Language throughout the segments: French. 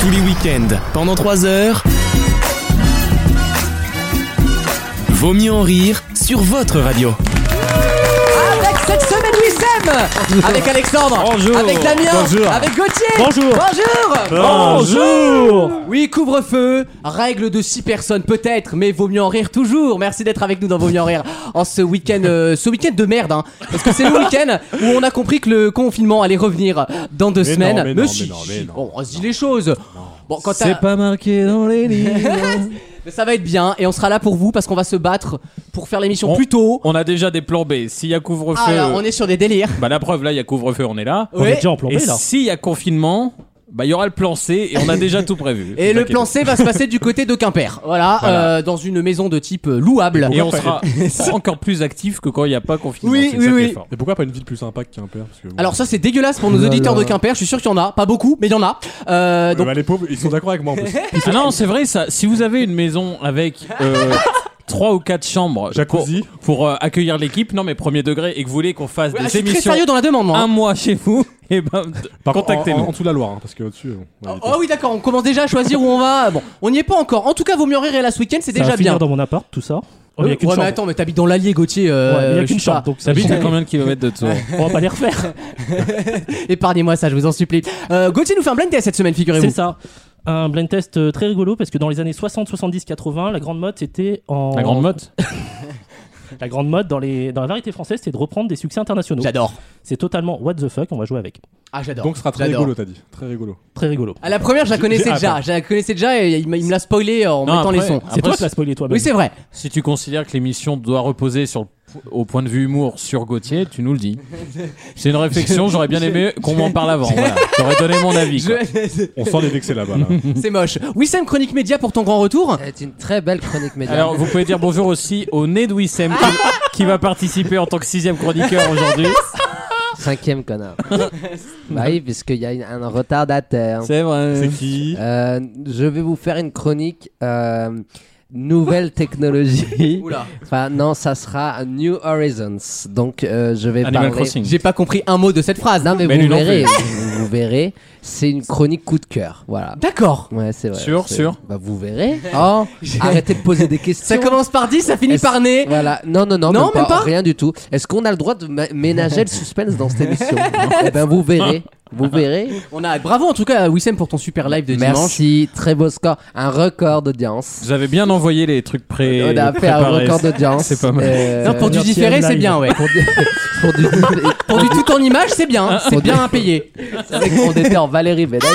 Tous les week-ends, pendant 3 heures. Vaut mieux en rire sur votre radio. Avec cette semaine Wissem Avec Alexandre Bonjour. Avec Damien Bonjour. Avec Gauthier Bonjour. Bonjour Bonjour. Oui, couvre-feu, règle de 6 personnes peut-être, mais vaut mieux en rire toujours. Merci d'être avec nous dans Vaut mieux en rire en ce week-end, euh, ce week-end de merde, hein. parce que c'est le week-end où on a compris que le confinement allait revenir dans deux Mais semaines. non, mais non, si, mais non, mais si, non. bon, on se dit les choses. Bon, quand t'as- pas marqué dans les Mais ça va être bien et on sera là pour vous parce qu'on va se battre pour faire l'émission On- plus tôt. On a déjà des plans B. S'il y a couvre-feu, Alors, Ah, on est sur des délires. bah la preuve là, il y a couvre-feu, on est Oh, là. Ouais. déjà en plan B Et là. s'il y a confinement, bah il y aura le plan C et on a déjà tout prévu. Et Vous le inquiétez plan C va se passer du côté de Quimper. Voilà, Voilà. euh, dans une maison de type euh, louable. pas. Et on sera encore plus actif que quand il n'y a pas confinement. Oui, c'est oui, ça qui oui. est fort. Mais pourquoi pas une ville plus sympa que Quimper parce que, bon, Alors ça c'est dégueulasse pour nos auditeurs de Quimper, je suis sûr qu'il y en a, pas beaucoup, mais il y en a. Euh, euh, donc bah, les pauvres, ils sont d'accord avec moi en plus. Ah non, c'est vrai ça. Si vous avez une maison avec euh, trois ou quatre chambres pour, Jacuzzi. pour, euh, accueillir l'équipe, non mais premier degré, et que vous voulez qu'on bah, fasse Ouais, ah, je des suis très émissions sérieux dans la demande moi. hein. un mois chez vous, et ben Par contre, en- contactez-nous. En, en dessous de la Loire, hein, parce que au-dessus. Oh, oh oui d'accord, on commence déjà à choisir où on va. Bon, on n'y est pas encore. En tout cas, vaut mieux en rire et là ce week-end, c'est Ça va déjà finir bien. Euh, dans mon appart, tout ça. Oh, mais il y a ouais qu'une mais chambre. attends, mais t'habites dans l'Allier Gauthier. Ouais, Euh, mais il y a je qu'une sais pas. chambre, donc ça T'habites change. à combien de kilomètres de tour On va pas les refaire. Épargnez-moi ça, je vous en supplie. Euh, Gauthier nous fait un blind test cette semaine, figurez-vous. C'est ça. Un blind test euh, très rigolo parce que dans les années 60, 70, 80, la grande mode c'était en. La grande motte La grande mode dans, les... dans la variété française c'était de reprendre des succès internationaux. J'adore. C'est totalement what the fuck, on va jouer avec. Ah j'adore. Donc ce sera très J'adore. rigolo, t'as dit. Très rigolo. Très rigolo. À la première, je la J'ai- connaissais j'ai- déjà. ah, Je la connaissais déjà et il m'a- il me l'a spoilé en Non, mettant les après- sons. C'est toi Après, qui l'as spoilé toi-même. Oui, c'est vrai. Si tu considères que l'émission doit reposer sur, au point de vue humour sur Gauthier, tu nous le dis. C'est une réflexion, j'aurais bien aimé qu'on m'en parle avant. Voilà. J'aurais donné mon avis. quoi. Je- On sent les vexés là-bas. là. C'est moche. Wissem Chronique Média pour ton grand retour. C'est une très belle chronique média. Alors, vous pouvez dire bonjour aussi au nez de Wissem qui, qui va participer en tant que sixième chroniqueur aujourd'hui. Cinquième connard. bah oui, puisqu'il y a une- un retardataire. C'est vrai. C'est qui Euh, je vais vous faire une chronique euh, nouvelle technologie. Oula. enfin non, ça sera New Horizons. Donc euh, je vais Animal parler. Ah, Crossing. J'ai pas compris un mot de cette phrase. Non mais, Ah, Mais lui vous non verrez, vous, vous verrez. C'est une chronique coup de cœur. Voilà. D'accord. Ouais, c'est vrai. Sûr, c'est- sûr. Bah vous verrez. Oh, arrêtez de poser des questions. Ça commence par 10, ça finit Est-ce- par nez. Voilà, non, non, non, Non, même même pas, pas rien du tout. Est-ce qu'on a le droit de ma- ménager le suspense dans cette émission Eh ben, vous verrez, vous verrez. On a bravo en tout cas à Wissem pour ton super live de dimanche. Merci, très beau score, un record d'audience. Vous avez bien envoyé les trucs pré On a fait un préparés. record d'audience. C'est pas mal. Euh, Non, pour du Merci à différé, Live. c'est bien, ouais. pour du- pour du- Pour du tout en image, c'est bien. C'est bien à payer. C'est vrai qu'on était en Valérie Bédaille.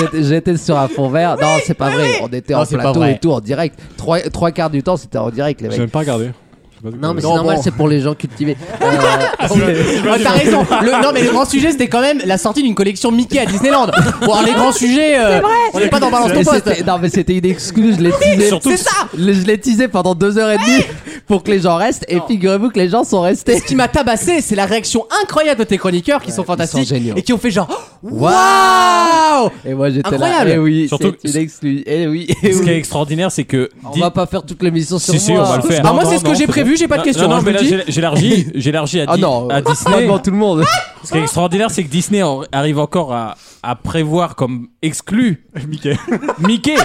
J'étais- J'étais sur un fond vert. Non, c'est pas vrai. On était Non, en c'est pas plateau vrai. et tout en direct. Trois, trois quarts du temps, c'était en direct, les J'ai mecs. même pas regardé. Je sais pas de Non, quoi- mais c'est normal, bon. c'est pour les gens cultivés. Euh, Oh, T'as raison. Le- non, mais le grand sujet, c'était quand même la sortie d'une collection Mickey à Disneyland. Bon, les grands sujets, euh, on n'est pas dans Balance ton Mais poste. c'était- Non mais c'était une excuse, je l'ai teasé. surtout que- Le- Je l'ai teasé pendant deux heures et demie pour que les gens restent et figurez-vous que les gens sont restés. Ce qui m'a tabassé, c'est la réaction incroyable de tes chroniqueurs qui sont fantastiques sont géniaux. et qui ont fait genre Waouh Et moi j'étais là. Incroyable. Et oui, Surtout que- c'est une excuse. Et oui. eh Ce oui. qui est extraordinaire, c'est que. On dix- va pas faire toute l'émission sur Si, si, moi. on va le faire. Ah, moi, Non, c'est non, ce que non, j'ai c'est prévu, j'ai pas de Non, questions. Non, hein, non, je mais vous là, le dis. j'ai- j'élargis, j'élargis à, Ah Di- non, à Disney. avant tout le monde. Ce qui est extraordinaire, c'est que Disney en- arrive encore à, à prévoir comme exclu Mickey. Mickey.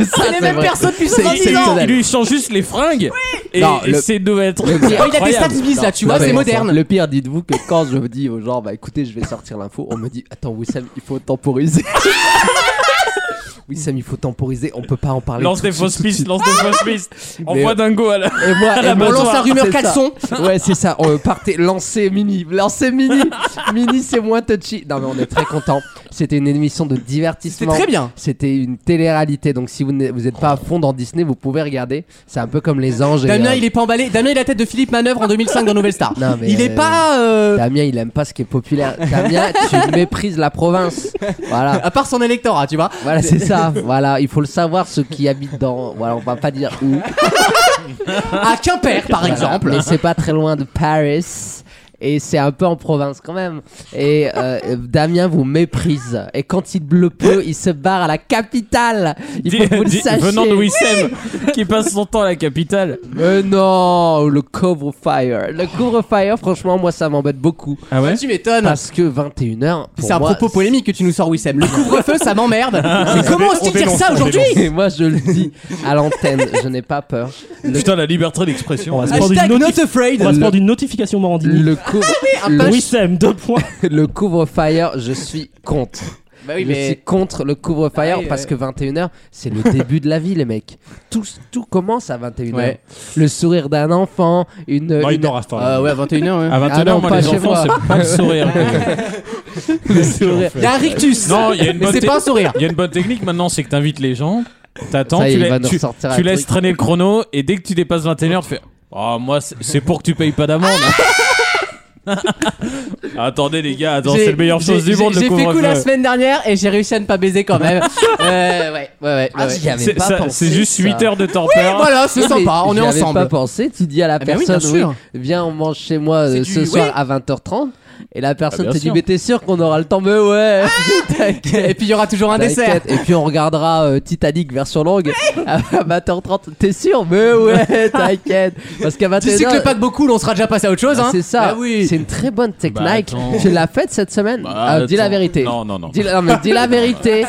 Ça, C'est les mêmes vrai. personnes depuis C'est 70 ans. exceptionnel. Il lui change juste les fringues. Et, Non, et le- c'est devait être. le- Oh, Il a des stats incroyable. Smith là, tu Non, vois, mais c'est bon moderne. sang. Le pire, dites-vous que quand je dis aux gens, bah écoutez, je vais sortir l'info, on me dit, attends, Wissam, il faut temporiser. Wissam, il faut temporiser, on peut pas en parler. Lance tout de des suite, fausses tout de suite. pistes, lance des fausses pistes. Envoie euh, Dingo à la. Et moi, et la moi, On lance bonsoir. la rumeur C'est ça. caleçon. Ouais, c'est ça. On partait, lancez Mini. Lancez Mini. Mini, c'est moins touchy. Non, mais on est très content. C'était une émission de C'est divertissement. très bien. C'était une télé-réalité. Donc, si vous n'êtes pas à fond dans Disney, vous pouvez regarder. C'est un peu comme Les Anges. et, Damien, euh, il est pas emballé. Damien, il a la tête de Philippe Manœuvre en 2005 dans Nouvelle Star. Non, mais, il est euh, pas. euh, Damien, il aime pas ce qui est populaire. Damien, tu méprises la province. Voilà. À part son électorat, tu vois. Voilà, c'est ça. Voilà, il faut le savoir, ceux qui habitent dans. Voilà, on va pas dire où. À Quimper, par Voilà, exemple. Mais c'est pas très loin de Paris. et c'est un peu en province quand même. Et euh, Damien vous méprise. Et quand il le peut, il se barre à la capitale. Il Dis- faut que vous le dis- sachiez. venant de Wissem, qui passe son temps à la capitale. Mais Euh, non, le couvre-fire. Le couvre-fire, franchement, moi, ça m'embête beaucoup. Ah ouais Tu m'étonnes. Parce que 21h. C'est un propos polémique que tu nous sors, Wissem. Le couvre-feu, ça m'emmerde. Ah, Mais comment dé- est-ce on dire dénonce, ça on aujourd'hui Et moi, je le dis à l'antenne, je n'ai pas peur. Le, Putain, la liberté d'expression. va se prendre Hashtag une not notif- afraid. on va se prendre une notification Morandini. le couvre, un le, punch. Wissem, deux points. le couvre-fire, je suis contre. Bah oui, je suis mais. contre le couvre-fire Ah oui, parce ouais. que 21h, c'est le début de la vie, les mecs. Tout, tout commence à 21h. Ouais. Le sourire d'un enfant, une. Non, une- il n'aura pas. Euh, ouais, 21h, ouais. À 21h, Ah non, moi, pas les chez enfants, moi. c'est pas le sourire. le sourire. Il y a un rictus. Non, il y a une Mais bonne c'est te- pas un sourire. Il y a une bonne technique maintenant, c'est que t'invites les gens, t'attends, Ça y est, tu, il la- va nous tu- ressortir tu un laisses truc. traîner le chrono et dès que tu dépasses 21h, tu fais Oh, moi, c'est- c'est pour que tu payes pas d'amende. hein. Attendez, les gars, attends, J'ai- c'est la meilleure j'ai- chose du j'ai- monde, le J'ai fait coup la couvre-feu. semaine dernière et j'ai réussi à ne pas baiser quand même. Euh, ouais, ouais, ouais. Ah, ouais. j'y avais C'est pas ça- pensé, c'est juste ça. 8 heures de tempère. Voilà, c'est Non, mais sympa, on j'y est avais pas ensemble. pensé, tu dis à la Ah bah oui, personne, bien oui, sûr. viens, on mange chez moi C'est euh, ce du- Ah, soir ouais. à 20h30. Et la personne bien te dit, sûr. mais t'es sûr qu'on aura le temps, mais ouais, t'inquiète. Et puis il y aura toujours Ah, Bah, un dessert. T'inquiète. Et puis on regardera euh, Titanic version longue à 20h30. T'es sûr Mais ouais, t'inquiète. Parce qu'à 21h. Tu sais que le paquebot cool, on sera déjà passé à autre chose, Ah, hein. C'est ça. Bah oui. C'est une très bonne technique. Bah, attends. tu l'as faite cette semaine Bah, Ah, Dis la attends. vérité. Non, non, non. Dis, la- non, mais dis la vérité.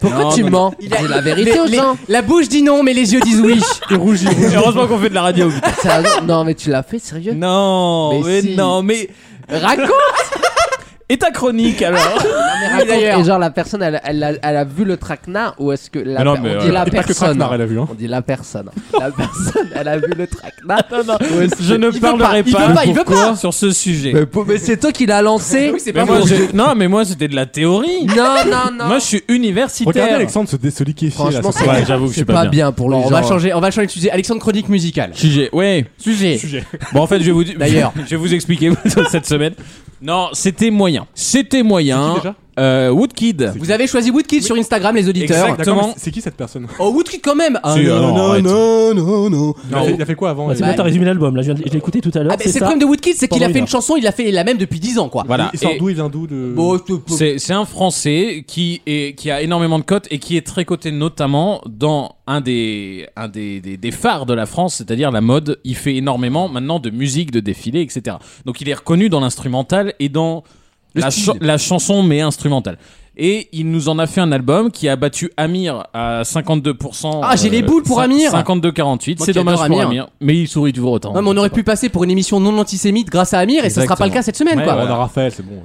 Pourquoi Non, tu non, mens Il a- Dis la vérité les- aux les- gens. La bouche dit non, mais les yeux disent oui. Heureusement qu'on fait de la radio. putain. Sérieux Non, mais tu l'as fait, sérieux Non, Mais mais, si. non, mais. Raconte Et ta chronique alors Ah, Mais raconte. d'ailleurs. Et genre la personne, elle, elle a, elle a vu le traquenard ou est-ce que la, Mais non, per- mais, on euh, dit la Et pas que personne Traquenard, elle a vu. Hein. On dit la personne. La personne, elle a vu le traquenard. Ou est-ce que- Je ne veut parlerai pas, il pas, veut pas, il veut pourquoi sur ce sujet. Mais, pour- mais c'est toi qui l'as lancé. Oui, c'est Mais pas moi, moi. je- Non, mais moi c'était de la théorie. Non, non, non. Moi je suis universitaire. Regardez Alexandre se, dé- se liquéfier là. Franchement, ça c'est- fait- Ouais, j'avoue que je c'est suis pas, pas bien, bien. pour le Bon, on genre. va changer, on va changer de sujet. Alexandre Chronique musicale. Sujet, ouais, sujet. Sujet. Bon, en fait, je vais vous dire. D'ailleurs. je vais vous expliquer cette semaine. Non, c'était moyen. C'était moyen. C'est qui déjà Euh, Woodkid. Vous avez choisi Woodkid sur Instagram, les auditeurs. Exact. D'accord, Exactement. mais c'est- C'est qui cette personne Oh, Woodkid quand même. Ah, Si, non. euh, non, arrête. non, non, non. Il a Non. fait- il a fait quoi avant Bah, c'est il- bon, t'as résumé l'album là. Je, viens de- je l'ai écouté tout à l'heure. Ah, bah, c'est Ah, c'est le ça. problème de Woodkid, c'est qu'il a Pendant fait une une chanson, il l'a fait la même depuis 10 ans, quoi. Oh, Voilà. Il sort Et d'où Il vient d'où de... Bon, tout- c'est c'est un Français qui est qui a énormément de cotes et qui est très coté notamment dans un des un des, des, des phares de la France, c'est-à-dire la mode. Il fait énormément maintenant de musique, de défilés, etc. Donc il est reconnu dans l'instrumental et dans la, cha- la chanson mais instrumentale. Et il nous en a fait un album qui a battu Amir à 52%. Ah, j'ai les boules pour cin- Amir 52-48. Moi C'est qui dommage adore pour Amir. Amir. Mais il sourit toujours autant. Ouais, mais on aurait pu passer pour une émission non antisémite grâce à Amir et ça sera pas le cas cette semaine, Ouais, quoi. On voilà. a Raphaël, c'est bon.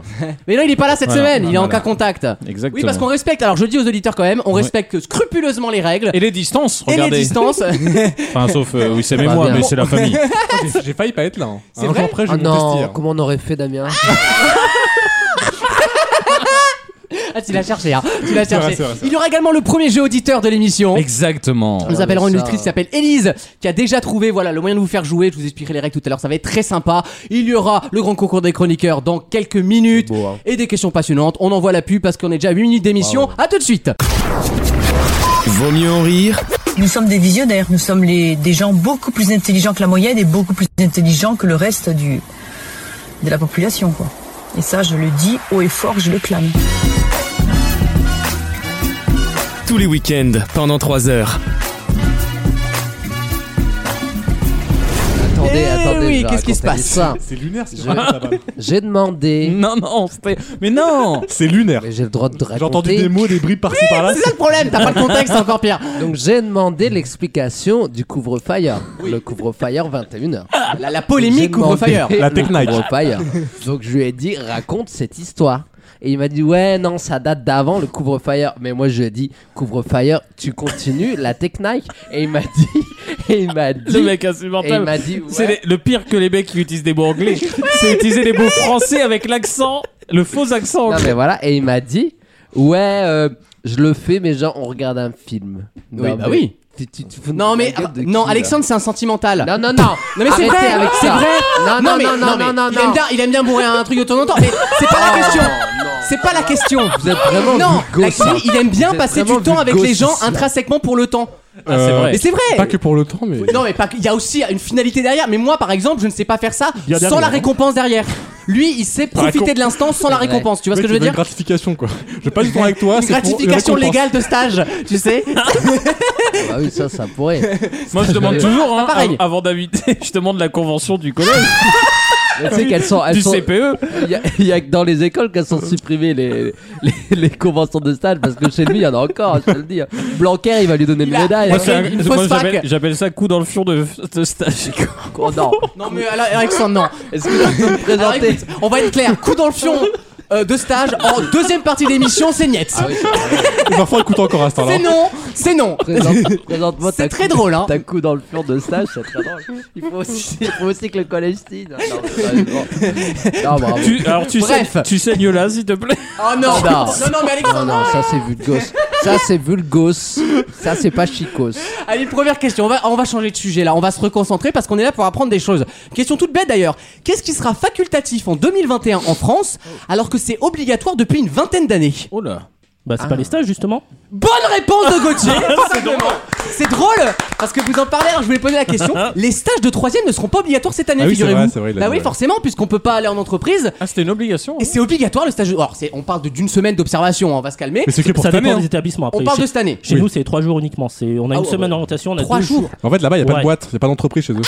Mais là, il est pas là cette Voilà, semaine, il est en cas voilà. contact. Exactement. Oui, parce qu'on respecte, alors je dis aux auditeurs quand même, on Ouais. respecte scrupuleusement les règles Et les distances, et, les regardez. distances. Enfin, sauf euh, Wissem et Pas moi, bien. mais c'est la famille. J'ai- J'ai failli pas être là. hein. C'est Un vrai jour après, j'ai Ah monté ce non, tir. comment on aurait fait, Damien ah, tu l'as cherché, hein. tu l'as C'est vrai, cherché. c'est vrai, c'est Il y aura également le premier jeu auditeur de l'émission. Exactement. Nous Ah, appellerons mais une ça- auditrice qui s'appelle Élise, qui a déjà trouvé voilà, le moyen de vous faire jouer. Je vous expliquerai les règles tout à l'heure, ça va être très sympa. Il y aura le grand concours des chroniqueurs dans quelques minutes hein. et des questions passionnantes. On envoie la pub parce qu'on est déjà à 8 minutes d'émission. À tout de suite Vaut mieux en rire Nous sommes des visionnaires, nous sommes les, des gens beaucoup plus intelligents que la moyenne et beaucoup plus intelligents que le reste du, de la population. Quoi. Et ça, je le dis haut et fort, je le clame. tous les week-ends pendant 3 heures. Attendez, Eh attendez. oui, je vais qu'est-ce qui se raconter passe l'histoire. C'est lunaire, hein, si tu Je- racontes la balle. J'ai demandé, Non, non, c'était. Mais non C'est lunaire. mais j'ai le droit de raconter. J'ai entendu des mots, des bribes par-ci par-là. C'est ça le problème, t'as pas le contexte, c'est encore pire. Donc j'ai demandé l'explication du couvre-fire. Le couvre-fire 21h. Ah, La, la polémique ouvre fire. La technique. Couvre-fire. Donc je lui ai dit raconte cette histoire. Et il m'a dit ouais non ça date d'avant le couvre-fire. Mais moi je lui ai dit couvre-fire tu continues la technique. Et il m'a dit et il m'a dit Le mec et il insupportable. m'a dit ouais. C'est les- le pire que les mecs qui utilisent des mots anglais. C'est utiliser des mots français avec l'accent, le faux accent Non, anglais. mais voilà et il m'a dit ouais euh, je le fais mais genre on regarde un film. Oui, Non, bah mais oui. tu- tu te fous de Non la mais ah, gueule de non qui, là Alexandre c'est un sentimental. Non, non, non. Non, mais c'est Arrêtez vrai. avec C'est ça. vrai. Ah Non, non, non, non, non, Oh non, il, aime bien, il aime bien bourrer un truc de temps en temps, mais c'est pas la question. C'est pas la question. Vous êtes vraiment non, vulgos, la- ça. il aime bien Vous êtes passer du vraiment temps avec vulgos, les gens ceci, là. intrinsèquement pour le temps. Ah, c'est vrai. Mais c'est vrai Pas que pour le temps, mais. Non mais pas que- il y a aussi une finalité derrière mais moi par exemple je ne sais pas faire ça Bien sans derrière, la hein. récompense derrière. Lui il sait Par profiter contre- de l'instant sans la Ouais. récompense, tu vois ce Ouais, que je veux tu veux dire Une gratification, quoi. Je passe du temps avec toi. Une c'est pour gratification récompense. légale de stage, tu sais Ah oui, ça, ça pourrait. Moi, je demande Ah, toujours, hein, pareil. av- avant d'inviter, je demande la convention du collège, Mais tu sais qu'elles sont. elles du E. sont- CPE. Il y a- il y, a que dans les écoles qu'elles sont supprimées les, les, les conventions de stage parce que chez lui il y en a encore, je te le dis. Blanquer il va lui donner une Il a- médaille. il a Moi, hein. c'est un- une moi, fausse fac. j'appelle- J'appelle ça coup dans le fion de, de stage. Oh, non. Non mais alors, Alexandre non. Est-ce que tu peux me Alors, présenter écoute, on va être clair, coup dans le fion euh, de stage en deuxième partie d'émission c'est niette. Et parfois, elle coûte encore à ce c'est temps-là. non, c'est non. Présente- Présente-moi C'est ta très coupe- drôle, hein. Ta coup dans le fur de stage, c'est très drôle. Il faut aussi, il faut aussi que le collège signe. Non, non, sérieusement. non, bravo. Tu- alors, tu, Bref. saignes- tu saignes là, s'il te plaît. Oh non. Oh, non non. non mais Alexandre Non, non, ça c'est vulgos. Ça c'est vulgos. Ça c'est pas chicos. Allez, première question. On va, on va changer de sujet là. On va se reconcentrer parce qu'on est là pour apprendre des choses. Question toute bête d'ailleurs. Qu'est-ce qui sera facultatif en 2021 en France alors que c'est obligatoire depuis une vingtaine d'années Oh là. Bah, Ah. c'est pas les stages, justement. Bonne réponse de Gauthier C'est drôle C'est drôle parce que vous en parlez alors je voulais poser la question. Les stages de troisième ne seront pas obligatoires cette année, Ah oui, c'est figurez-vous. vrai, c'est vrai, il a bah dit, oui, ouais. forcément, puisqu'on peut pas aller en entreprise. Ah, c'était une obligation. Et c'est obligatoire le stage. de- Alors, c'est- on parle de- d'une semaine d'observation, hein, on va se calmer. Mais c'est que pour Ça cette année. dépend des hein. établissements. Après, On parle chez, de cette année. chez Oui. nous, c'est trois jours uniquement. C'est, on a Ah une ouais, semaine ouais. d'orientation, on a Trois deux jours. En fait, là-bas, il n'y a pas Ouais. de boîte. Il n'y a pas d'entreprise chez eux.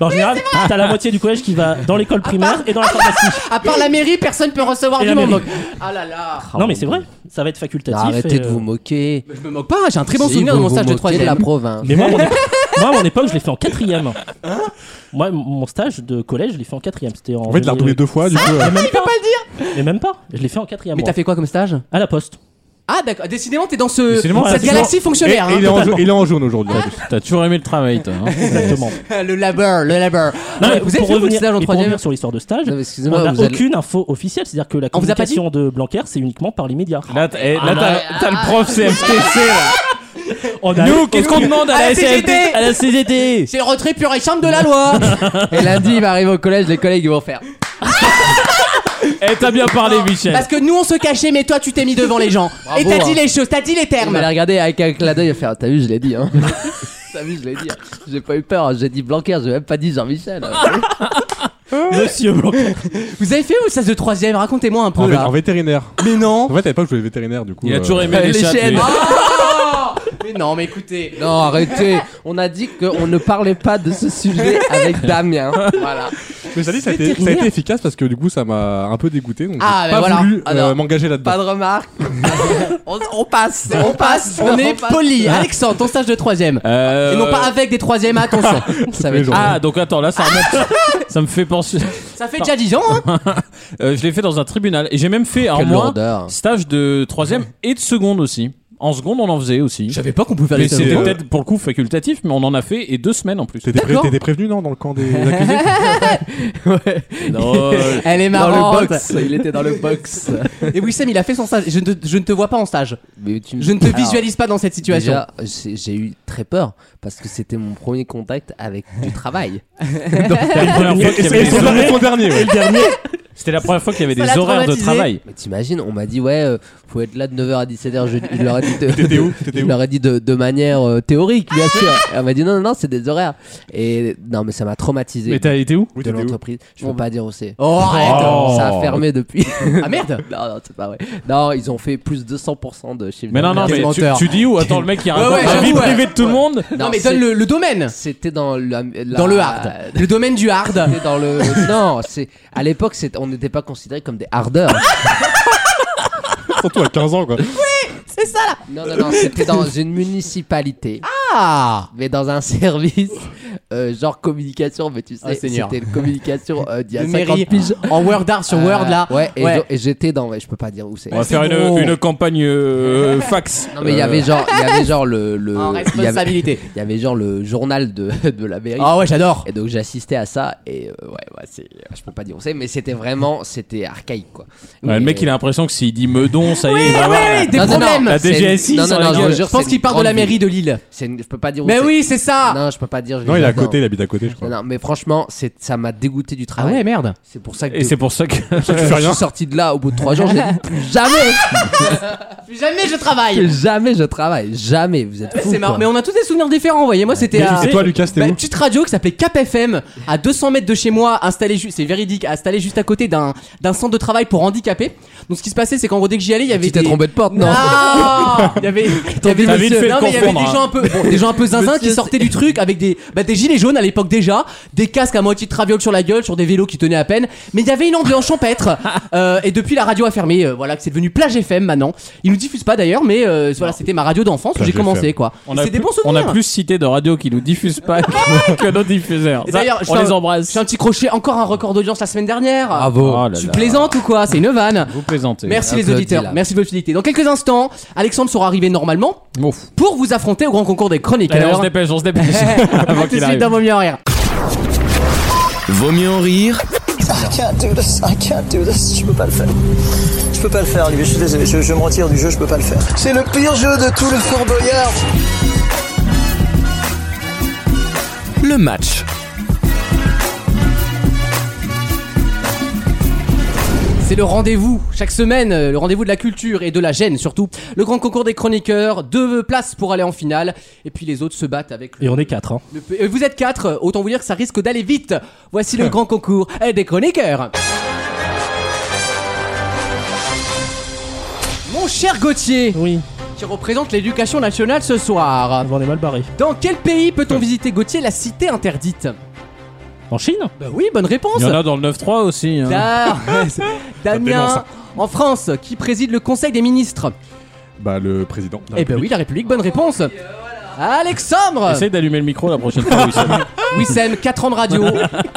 Bah, en général, t'as la moitié du collège qui va dans l'école primaire et dans la pharmacie. À part la mairie, personne peut recevoir Et du la monde. mairie. donc. Ah là là. Non, mais c'est vrai, ça va être facultatif. Bah, Arrêtez et, de euh, vous moquer. Je me moque pas. J'ai un très bon Si, souvenir vous de mon vous stage de moquez troisième. la province. Mais moi, à mon époque, moi, à mon époque, je l'ai fait en quatrième. moi, m- mon stage de collège, je l'ai fait en quatrième. C'était en. En fait, il l'a redoublé deux fois. Du coup, euh, Ah, il peut pas le dire. Mais même pas. Je l'ai fait en quatrième. Mais moi. t'as fait quoi comme stage à la poste. Ah d'accord, décidément t'es dans ce Décidément, cette c'est galaxie fonctionnaire. et- et il, est hein. en, jaune- il est en jaune aujourd'hui. en plus. T'as toujours aimé le travail, toi. hein. Exactement. le labeur, le labeur. Non, mais Ah, vous avez fait votre stage en et pour troisième revenir sur l'histoire de stage. Non, mais excusez-moi, on n'a vous allez- aucune info officielle, c'est-à-dire que la On vous a pas dit communication de Blanquer, c'est uniquement par les médias. Là, t'as eh, là, t'as- t'as le prof CFTC, là. On a- Nous, qu'est-ce qu'on demande à À la la CGT? CFTC À la CGT C'est le retrait pur et simple de la loi. Et lundi il va arriver au collège, les collègues ils vont faire. Eh, t'as bien parlé, Michel. Ah. Parce que nous on se cachait mais toi tu t'es mis devant les gens. et t'as hein. dit les choses, t'as dit les Il termes. va les regarder avec un clin d'œil il va faire. T'as vu, je l'ai dit. Hein. T'as vu, je l'ai dit. hein. J'ai pas eu peur. hein. J'ai dit Blanquer, j'ai même pas dit Jean-Michel. hein. Monsieur Blanquer. Vous avez fait votre stage de troisième Racontez-moi un peu En, vé- là. Ah, en vétérinaire. Mais non. En fait, à l'époque, je voulais vétérinaire. Du coup, Il a euh, toujours aimé les les chats. chaînes. lui. Ah mais non mais écoutez. Non, arrêtez. On a dit qu'on ne parlait pas de ce sujet avec Damien. Voilà. Mais ça dit, ça a, été, ça a été efficace parce que du coup, ça m'a un peu dégoûté. Donc, Ah, j'ai bah pas voilà. voulu Ah, non. euh, m'engager Pas là-dedans. de remarques. on, on passe. On passe, on est poli. Alexandre, ton stage de troisième. Euh, Et non pas avec des troisièmes, attention. Ça va les être- gens. Ah, donc attends, là, ça remonte. ça me fait penser. Ça fait déjà 10 ans, hein Euh, je l'ai fait dans un tribunal. Et j'ai même fait, alors Quelle moi, lourdeur. stage de troisième et de seconde aussi. En seconde, on en faisait aussi. savais pas qu'on pouvait Mais c'était euh, peut-être pour le coup facultatif, mais on en a fait et deux semaines en plus. T'étais pré- D'accord. t'étais prévenu, non, dans le camp des accusés Drôle. Elle est Dans marrante. le box. Il était dans le box. Et Wissem, il a fait son stage. Je ne, je ne te vois pas en stage. Mais tu me- Je ne te Alors, visualise pas dans cette situation. Déjà, j'ai j'ai eu très peur parce que c'était mon premier contact avec du travail. Donc, Et Il y avait et des son horaires. et son dernier, ouais. C'était la première fois qu'il y avait Ça des l'a horaires de traumatisé. travail. Mais t'imagines, on m'a dit ouais, euh, faut être là de 9h à 17h. Je, je leur ai dit, de, T'étais où T'étais je où leur ai dit de, de manière euh, théorique, bien sûr. Et elle m'a dit non, non, non, c'est des horaires. Et non, mais ça m'a traumatisé Mais t'as été où Oui, de t'étais où l'entreprise. Je peux pas dire où c'est. Oh, arrête. Oh. Ça a fermé depuis. Ah merde non, non, c'est pas vrai. Non, ils ont fait plus de 100% de chiffre. Mais non, non, d'affaires. mais tu, menteur. tu dis où Attends, le mec, il Ouais, raconte ouais, la vie j'avoue, ouais. privée de tout le monde. Non, Non, mais c'est- donne le, le domaine C'était dans la, la- Dans le hard. Le domaine du hard. C'était dans le. non, c'est à l'époque, c'est- on n'était pas considérés comme des hardeurs. Surtout à 15 ans, quoi. C'est ça là Non, non, non, c'était dans une municipalité, Ah mais dans un service euh, genre communication, mais tu sais, Ah, Seigneur. c'était une communication euh, d'il y a Le 50 mairie piges. en Word art sur Euh, Word là. Ouais, et, Ouais. je- et j'étais dans. ouais, je peux pas dire où c'est. On va Bah, c'est faire une, drôle. une campagne euh, fax. Non, mais il y avait genre, il y avait genre le. le- En il y avait, responsabilité. il y avait genre le journal de, de la mairie. Ah ouais, j'adore. Et donc j'assistais à ça et euh, ouais, ouais c'est- je peux pas dire où c'est, mais c'était vraiment, c'était archaïque quoi. Euh, Ouais, le mec, il a l'impression que s'il dit Meudon, ça y est, il va avoir. oui, des Non, non, non, problèmes. La c'est- DGSI, non, non, sur non, la je gueule. vous jure, Je pense c'est qu'il une part de la grande ville. Oh, mairie de Lille. C'est une- Je peux pas dire où Mais c'est. oui, c'est ça Non, je peux pas dire. je Non, vais il a dire côté, il habite à côté, je crois. Non, mais franchement, c'est- ça m'a dégoûté du Ah travail. ouais, merde. C'est pour ça que Et c'est pour ça que. Tu fais je suis rien. sorti de là au bout de trois jours. J'ai dit plus jamais, Plus jamais je plus travaille. jamais je travaille, jamais. Vous êtes fous. C'est marrant, quoi. mais on a tous des souvenirs différents. Voyez, moi c'était Et à- et toi, Lucas, c'était Bah, où une petite radio qui s'appelait KPFM à 200 mètres de chez moi, installée juste, c'est véridique, installée juste à côté d'un d'un centre de travail pour handicapés. Donc ce qui se passait, c'est qu'en gros dès que j'y allais, il y avait Tu t'es des... trompé de porte, non Oh, Non, il y avait, il y avait, T'as vite monsieur- fait de non, mais il y avait des confondre, gens un peu, bon, des gens un peu zinzin qui sortaient du truc avec des, bah, des gilets jaunes à l'époque déjà, des casques à moitié de traviole sur la gueule, sur des vélos qui tenaient à peine. Mais il y avait une ambiance champêtre. Euh, et depuis la radio a fermé, euh, voilà, que c'est devenu Plage FM maintenant. Ils nous diffusent pas d'ailleurs, mais euh, voilà, c'était ma radio d'enfance où Plage j'ai commencé FM. quoi. On a, C'est des plus, bons on a souvenirs. plus cité de radios qui nous diffusent pas que que nos diffuseurs. Et d'ailleurs, je on fais les un- embrasse. J'ai un petit crochet, encore un record d'audience la semaine dernière. Bravo. Oh là Tu là. plaisantes ou quoi C'est une vanne. Vous plaisantez. Merci Un les peu auditeurs, dit, là. merci de votre fidélité. Dans quelques instants, Alexandre sera arrivé normalement Ouf. pour vous affronter au grand concours des Allez, on chroniqueurs. se dépêche, on se dépêche. À Avant tout de qu'il suite arrive. dans Vaut mieux en rire. Vaut mieux en rire I can't do this, I can't do this, je peux pas le faire. Je peux pas le faire, lui, je suis désolé, je, je me retire du jeu, je peux pas le faire. C'est le pire jeu de tout le Fort Boyard. le match. C'est le rendez-vous chaque semaine, euh, le rendez-vous de la culture et de la gêne surtout. Le grand concours des chroniqueurs, deux places pour aller en finale, et puis les autres se battent avec le. Et on est quatre. Hein. le pe- euh, Vous êtes quatre, euh, autant vous dire que ça risque d'aller vite. Voici le grand concours euh, des chroniqueurs. Mon cher Gauthier, Oui, qui représente l'éducation nationale ce soir. on est mal barré. Dans quel pays peut-on visiter Gauthier la cité interdite En Chine Bah oui, bonne réponse. Il y en a dans le 9-3 aussi. hein. Da- dément, Damien, ça. en France, qui préside le Conseil des ministres Bah, le président. Eh ben oui, la République, bonne réponse. Alexandre Essaye d'allumer le micro la prochaine fois. Wissem. Wissem, 4 ans de radio,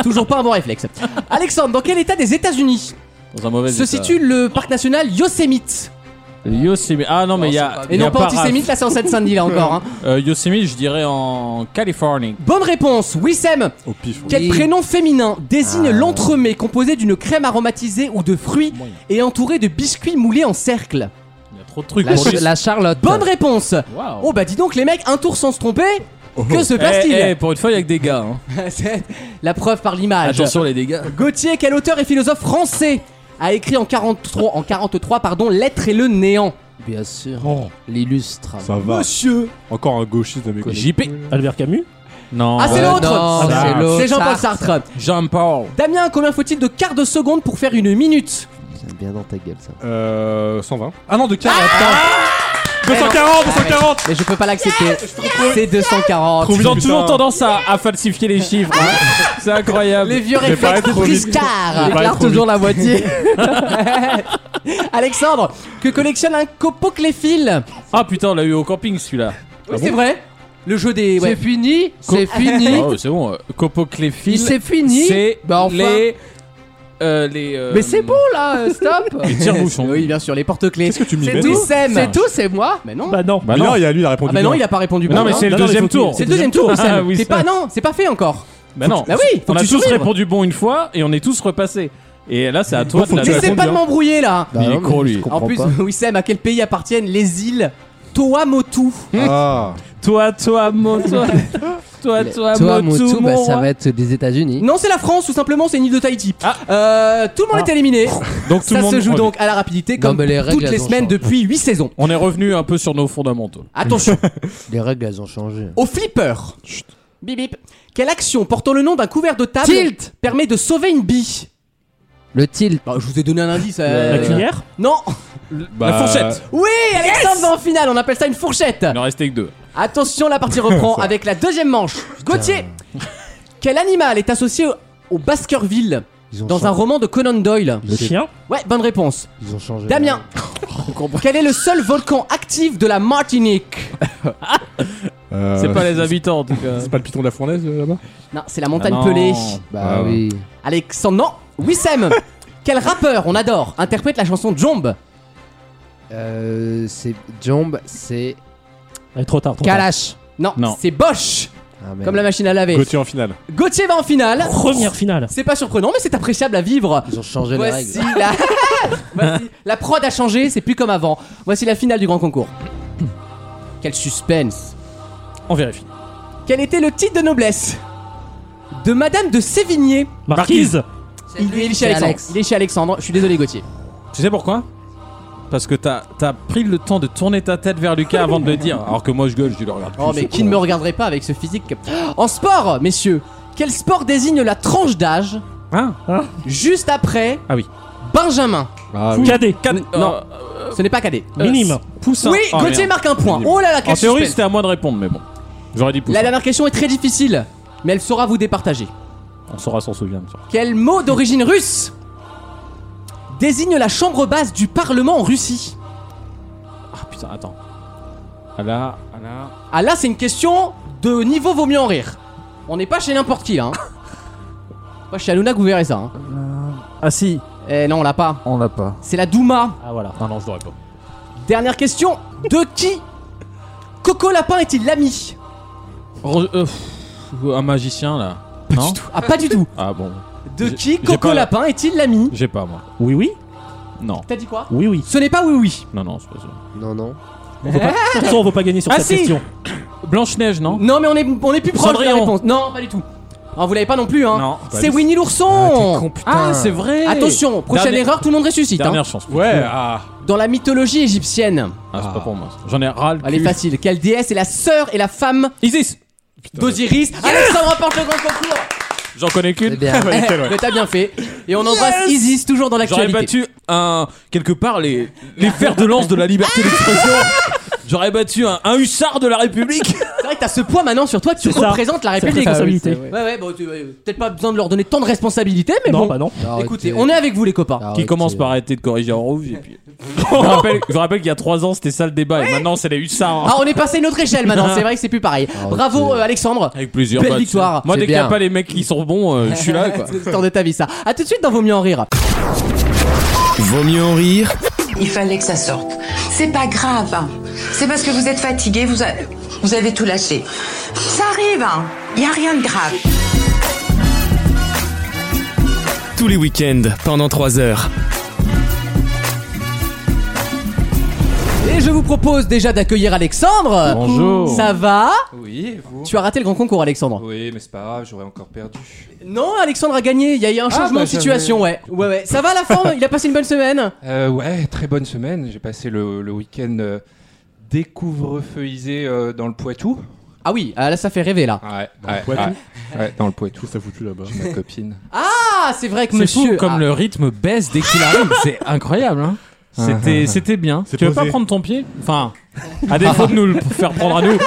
toujours pas un bon réflexe. Alexandre, dans quel état des États-Unis Dans un mauvais se état. situe le parc national Yosemite Yosemite. Ah non, mais il y a. Et il y non a pas Paraf. antisémite, là c'est en Seine-Saint-Denis là encore. hein. Euh, Yosemite, je dirais en Californie. Bonne réponse, Wissem Au pif. Quel Oui. prénom féminin désigne l'entremet composé d'une crème aromatisée ou de fruits et entouré de biscuits moulés en cercle Il y a trop de trucs. La, pour Ch- lui. la Charlotte. Bonne réponse Waouh. Oh bah dis donc les mecs, un tour sans se tromper Que se Eh, passe-t-il eh, pour une fois, il y a que des gars. hein. C'est La preuve par l'image. Attention les Ah, dégâts. Gauthier, quel auteur et philosophe français a écrit en 43, en 43 pardon, L'être et le néant Bien sûr. L'illustre. Ça va. Monsieur Encore un gauchiste de mes couilles. JP. Albert Camus Non. Ah, c'est Euh, l'autre non, Ah, c'est l'autre. C'est Jean-Paul Sartre. Sartre. Jean-Paul. Damien, combien faut-il de quarts de seconde pour faire une minute J'aime bien dans ta gueule ça. Euh. 120. Ah non, de 40. Ah putain. 240, 240. Mais je peux pas l'accepter. C'est 240. Trouve- Ils ont Putain. toujours tendance à, à falsifier les chiffres. hein. C'est incroyable. Ah Les vieux J'ai pas réflexes été trop vite. Briscard. J'ai pas été Déclare trop toujours la moitié. Alexandre, que collectionne un copocléphile Ah putain, on l'a eu au camping celui-là. Oui, c'est vrai. Le jeu des. ouais. C'est fini, c'est Ah fini, ouais, c'est bon. euh, Copocléphile. c'est fini. C'est Bah enfin. les. euh, les euh, Mais c'est bon là, euh, stop. Les tire-bouchons. Oui, bien sûr, les porte-clés. Qu'est-ce que tu m'y C'est mets tout, toi Sam. C'est tout, c'est moi. Mais non. Bah non. Bah Mais non. non, il y a lui, il a répondu. Ah bah non, bien. il a pas répondu. Mais non, mais bien. c'est le non, mais deuxième faut qu'il- tour. C'est le deuxième tour, Sam. Ah oui, T'es ça. pas non, c'est pas fait encore. Bah non. Bah oui, faut On que a tu tous survives. répondu bon une fois et on est tous repassés. Et là, c'est à toi de la J'essaie pas de m'embrouiller là. Il est con lui. En plus, Wissem, à quel pays appartiennent les îles Tuamotu Ah. Toi, toi, mon, toi. toi, toi, Toi, mon, Moutou, tout, bah, mon ça roi. va être des États-Unis. Non, c'est la France ou simplement c'est une île de Tahiti. Ah. Euh, tout le monde est éliminé. Donc tout Ça le monde. se joue on- donc à la rapidité Non, comme mais les règles, toutes les elles ont semaines changé. depuis 8 saisons. On est revenu un peu sur nos fondamentaux. Attention, Les règles, elles ont changé. au flipper. Bip bip. Quelle action portant le nom d'un couvert de table Tilt. permet de sauver une bille Le tilt. Bah, Je vous ai donné un indice. La euh, cuillère Non Bah, fourchette. Oui, Alexandre va en finale, on appelle ça une fourchette. Il en restait que deux. Attention, la partie reprend avec la deuxième manche. Gauthier Quel animal est associé au, au Baskerville Ils ont dans changé. un roman de Conan Doyle Le chien Ouais, bonne réponse. Ils ont changé. Damien Quel est le seul volcan actif de la Martinique euh, C'est pas les habitants en tout cas. C'est pas le piton de la fournaise euh, là-bas Non, c'est la montagne Ah non. Pelée. Bah Ah. oui. Alexandre, non Wissem Quel rappeur, on adore, interprète la chanson Jombe Euh, c'est Jomb, c'est Allez, Trop tard. Trop tard. Kalash. Non, Non. c'est Bosch Ah, merde. Comme la machine à laver. Gauthier en finale. Gauthier va en finale. Première finale. C'est pas surprenant, mais c'est appréciable à vivre. Ils ont changé les Voici règles. la... Voici- la prod a changé, c'est plus comme avant. Voici la finale du grand concours. Quel suspense. On vérifie. Quel était le titre de noblesse de Madame de Sévigné. Marquise Il est chez Alexandre. Il est chez Alexandre. Je suis désolé, Gauthier. Tu sais pourquoi Parce que t'as as pris le temps de tourner ta tête vers Lucas avant de le dire. Alors que moi je gueule, je dis le regarde. Oh, mais qui ne me regarderait pas avec ce physique En sport, messieurs, quel sport désigne la tranche d'âge Hein juste après Ah oui. Benjamin Ah oui. Cadet Non, Ce n'est pas cadet. Minime euh, Poussin. oui, Oh, Gauthier merde. marque un point. Minime. Oh là là, quel En théorie, suspense. c'était à moi de répondre, mais bon. J'aurais dit La poussin. dernière question est très difficile, mais elle saura vous départager. On saura s'en souvenir. bien sûr. Quel mot d'origine russe désigne la chambre basse du Parlement en Russie Ah putain, attends. Ah là, ah là. Ah là, c'est une question de niveau vaut mieux en rire. On n'est pas chez n'importe qui là. hein. Moi, chez Hanouna, vous verrez ça. hein. Ah si, Eh non, on l'a pas. on l'a pas. C'est la Douma. Ah voilà. Non, non, je l'aurais pas. Dernière question. De qui Coco Lapin est-il l'ami Re- euh, pff, un magicien là. non Ah, pas du tout. Ah bon, De J'ai- qui j'ai Coco pas la- Lapin est-il l'ami j'ai pas moi. Oui, oui Non, T'as dit quoi Oui, oui. Ce n'est pas oui oui. non, non, c'est pas ça. Non, non. De toute façon, on veut pas gagner sur Ah, cette si. question. Blanche-Neige, non Non mais on est on est plus proche de la Cendrillon. réponse. Non, pas du tout. Ah, vous l'avez pas non plus hein. Non, pas C'est du- Winnie l'ourson. Ah, c'est vrai Attention, prochaine Dernier- erreur, tout le monde ressuscite. hein. Dernière chance. Ouais, ah. Dans la mythologie égyptienne, Ah, c'est pas pour moi. ça. J'en ai ras le elle est cul. facile. Quelle déesse est la sœur et la femme Isis d'Osiris Alexandre remporte le grand concours. J'en connais qu'une. C'est bien. Eh, nickel, ouais. Mais t'as bien fait. Et on embrasse Isis toujours dans J'aurais l'actualité. battu un. quelque part les, les fers de lance de la liberté d'expression. J'aurais battu un, un hussard de la République. C'est vrai que t'as ce poids maintenant sur toi que tu C'est ça. représentes la C'est République. Ah responsabilité. Ouais ouais, bon, tu- ouais, peut-être pas besoin de leur donner tant de responsabilités, mais non, bon. bah non. Écoutez, on est avec vous les copains. Qui commence par arrêter de corriger en rouge et puis. je vous rappelle, je vous rappelle qu'il y a 3 ans c'était ça le débat et maintenant c'est les hussards. hein. Ah, on est passé à une autre échelle maintenant, c'est vrai que c'est plus pareil. Bravo euh, Alexandre, Avec plusieurs. Belle bah, tu- victoire. Moi C'est dès qu'il n'y a bien. pas les mecs qui sont bons, euh, je suis là quoi. c'est le temps de ta vie ça. A tout de suite dans Vaut mieux en rire. Vaut mieux en rire Il fallait que ça sorte. C'est pas grave. hein. C'est parce que vous êtes fatigué, vous, a- vous avez tout lâché. Ça arrive, hein. Il n'y a rien de grave. tous les week-ends pendant 3 heures. Et je vous propose déjà d'accueillir Alexandre. Bonjour. Ça va Oui, et vous Tu as raté le grand concours Alexandre. Oui, mais c'est pas grave, j'aurais encore perdu. Non, Alexandre a gagné, il y a eu un changement bah, de situation, ouais. Ouais ouais. Ça va la forme Il a passé une bonne semaine Euh, ouais, très bonne semaine. J'ai passé le, le week-end euh, découvre-feuisé euh, dans le Poitou. Ah oui, ah, là ça fait rêver là. Ouais, le ouais, Poitou ouais, ouais, dans le Poitou. Ça foutu là-bas. Ma copine. Ah, c'est vrai que C'est fou monsieur comme Ah, le rythme baisse dès qu'il arrive, c'est incroyable. Hein. C'était, c'était bien. Tu C'est veux pas posé. prendre ton pied Enfin, à défaut de nous le faire prendre à nous,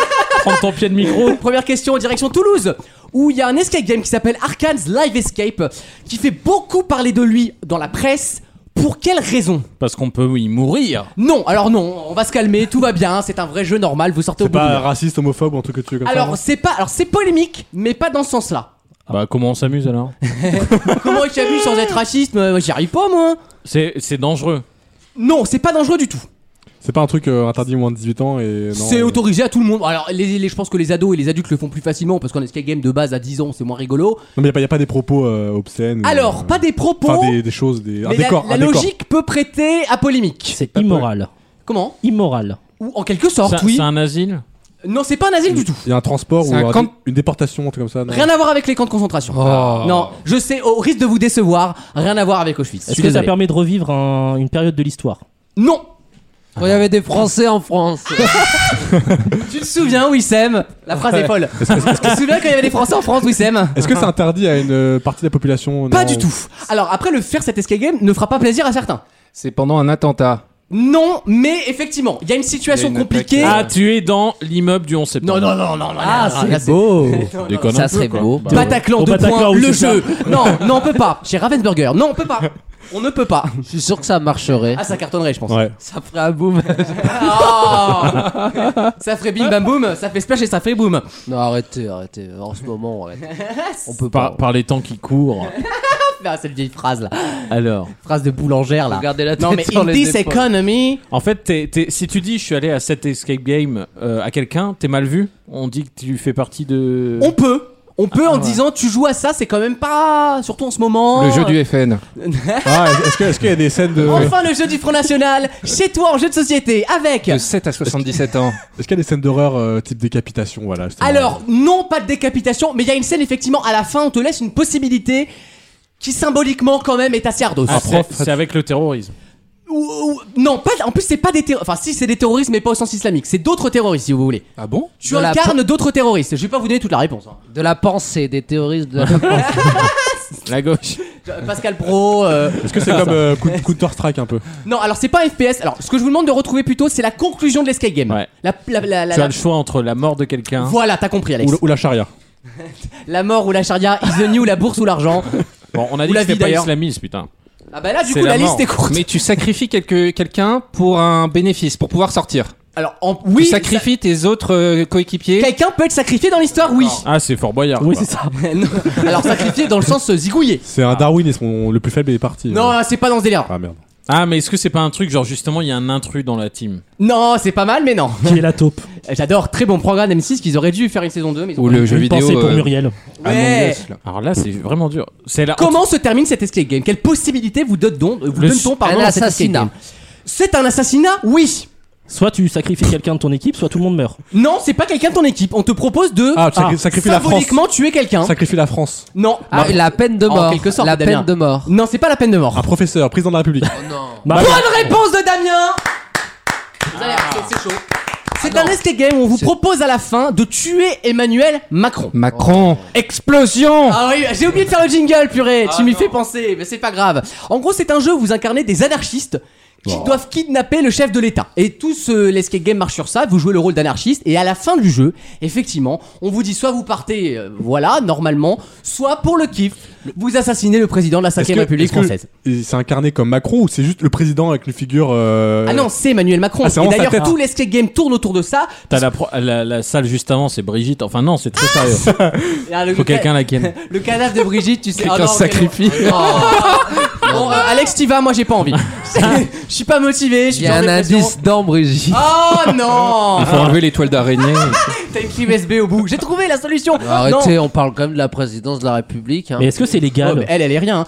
prendre ton pied de micro. Première question, direction Toulouse, où il y a un escape game qui s'appelle Arcane's Live Escape, qui fait beaucoup parler de lui dans la presse. Pour quelle raison Parce qu'on peut y mourir. Non, alors non, on va se calmer, tout va bien, c'est un vrai jeu normal, vous sortez au C'est bout. d'une pas heure. raciste, homophobe ou un truc que tu veux comme ça, non Alors c'est pas, alors c'est polémique, mais pas dans ce sens-là. Bah comment on s'amuse alors Comment tu as vu sans être raciste mais J'y arrive pas moi. c'est, c'est dangereux. Non, c'est pas dangereux du tout. C'est pas un truc euh, interdit moins de 18 ans et. non, C'est euh, autorisé à tout le monde. Alors les, les- je pense que les ados et les adultes le font plus facilement parce qu'en escape game de base à 10 ans c'est moins rigolo. Non, mais y a pas, y a pas des propos euh, obscènes. ou, euh, Alors pas des propos, Enfin, des, des choses, des. mais un la- décor, la, un décor. logique peut prêter à polémique. C'est immoral. Comment Immoral. Ou en quelque sorte, Oh, c'est, oui. c'est un asile Non, c'est pas un asile du tout. Il y a un transport C'est ou un un- camp- une déportation, un truc comme ça. non Rien à voir avec les camps de concentration. Oh. Oh. Ah. Non, je sais, au risque de vous décevoir, rien à voir avec Auschwitz. Je Est-ce suis que ça désolé. permet de revivre un- une période de l'histoire Non Oh, Il y avait des Français en France. Tu te souviens, Wissem La phrase est folle. tu te souviens quand il y avait des Français en France, Wissem Est-ce que c'est interdit à une euh, partie de la population Ah. Pas non du tout. Alors après, le faire cet escape game ne fera pas plaisir à certains. C'est pendant un attentat. Non, mais effectivement, il y a une situation Il y a une compliquée. attaque, Ah, tu es dans l'immeuble du 11 septembre. non, non, non, non, non. Ah, non, non, là, c'est beau. non, non. Déconne un Ça peu, serait quoi. beau. Bah, Bataclan, Au deux Bataclan, points, oui, le c'est ça. jeu. Non, non, on peut pas. Chez Ravensburger, non, on peut pas. On ne peut pas. Je suis sûr que ça marcherait. Ah, ça cartonnerait, je pense. Ouais. Ça ferait un boom. Oh ça ferait bim bam boum, ça fait splash et ça fait boum. Non, arrêtez, arrêtez. En ce moment, arrêtez. On peut pas. Par, par les temps qui courent. Ah, cette vieille phrase là, Alors, phrase de boulangère là. Regardez la tête Non mais sur in les this épaules. economy, en fait, t'es- t'es- si tu dis je suis allé à cet escape game euh, à quelqu'un, t'es mal vu. On dit que tu fais partie de. on peut. On Ah, peut en disant tu joues à ça, c'est quand même pas. Surtout en ce moment. Le jeu du FN. Ah, est-ce que- est-ce qu'il y a des scènes de. Enfin le jeu du Front National, chez toi en jeu de société, avec. De 7 à 77 ans. Est-ce qu'il y a des scènes d'horreur euh, type décapitation voilà, justement Alors, non, pas de décapitation, mais il y a une scène effectivement à la fin, on te laisse une possibilité qui symboliquement quand même est assez ardos. Ah, c'est c'est avec le terrorisme. Ou- ou- non, pas, en plus c'est pas des terroristes, enfin si c'est des terroristes mais pas au sens islamique, c'est d'autres terroristes si vous voulez. Ah bon Tu De la incarnes d'autres terroristes, je vais pas vous donner toute la réponse. hein. De la pensée, des théoristes de la pensée. La gauche. Pascal Pro. euh, Est-ce que c'est comme euh, Coun- Counter-Strike un peu Non, alors c'est pas un FPS, alors ce que je vous demande de retrouver plutôt c'est la conclusion de l'escape game. Ouais. La, la- la- la- Tu as la- le choix entre la mort de quelqu'un. Voilà, t'as compris Alex. ou, ou la charia La mort ou la charia, is the new, la bourse ou l'argent. Bon, on a Ou dit que la c'était vie, pas d'ailleurs. islamiste, putain. Ah bah là du C'est coup la, la mort. liste est courte. Mais tu sacrifies quelque- quelqu'un pour un bénéfice, pour pouvoir sortir. Alors en... oui, tu ça- sacrifies tes autres euh, coéquipiers. quelqu'un peut être sacrifié dans l'histoire, oui. Ah, c'est Fort Boyard. Oui, quoi. c'est ça. Non. Alors sacrifié dans le sens euh, zigouillé. C'est un Darwin et son, le plus faible est parti. Non, hein, c'est pas dans ce délire. Ah merde. Ah, mais est-ce que c'est pas un truc genre justement il y a un intrus dans la team Non, c'est pas mal, mais non. Euh, Qui est la taupe J'adore, très bon programme M6 qu'ils auraient dû faire une saison 2, mais ils ont Ou pas- le jeu Une vidéo. pensée pour euh, Muriel. Ouais. Among Us, là. Alors là, c'est vraiment dur. C'est la. Comment se termine cette escape game Quelle possibilité vous donne-t-on vous Le- donne-t-on, pardon, un à cette escape assassinat. game C'est un assassinat Oui. Soit tu sacrifies quelqu'un de ton équipe, soit tout le monde meurt. Non, c'est pas quelqu'un de ton équipe. On te propose de Ah, tu sacri- sacrifies la France. symboliquement hein. tuer quelqu'un. Sacrifie la France. Non. Ah, la peine de En mort. quelque sorte, la Damien. peine de mort. Non, c'est pas la peine de mort. Un professeur, président de la République. Bah, Bonne réponse de Damien Vous allez, c'est- C'est chaud. C'est un escape game où on vous propose à la fin de tuer Emmanuel Macron. Macron. Explosion Ah oui, j'ai oublié de faire le jingle, purée. tu m'y fais penser, mais c'est pas grave. En gros, c'est un jeu où vous incarnez des anarchistes qui doivent kidnapper le chef de l'État. Et tout ce l'escape game marche sur ça. Vous jouez le rôle d'anarchiste et à la fin du jeu, effectivement, on vous dit soit vous partez, euh, voilà, normalement, soit pour le kiff, vous assassinez le président de la 5ème Est-ce que- République est-ce que française. il s'est incarné comme Macron ou c'est juste le président avec une figure. euh, Ah non, c'est Emmanuel Macron. Ah, c'est et vraiment sa d'ailleurs, tête. tout l'escape game tourne autour de ça. T'as la, pro- la, la salle juste avant, c'est Brigitte. Enfin, non, c'est très sérieux. Et, ah, le- Faut quelqu'un la ken. Le cadavre de Brigitte, tu sais. Quelqu'un Ah non, se sacrifie. quel- Oh. Bon, euh, Alex, t'y vas, moi j'ai pas envie. Je suis pas motivé, je Il suis y a en un dépression. indice dans Brigitte. Oh non Il faut enlever l'étoile d'araignée. T'as une clé USB au bout. J'ai trouvé la solution Bah, Ah, Arrêtez, on parle quand même de la présidence de la République. hein. Mais est-ce que c'est Non. Oh, mais légal Elle, elle est rien. hein.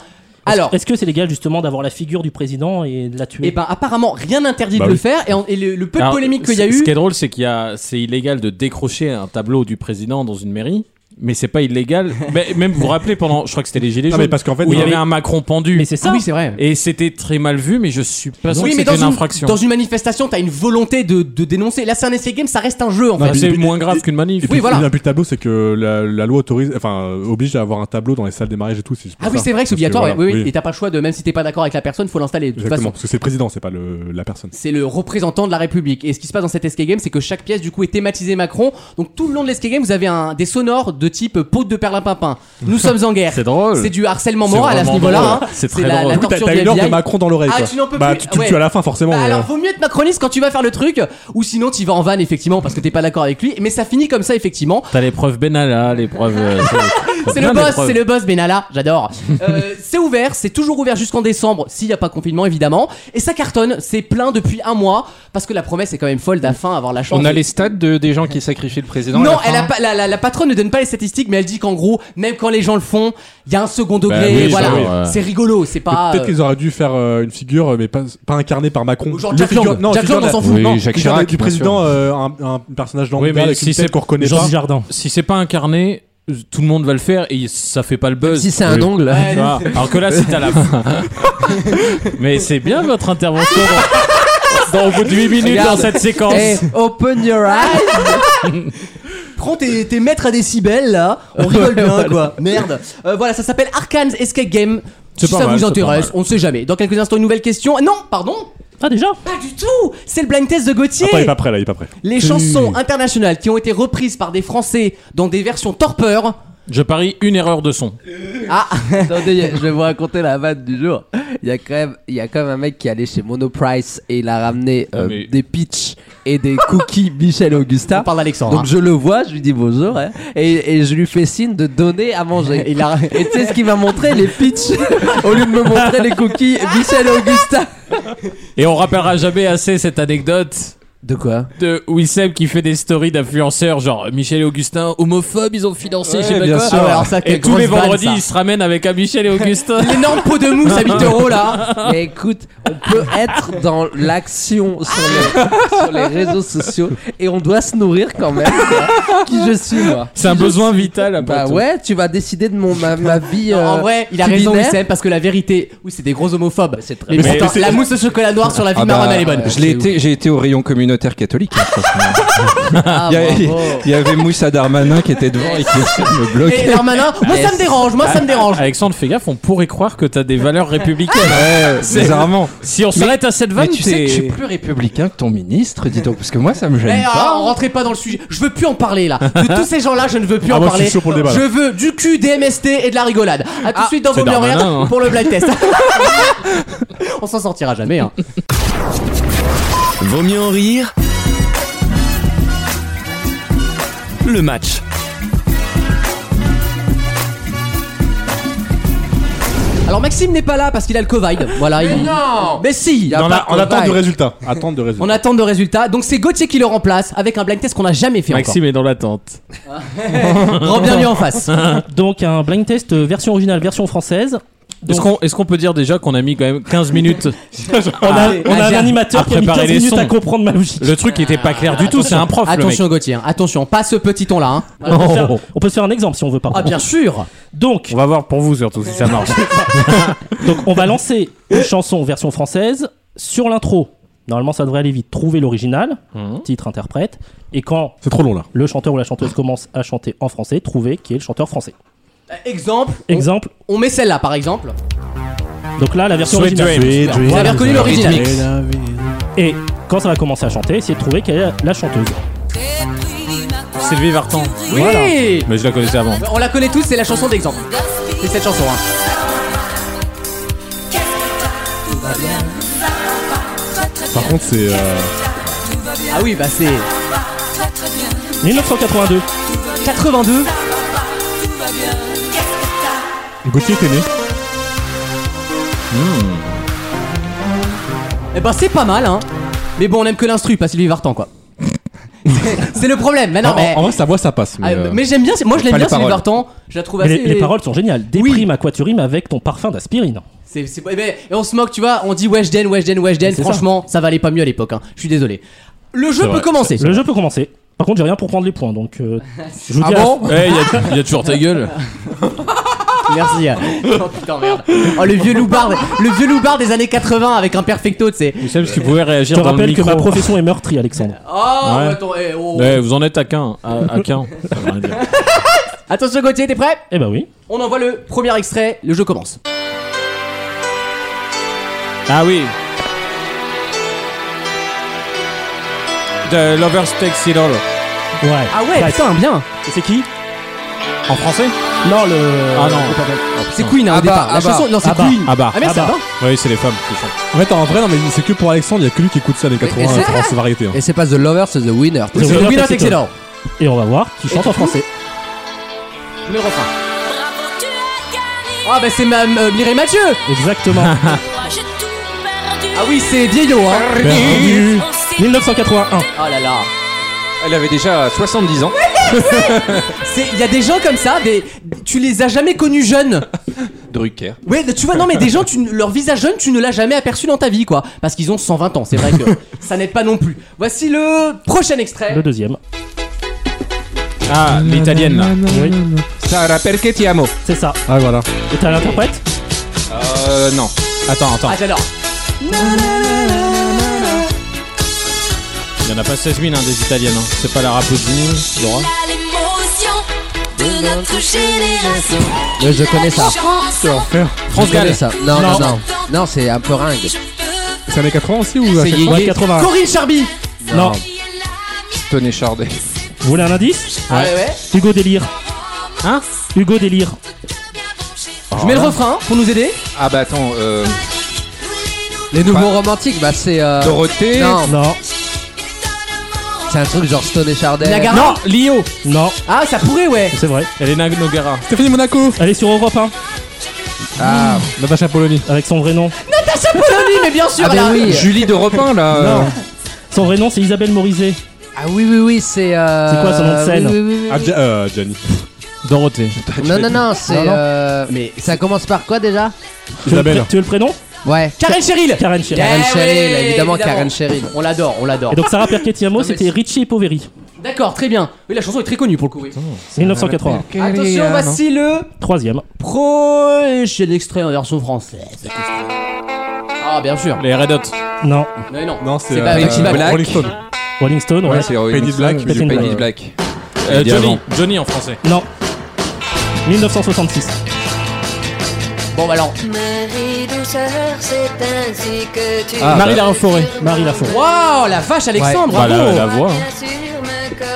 Alors, Est-ce que c'est légal justement d'avoir la figure du président et de la tuer eh ben apparemment rien n'interdit Bah de le oui. faire et, en- et le, le peu de Alors, polémique qu'il y a ce- Ce eu. qui est drôle, c'est qu'il y a, c'est illégal de décrocher un tableau du président dans une mairie, mais c'est pas illégal. mais même vous vous rappelez pendant, je crois que c'était les gilets Non, jaunes, mais parce qu'en fait, où il y non, avait mais- un Macron pendu. Mais c'est ça Ah oui, c'est vrai. Et c'était très mal vu, mais je suis pas sûr oui, que mais c'était dans une une, infraction. dans une manifestation, t'as une volonté de, de dénoncer. Là, c'est un essai game, ça reste un jeu en Non, Enfin, mais- fait. c'est et puis- moins grave et- qu'une manif. Et puis, Oui, voilà. le but tableau, c'est que la, la loi autorise, enfin, euh, oblige à avoir un tableau dans les salles des mariages et tout. c'est juste pour Ah oui, ça. c'est vrai que c'est Parce obligatoire. voilà, ouais, oui, oui. Et t'as pas le choix de, même si t'es pas d'accord avec la personne, faut l'installer de toute façon. Exactement, parce que c'est le président, c'est pas le, la personne. C'est le représentant de la République. Et ce qui se passe dans cet escape game, c'est que chaque pièce du coup est thématisée Macron. Donc tout le long de l'escape game, vous avez un, des sonores de type Pote de Perlimpinpin. Nous sommes en guerre. C'est drôle. C'est du harcèlement C'est moral à ce vraiment niveau-là. drôle. hein. C'est C'est très la, drôle. la Du coup, t'as torture t'as une heure de vieille. Macron dans l'oreille. Ah, quoi. tu n'en peux bah, plus. tu, tu Ouais. tues à la fin, forcément. Bah mais, alors euh, vaut mieux être macroniste quand tu vas faire le truc ou sinon tu vas en vanne effectivement parce que t'es pas d'accord avec lui mais ça finit comme ça effectivement T'as l'épreuve Benalla, l'épreuve. Ah, euh, c'est- c'est plein le boss d'épreuves. c'est le boss Benalla j'adore Euh, c'est ouvert c'est toujours ouvert jusqu'en décembre s'il y a pas confinement évidemment et ça cartonne c'est plein depuis un mois parce que la promesse est quand même folle d'afin avoir la chance On de- a les stats de, des gens qui sacrifient le président. à non, la fin. elle a pas, la, la- la patronne ne donne pas les statistiques, mais elle dit qu'en gros, même quand les gens le font, il y a un second Bah degré. oui, ça, voilà, ouais. c'est rigolo, c'est pas. Peut-être euh, qu'ils auraient dû faire euh, une figure, mais pas, pas incarnée par Macron. Genre Le Jack figure- Lang. non, Jack figure Lang, on de la- s'en fout. Oui, Non. Jacques figure Chirac. du bien sûr. président, euh, un, un personnage lambda Oui, mais avec si une c'est- tête qu'on reconnaît Jean pas. du Jardin. Si c'est pas incarné, tout le monde va le faire et ça fait pas le buzz. Si c'est un Oui. ongle. Tu vois, Alors que là, c'est à la fin. Mais c'est bien votre intervention. dans- dans- au bout de 8 minutes Regarde. dans cette séquence. Eh, open your eyes. Prends tes, tes maîtres à décibels là, on rigole bien quoi. Merde. Euh, voilà, ça s'appelle Arcane's Escape Game. Si C'est pas ça mal, vous c'est pas intéresse, mal. on ne sait jamais. Dans quelques instants, une nouvelle question. Ah Non, pardon, Ah déjà pas du tout. C'est le blind test de Gauthier. Attends, il est pas prêt là, il est pas prêt. Les chansons internationales qui ont été reprises par des Français dans des versions torpeur. Je parie une erreur de son. Ah, Attendez, y a- je vais vous raconter la vanne du jour. Il y a quand même, il y a quand même un mec qui est allé chez Monoprice et il a ramené euh, Ah, mais- des pitchs et des cookies Michel Augustin. on parle d'Alexandre. Donc je le vois, je lui dis bonjour hein, et, et je lui fais signe de donner à manger. Il a- Et tu sais ce qu'il m'a montré Les pitchs Au lieu de me montrer les cookies, Michel Augustin Et on rappellera jamais assez cette anecdote De quoi De Wissem qui fait des stories d'influenceurs genre Michel et Augustin, homophobes, ils ont financé, Ouais, je sais pas bien quoi. sûr. Ah ouais, alors ça, quelle et tous les grosse vanne, vendredis, ça. ils se ramènent avec un Michel et Augustin. L'énorme pot de mousse à 8 euros là Mais écoute, on peut être dans l'action sur, les- sur les réseaux sociaux et on doit se nourrir quand même. quoi. Qui je suis moi C'est un besoin vital après Bah tout. ouais, tu vas décider de mon ma, ma vie. Non, euh, En vrai, il a raison, culinaire. Wissem, parce que la vérité, oui, c'est des gros homophobes. C'est très Mais, Mais pourtant, c'est- la mousse au chocolat noir sur la vie Ah de Marron, bah, elle est bonne. Je l'ai été, j'ai été au rayon communautaire catholique. hein, franchement. Ah, il, y a- il y avait Moussa Darmanin qui était devant et qui essayait de me bloquer. Et Darmanin, moi ça me dérange, moi Ah, ça me dérange. Alexandre, fais gaffe, on pourrait croire que t'as des valeurs républicaines. Ouais, C'est- bizarrement. Si on s'arrête à cette Mais vanne, tu sais t'es- que je suis plus républicain que ton ministre, dis donc, parce que moi ça me gêne Mais pas. alors, rentrez pas dans le sujet. Je veux plus en parler là. De tous ces gens-là, je ne veux plus Ah, en moi, je parler. suis chaud pour le débat, là. Je veux du cul, des MST et de la rigolade. À tout de suite dans c'est vos mieux Darmanin, rien hein. pour le blind test. On s'en sortira jamais. Hein. Vaut mieux en rire. Le match. Alors Maxime n'est pas là parce qu'il a le Covid. Voilà. il- Non Mais si. Non, là, pas on de attend vague. du résultat. Attends de résultat. On attend de résultats. Donc c'est Gauthier qui le remplace avec un blind test qu'on n'a jamais fait Maxime est dans l'attente. encore. Rends bien lui en face. Donc un blind test euh, version originale, version française. Est-ce qu'on Donc- est-ce qu'on peut dire déjà qu'on a mis quand même 15 minutes On a, Allez, on a Ah, un Nadia, à animateur qui a mis préparer 15 les minutes sons. à comprendre ma logique. Le truc était pas clair du tout, c'est un prof le mec. Attention Gauthier. hein. Attention. Pas ce petit ton là. Hein. On peut, se faire, on peut se faire un exemple si on veut pas. Ah bien sûr. Donc, On va voir pour vous surtout si ça marche. donc on va lancer une chanson version française sur l'intro. Normalement, ça devrait aller vite. Trouver l'original, titre, interprète. Et quand C'est trop long là. le chanteur ou la chanteuse commence à chanter en français, trouver qui est le chanteur français. Oh. Euh, Exemple. Exemple. On, on met celle-là par exemple. Donc là, la version Sweet originale. Dreams. Vous avez reconnu l'original. Et quand ça va commencer à chanter, essayez de trouver quelle est la chanteuse. Sylvie Vartan. Oui. Mais je la connaissais avant. On la connaît tous. C'est la chanson d'exemple. C'est cette chanson. Hein. Par contre, c'est. euh, Ah oui, bah c'est 1982. 82. Gauthier était né. Eh ben c'est pas mal, hein. Mais bon, on aime que l'instru, pas Sylvie Vartan, quoi. C'est- c'est le problème. Mais non, En- mais. en, en vrai, sa voix ça passe. Mais, Ah, euh, mais j'aime bien, moi je l'aime pas les bien Sylvie paroles. Vartan. Je la trouve Mais assez. les, les paroles sont géniales. Déprime à quoi tu rimes avec ton parfum d'aspirine. C'est, c'est- eh ben, et on se moque, tu vois, on dit Weshden, Weshden, Weshden. C'est ça. Franchement, ça. valait pas mieux à l'époque, hein. Je suis désolé. Le jeu peut vrai, commencer. Le jeu peut commencer. Par contre, j'ai rien pour prendre les points, donc euh, je vous Ah dis à la bon fin. Eh, il y, a toujours ta gueule. Merci. oh putain, merde. Oh, le vieux loupard, le vieux loupard des années 80 avec un perfecto, tu sais. Vous savez, tu pouvais Je réagir te dans le rappelle que micro. ma profession est meurtrie, Alexandre. Oh, ouais, Ouais. attends, eh, oh. Eh, vous en êtes à qu'un. À, à qu'un. Ça veut rien dire. Attention, Gauthier, t'es prêt Eh ben oui. On envoie le premier extrait, le jeu commence. Ah oui. The Lovers Takes It All. Ouais. Ah ouais, Bref. putain, bien. Et c'est qui En français Non, le. Ah non. C'est Queen, hein, au Abba, départ. La Abba. chanson, non, c'est Abba. Queen. Ah bah. Ah merde, c'est Abba. Abba. Oui, c'est les femmes qui chantent. En fait, en vrai, non, mais c'est que pour Alexandre, il y a que lui qui écoute ça les 80 c'est- en France, c'est variété. hein. Et c'est pas The Lover, c'est The Winner. Oui, C'est Winner Winner Takes It Takes It All. Et on va voir qui chante en français. Je mets le refrain. Ah bah c'est ma euh, Mireille Mathieu Exactement. Ah oui c'est vieillot hein Hum. 1981. Oh là là Elle avait déjà 70 ans. C'est- Il y a des gens comme ça, des... tu les as jamais connus jeunes Drucker. Ouais tu vois non mais des gens, tu... ne- leur visage jeune tu ne l'as jamais aperçu dans ta vie quoi Parce qu'ils ont 120 ans, c'est vrai que ça n'aide pas non plus Voici le prochain extrait Le deuxième. Ah, l'italienne là. Oui, Sara perché ti amo. c'est ça. Ah voilà. Et t'as l'interprète Euh, non. Attends, attends. Ah j'adore Il y en a pas 16 000 hein, des italiennes. hein. C'est pas la rappeuse Laura. Mais je connais ça. France Je connais Gall. ça. Non, non, non. Non, c'est un peu ringue. C'est années 80 aussi ou à C'est chaque Yé fois Ouais, 81. Corinne Charby Non. Tony Chardet. Vous voulez un indice Ah ouais, ouais. Hugo Délire. Hein Hugo Délire. Je mets le refrain pour nous aider Ah bah attends, euh, Les nouveaux romantiques, bah c'est. euh, Dorothée. Non, Non. c'est un truc genre Stone et Chardin. La Non, garde Lio. Non. Ah ça pourrait ouais C'est vrai. Elena Nogara. Stéphanie Monaco Elle est sur Europe 1 Ah, Natacha Polony. avec son vrai nom. Polony mais bien sûr Ah bah là oui. Julie de Repin là. euh, Son vrai nom, c'est Isabelle Morizet. Ah oui, oui, oui, c'est. euh, C'est quoi son nom de scène oui, oui, oui, oui. Ah, Ja- euh, Gianni. Dorothée. Non, non, non, c'est. Non, non. euh, Mais- Ça commence par quoi déjà Tu veux, le Isabelle. pré- tu veux le prénom Ouais. Karen Cheryl Karen Sherry. Karen Eh Cheryl, ouais, évidemment, évidemment. Karen Cheryl. On l'adore, on l'adore. Et donc Sarah Perquetiamo, mais c'était c'est- Richie et Poveri. D'accord, très bien. Oui, la chanson est très connue pour le coup. oui. 1980. hein, Attention, voici le Troisième. prochain extrait en version française. Ah, bien sûr. Les Red Hot. Non. Mais non. Non, c'est C'est euh, pas Black Sheep. Rolling Stone. Rolling Stone, ouais. Ouais, c'est Rolling Penny Stone, Black, mais mais c'est Penny Penny Black. Euh, J'avais dit Johnny. avant. Johnny en français. Non. 1966. Bon, bah alors. Ma vie douceur, c'est ainsi que tu Ah, Marie bah. Laforêt. Marie Laforêt. Waouh, la vache, Alexandre, Bah, bravo. la, la voix. hein.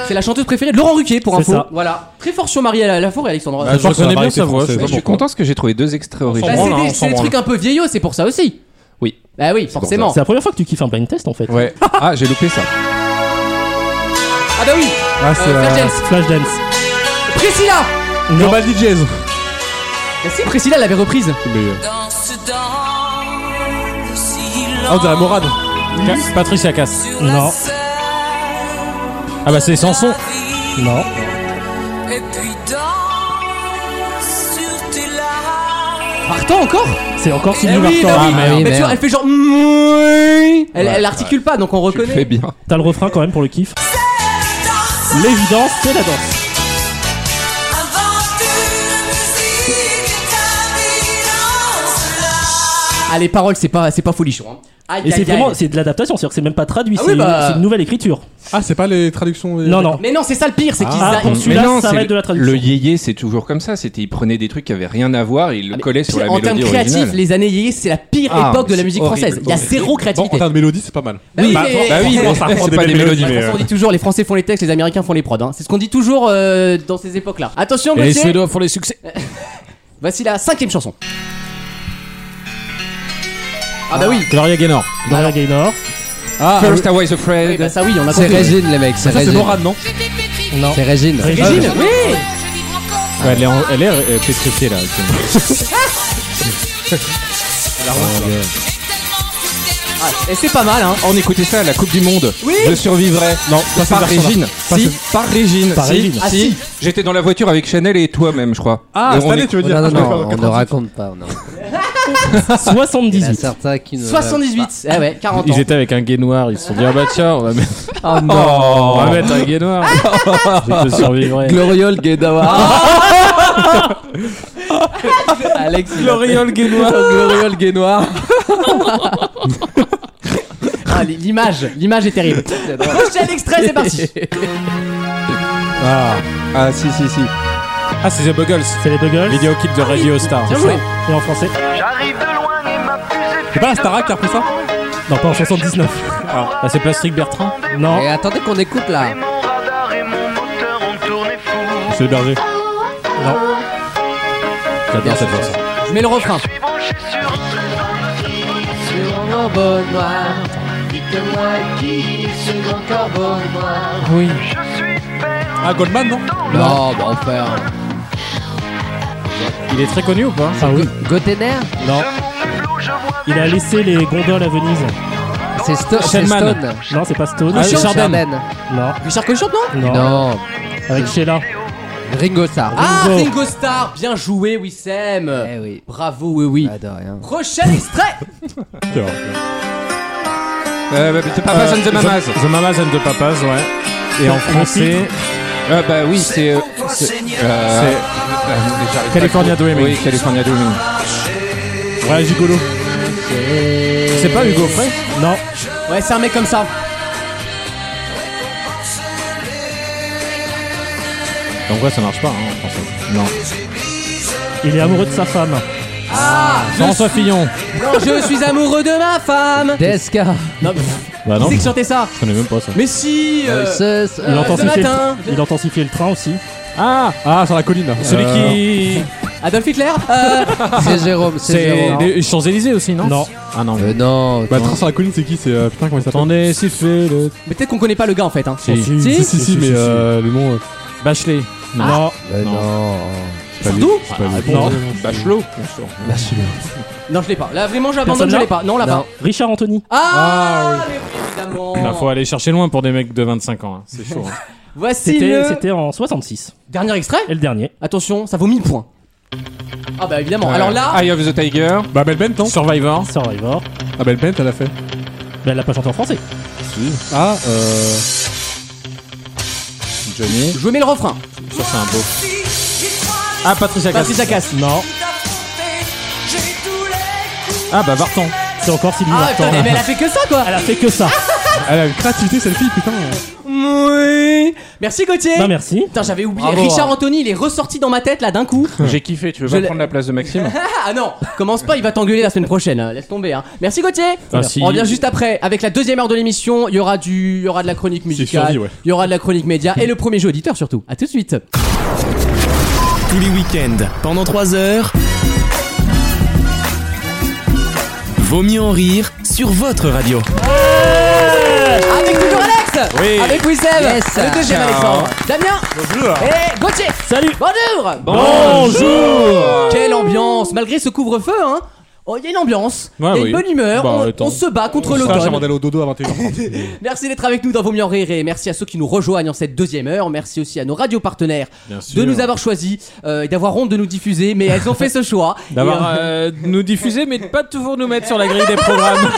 C'est la chanteuse préférée de Laurent Ruquier pour C'est info. ça. Voilà. Très fort sur Marie Laforêt et Alexandre. Bah, Je pense que reconnais la bien variété sa voix, française. je sais Mais Je suis content parce que j'ai trouvé deux extraits Bah, originaux. c'est branle, hein, des, on c'est s'en des branle. trucs un peu vieillots, c'est pour ça aussi. Oui. Bah oui, forcément. C'est la première fois que tu kiffes un blind test en fait. Ouais. Ah, j'ai loupé ça. Ah bah oui. Ah, c'est Euh, la- Virgin. Flashdance. Priscilla. Non. Global DJs. Mais si Priscilla l'avait reprise. Danse dans le Ah, on dirait silence Morad. Ca- Patricia Cass. sur la Non. scène. Ah bah c'est Sanson. Non. Et puis danse sur tes larmes. Partant encore C'est encore Eh Sylvie oui, bah Vartan. oui. merde. Mais tu vois, elle fait genre. Elle, elle articule pas, donc on Tu le fais reconnaît. bien. T'as le refrain quand même pour le kiff. L'évidence, c'est la danse. Invente une musique et ta vie danse Ah, les paroles, c'est pas, c'est pas folichon. hein. Aïe, Et c'est aïe, vraiment aïe. c'est de l'adaptation, c'est-à-dire que c'est même pas traduit, Ah c'est oui, bah. c'est une nouvelle écriture. Ah, c'est pas les traductions. des- Non, non. Mais non, c'est ça le pire, c'est qu'ils. Ah, a- pour ils- celui-là, Mais non, ça c'est arrête de la traduction. Le yéyé, c'est toujours comme ça. C'était, il prenait des trucs qui avaient rien à voir et il le collait sur la en termes mélodie créatifs, originale. les années yéyé, c'est la pire Ah, époque de la c'est musique horrible, française. Il y a horrible. zéro Bon, en créativité. termes de mélodie, c'est pas mal. Bah oui, Bah, mais- Bah oui, Bon, ça mais c'est reprend des pas belles des mélodies, mélodies. mais. mais, euh, On dit toujours les Français font les textes, les Américains font les prods. hein. C'est ce qu'on dit toujours euh, dans ces époques-là. Attention, Et les Gauthier. Suédois font les succès. Voici la cinquième chanson. Ah bah oui. Gloria Gaynor. Gloria Gaynor. Ah, First I was Oui, bah afraid. ça oui, on a C'est compris. Régine, les mecs, c'est Ça, c'est Régine. Morad, non Non. C'est Régine. Régine. Régine, oui. Ouais, elle est, en- elle est euh, pétrifiée là. Ah, et c'est pas mal hein. On écoutait ça à la Coupe du Monde. Oui. Je survivrai. Non, pas par cette version-là. Régine. Pas Si, par Régine. Par Si, Régine. Ah, si. Si. J'étais dans la voiture avec Chanel et toi même, je crois. Ah, Et cette on année, est- tu veux dire Non, non, Ah, je crois non, on que ne raconte pas. Non. Il y en a 78. certains qui ne. 78. Eh ouais, 40 ans. Ils étaient avec un gay noir, ils se sont dit ah bah tiens, on va mettre, Oh on non va mettre un gay noir. Ah. Je te survivrai. Gloriole Guédawa. Alex. il Gloriole gay a- Gloriole Guénoir. Ah, l- l'image, l'image est terrible. Prochain extrait, c'est parti. Ah. Ah, si, si, si. Ah, c'est The Buggles. C'est les Buggles. Video Kid de Radio Star. Bien joué. Et en français C'est pas la Starac qui a repris ça Non, pas en 79. Ah, c'est Plastic Bertrand. Non. Et attendez qu'on écoute là. C'est les bergers. J'adore cette chanson. Je mets le refrain. Sur mon beau noir, dites-moi qui ce grand corbeau noir. Oui. Ah, Goldman, non Non, bah enfin. Il est très connu ou pas Ah oui. Gotener Non. Il a laissé les gondoles à Venise. C'est Sto- c'est Shellman. Stone. Non, c'est pas Stone. Ah, Richard Chardin. Non. Richard Cochon, non Non. Non. Avec Sheila. Ringo Starr. Ah, Ringo. Ringo Starr. Bien joué, Wissem. Eh oui. Bravo, oui, oui. Pas Ah, de rien. Prochain extrait. C'est vrai. Euh, bah, c'est Papas and the Mamas. The Mamas and the Papas, ouais. Et en français, Ah, bah oui, c'est. euh, c'est- euh, j'arrive pas à California trouver. Dreaming. Oui, California Dreaming. Ouais, gigolo. c'est pas Hugo Frey Non. Ouais, c'est un mec comme ça. En vrai, ça marche pas hein, en français. Non. Il est amoureux de sa femme. François Fillon. Non, je suis amoureux de ma femme. Desca. Non, pff, Bah qui non, c'est qui je chantait ça connais même pas ça. Mais si. euh, Ce- ce- Il entend ce siffler. matin. Le... Il entend siffler le train aussi. Ah, Ah, sur la colline, là. celui Euh, qui. Adolf Hitler. Euh, C'est Jérôme, Ah. c'est C'est Jérôme. des Champs-Élysées aussi, non Non. Ah non. Euh, non. Bah, le non. train sur la colline, c'est qui C'est. euh, Putain, comment il s'appelle Attendez, s'il fait le. mais peut-être qu'on connaît pas le gars en fait. Hein. Si. Si. Si, si, si, mais euh, le nom. euh, Bachelet. Ah. Non. Euh, non. c'est pas lui. Sardou C'est pas lui. Non. Bachelot. Non, je l'ai pas. Là, vraiment, j'abandonne, je Personne l'ai pas. Non, là pas. Richard Anthony. Ah, mais oui, évidemment. Il faut aller chercher loin pour des mecs de 25 ans. hein. C'est chaud. hein. Voici C'était le- c'était en 66. Dernier extrait Et le dernier. Attention, ça vaut 1000 points. Ah bah évidemment. Ouais. Alors là, Eye of the Tiger. Bah, Belle Bent, non Survivor. Survivor. Ah, Belle Bent, elle a fait. Mais elle l'a pas chanté en français. Ah, euh. Johnny. je mets le refrain. Ça, c'est un beau. Ah, Patricia Cass. Patricia Cass. Non. Ah, bah, Vartan. C'est encore Sylvie Ah Vartan. attendez, mais elle a fait que ça quoi. Elle a fait que ça. Elle a une créativité, cette fille, putain. Oui. Merci Gauthier. Bah merci. Putain, j'avais oublié. Bravo. Richard Anthony, il est ressorti dans ma tête là d'un coup. J'ai kiffé, tu veux Je pas l'ai- prendre la place de Maxime Ah non, commence pas, il va t'engueuler la semaine prochaine. hein. Laisse tomber. Hein. Merci Gauthier. Ah, si. On revient juste après avec la deuxième heure de l'émission. Il y aura du, il y aura de la chronique musicale, survie, il ouais. y aura de la chronique média et le premier jeu auditeur surtout. À tout de suite. Tous les week-ends, pendant 3 heures. Vaut mieux en rire sur votre radio. Avec toujours Alex. Oui. Avec Wissem. Yes. Le deuxième Ciao. Alexandre. Damien. Bonjour. Et Gauthier. Salut. Bonjour. Bonjour Quelle ambiance Malgré ce couvre-feu, hein Oh, il y a une ambiance, il Ouais, y a une oui. bonne humeur, Bah, on, attends. on se bat contre Ça, j'ai l'automne. mandé au dodo à 21h30. Merci d'être avec nous dans Vos Mieux en Rire et merci à ceux qui nous rejoignent en cette deuxième heure. Merci aussi à nos radios partenaires Bien sûr. de nous avoir choisis euh, et d'avoir honte de nous diffuser, mais elles ont fait ce choix. D'avoir Et, euh, nous diffuser, mais de pas toujours nous mettre sur la grille des programmes.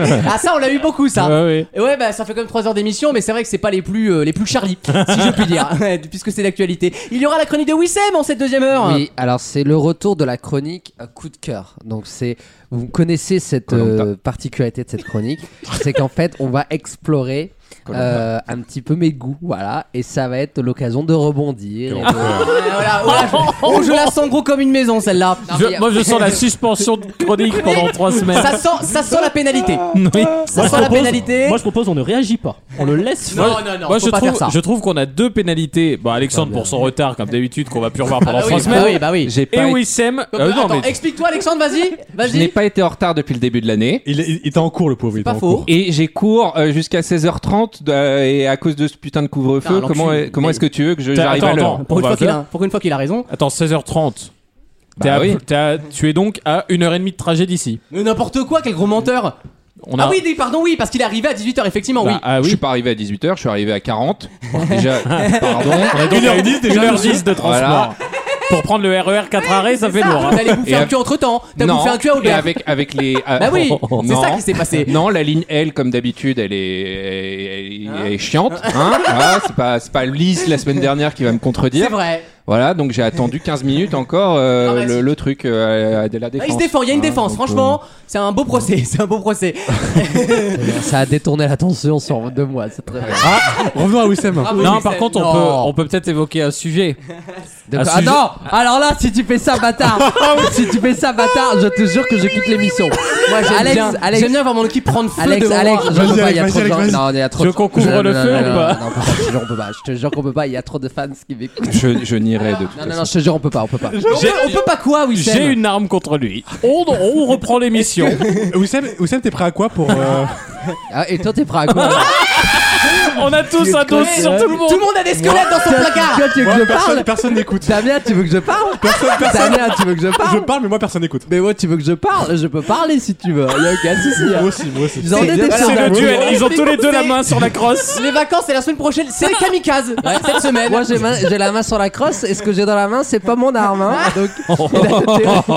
euh, Ah, ça, on l'a eu beaucoup, ça. Ouais, ouais. Et ouais, bah ça fait comme 3 heures d'émission, mais c'est vrai que c'est pas les plus, euh, les plus Charlie, si je puis dire, puisque c'est d'actualité. Il y aura la chronique de Wissem en cette deuxième heure. Oui, alors c'est le retour de la chronique euh, coup de cœur. Donc c'est vous connaissez cette Koh-Lanta. euh, particularité de cette chronique, c'est qu'en fait on va explorer euh, un petit peu mes goûts, voilà, et ça va être l'occasion de rebondir. et de- Ouais, voilà, voilà, je- oh, je la sens gros comme une maison, celle-là. Je- moi, je sens la suspension de chronique pendant 3 semaines. euh, Ça sent, ça sent la pénalité. Oui. Ça sent la pénalité. Moi je propose on ne réagit pas. On le laisse faire. Non, non, non, Moi, faut je pas trouve, faire ça. euh, je trouve qu'on a deux pénalités. Bon, Alexandre pour son retard, comme d'habitude, qu'on va plus revoir pendant Ah bah trois oui, bah semaines. oui, bah oui. J'ai Et pas été- Wissem. Donc, euh, non, attends, mais- explique-toi, Alexandre, vas-y. Je n'ai Vas-y. pas été en retard depuis le début de l'année. Il, il- il était en cours, le pauvre. il pas était en faux. cours. Et j'ai cours euh, jusqu'à 16h30 de- euh, et à cause de ce putain de Ah, couvre-feu, l'enculé. comment, est- comment est-ce que tu veux que je- Attends, j'arrive à attends, l'heure attends. Pour une, On va fois qu'il faire. a, pour une fois qu'il a raison. Attends, 16h30. Bah T'es à- oui. t'es à- tu es donc à 1h30 de trajet d'ici. Mais n'importe quoi, quel gros menteur. On Ah oui, dis- pardon, oui, parce qu'il est arrivé à 18h, effectivement, Bah, oui. ah oui. Je suis pas arrivé à 18h, je suis arrivé à 40. Déjà, pardon. On est donc à 1h10 de transport. Voilà. Pour prendre le RER 4 arrêts, ça fait Ça, lourd. hein. T'allais bouffer Et un avec- cul entre temps. T'as non, bouffé un cul à et Aubert. avec, avec les. euh, Bah oui, c'est non. ça qui s'est passé. Non, la ligne L, comme d'habitude, elle est, elle est- Ah. elle est chiante. Hein Voilà, c'est pas, c'est pas Lise la semaine dernière qui va me contredire. C'est vrai. Voilà, donc j'ai attendu 15 minutes encore euh, Non, vas-y. le, le truc euh, à- à de la Ah, défense. Il se défend, il y a une Hein, défense. donc, euh, Franchement, c'est un beau procès. C'est un beau procès. Ah, ça a détourné l'attention sur deux mois. C'est très bien. Revenons à Wissem. Bravo, Non, Gisèle. par contre, Non. on peut, on peut peut-être évoquer un sujet. De Ah, quoi- si Ah je- non Alors là, si tu fais ça, bâtard Si tu fais ça, bâtard, je te jure que je quitte l'émission. Moi, j'aime Alex, bien, Alex, j'aime bien voir mon équipe prendre feu Alex, devant Alex, moi. je peux pas, il y a Alex, trop de gens. Alex, Non, il y a Tu trop de veux qu'on couvre Non, le non, feu non, ou non, pas Non, non, je te jure, on peut pas. Je te jure qu'on peut pas. Il y a trop de fans qui m'écoutent. Je, je n'irai de toute Non, façon. non, non, je te jure, on peut pas, on peut pas. On peut, on peut pas quoi, oui J'ai une arme contre lui. On, on reprend l'émission. Wissem, Wissem, t'es prêt à quoi pour. euh, Ah, et toi, t'es prêt à quoi là On a tous un dos sur tout le monde. Tout le monde a des squelettes dans son Toi, placard. toi, tu veux que Moi, je personne parle personne n'écoute. Damien, tu veux que je parle Personne, personne. Damien, tu veux que je Je parle parle, mais moi, personne n'écoute. Mais moi, tu veux que je parle Je peux parler si tu veux. Il y a aucun souci. hein. Moi aussi, moi aussi. Ils en C'est- étaient voilà, sûrs. C'est le duel. Ils ont tous les deux la C'est- main sur la crosse. Les vacances, c'est la semaine prochaine. C'est les kamikazes cette semaine. Moi, j'ai main- j'ai la main sur la crosse et ce que j'ai dans la main, c'est pas mon arme. hein. Donc, On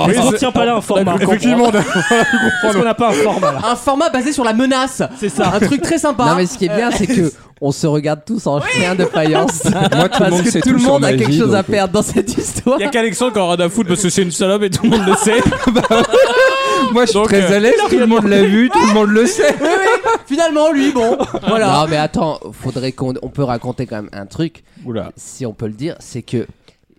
ne retient pas là un format. Effectivement, Parce qu'on n'a pas un format là. un format basé sur la menace. C'est ça. Un truc très sympa. Non mais ce qui est bien c'est que on se regarde tous en chien de faïence. Moi, tout le Parce monde que sait tout le tout sur monde a ma quelque vie, chose à donc, euh, perdre dans cette histoire. Il y a qu'Alexandre qui en a rien à foutre parce que c'est une salope et tout le monde le sait. Moi, je suis Donc, très euh, à l'aise, tout le monde l'a vu, tout le monde le sait. Oui, oui. Finalement, lui, bon, voilà. Non mais attends, faudrait qu'on on peut raconter quand même un truc Oula. si on peut le dire, c'est que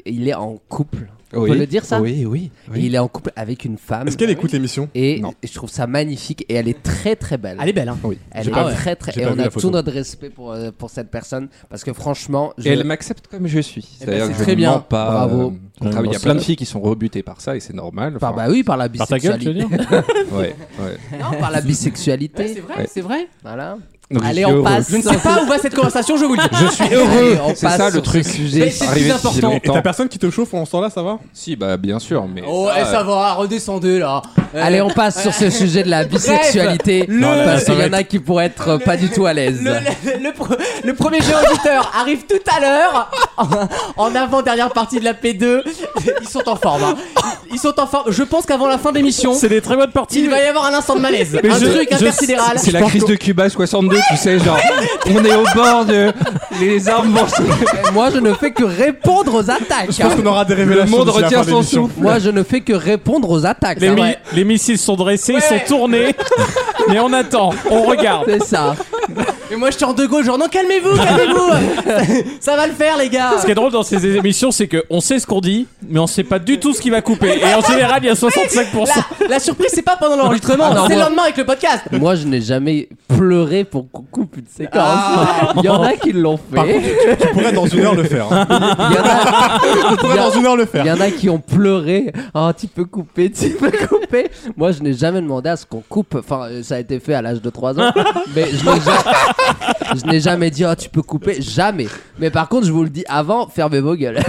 il est en couple. On Oui. peut le dire ça Oui, oui. Et Il est en couple avec une femme Est-ce qu'elle écoute l'émission et Non. je trouve ça magnifique et elle est très très belle. Elle est belle, hein. Oui, elle J'ai est pas vu. très très J'ai et pas on vu a la tout photo. notre respect pour euh, pour cette personne parce que franchement, je- Et elle m'accepte comme je suis. C'est-à-dire Eh ben, c'est que je très ne bien. mens pas. Bravo. euh, au contraire, Il y a plein de filles qui sont rebutées par ça et c'est normal. par Enfin, bah oui, par la Par ta gueule, tu veux bisexualité. dire ouais, ouais. Non, par Ouais, la c'est bisexualité. vrai, Ouais. c'est vrai. Voilà. Donc, je Allez, suis on heureux. passe. Je ne sais pas où va cette conversation, je vous le dis. Je suis heureux. C'est ça le truc. Mais c'est plus important. Et t'as personne qui te chauffe en ce temps-là, ça va Si, bah bien sûr, mais. Oh, eh, ça va, redescendez là. Euh, Allez, on passe sur ce sujet de la bisexualité. Bref, le- parce qu'il y en le- a qui pourraient être euh, pas du tout à l'aise. Le, le pre- le premier jeu auditeur arrive tout à l'heure en- en avant-dernière partie de la P2. Ils sont en forme. hein. Ils sont en forme. Je pense qu'avant la fin de l'émission, C'est des très bonnes parties. il va y avoir un instant de malaise. un truc intersidéral. C'est la crise de Cuba 62, tu sais, genre, on est au bord de. Les armes vont se- Moi, je ne fais que répondre aux attaques. Je pense hein. qu'on aura des révélations Le monde d'ici la retient fin de son l'émission. souffle. Moi, je ne fais que répondre aux attaques. Les, hein. mi- les missiles sont dressés, ils sont tournés. mais on attend, on regarde. C'est ça. Et moi, je sors de gauche, genre non, calmez-vous, calmez-vous. Ça va le faire, les gars. Ce qui est drôle dans ces émissions, c'est qu'on sait ce qu'on dit, mais on sait pas du tout ce qui va couper. Et en général, il y a 65%. La, la surprise, c'est pas pendant l'enregistrement, Ah non, c'est le moi- lendemain avec le podcast. Moi, je n'ai jamais pleuré pour qu'on coupe une séquence. Ah. Il y en a qui l'ont fait. Par contre, tu, tu pourrais dans une heure le faire. hein. tu pourrais dans une heure le faire. Il y en a qui ont pleuré. Oh, tu peux couper, tu peux couper. Moi, je n'ai jamais demandé à ce qu'on coupe. Enfin, euh, ça a été fait à l'âge de 3 ans. mais je n'ai jamais, je n'ai jamais dit, oh, tu peux couper. Jamais. Mais par contre, je vous le dis avant, fermez vos gueules.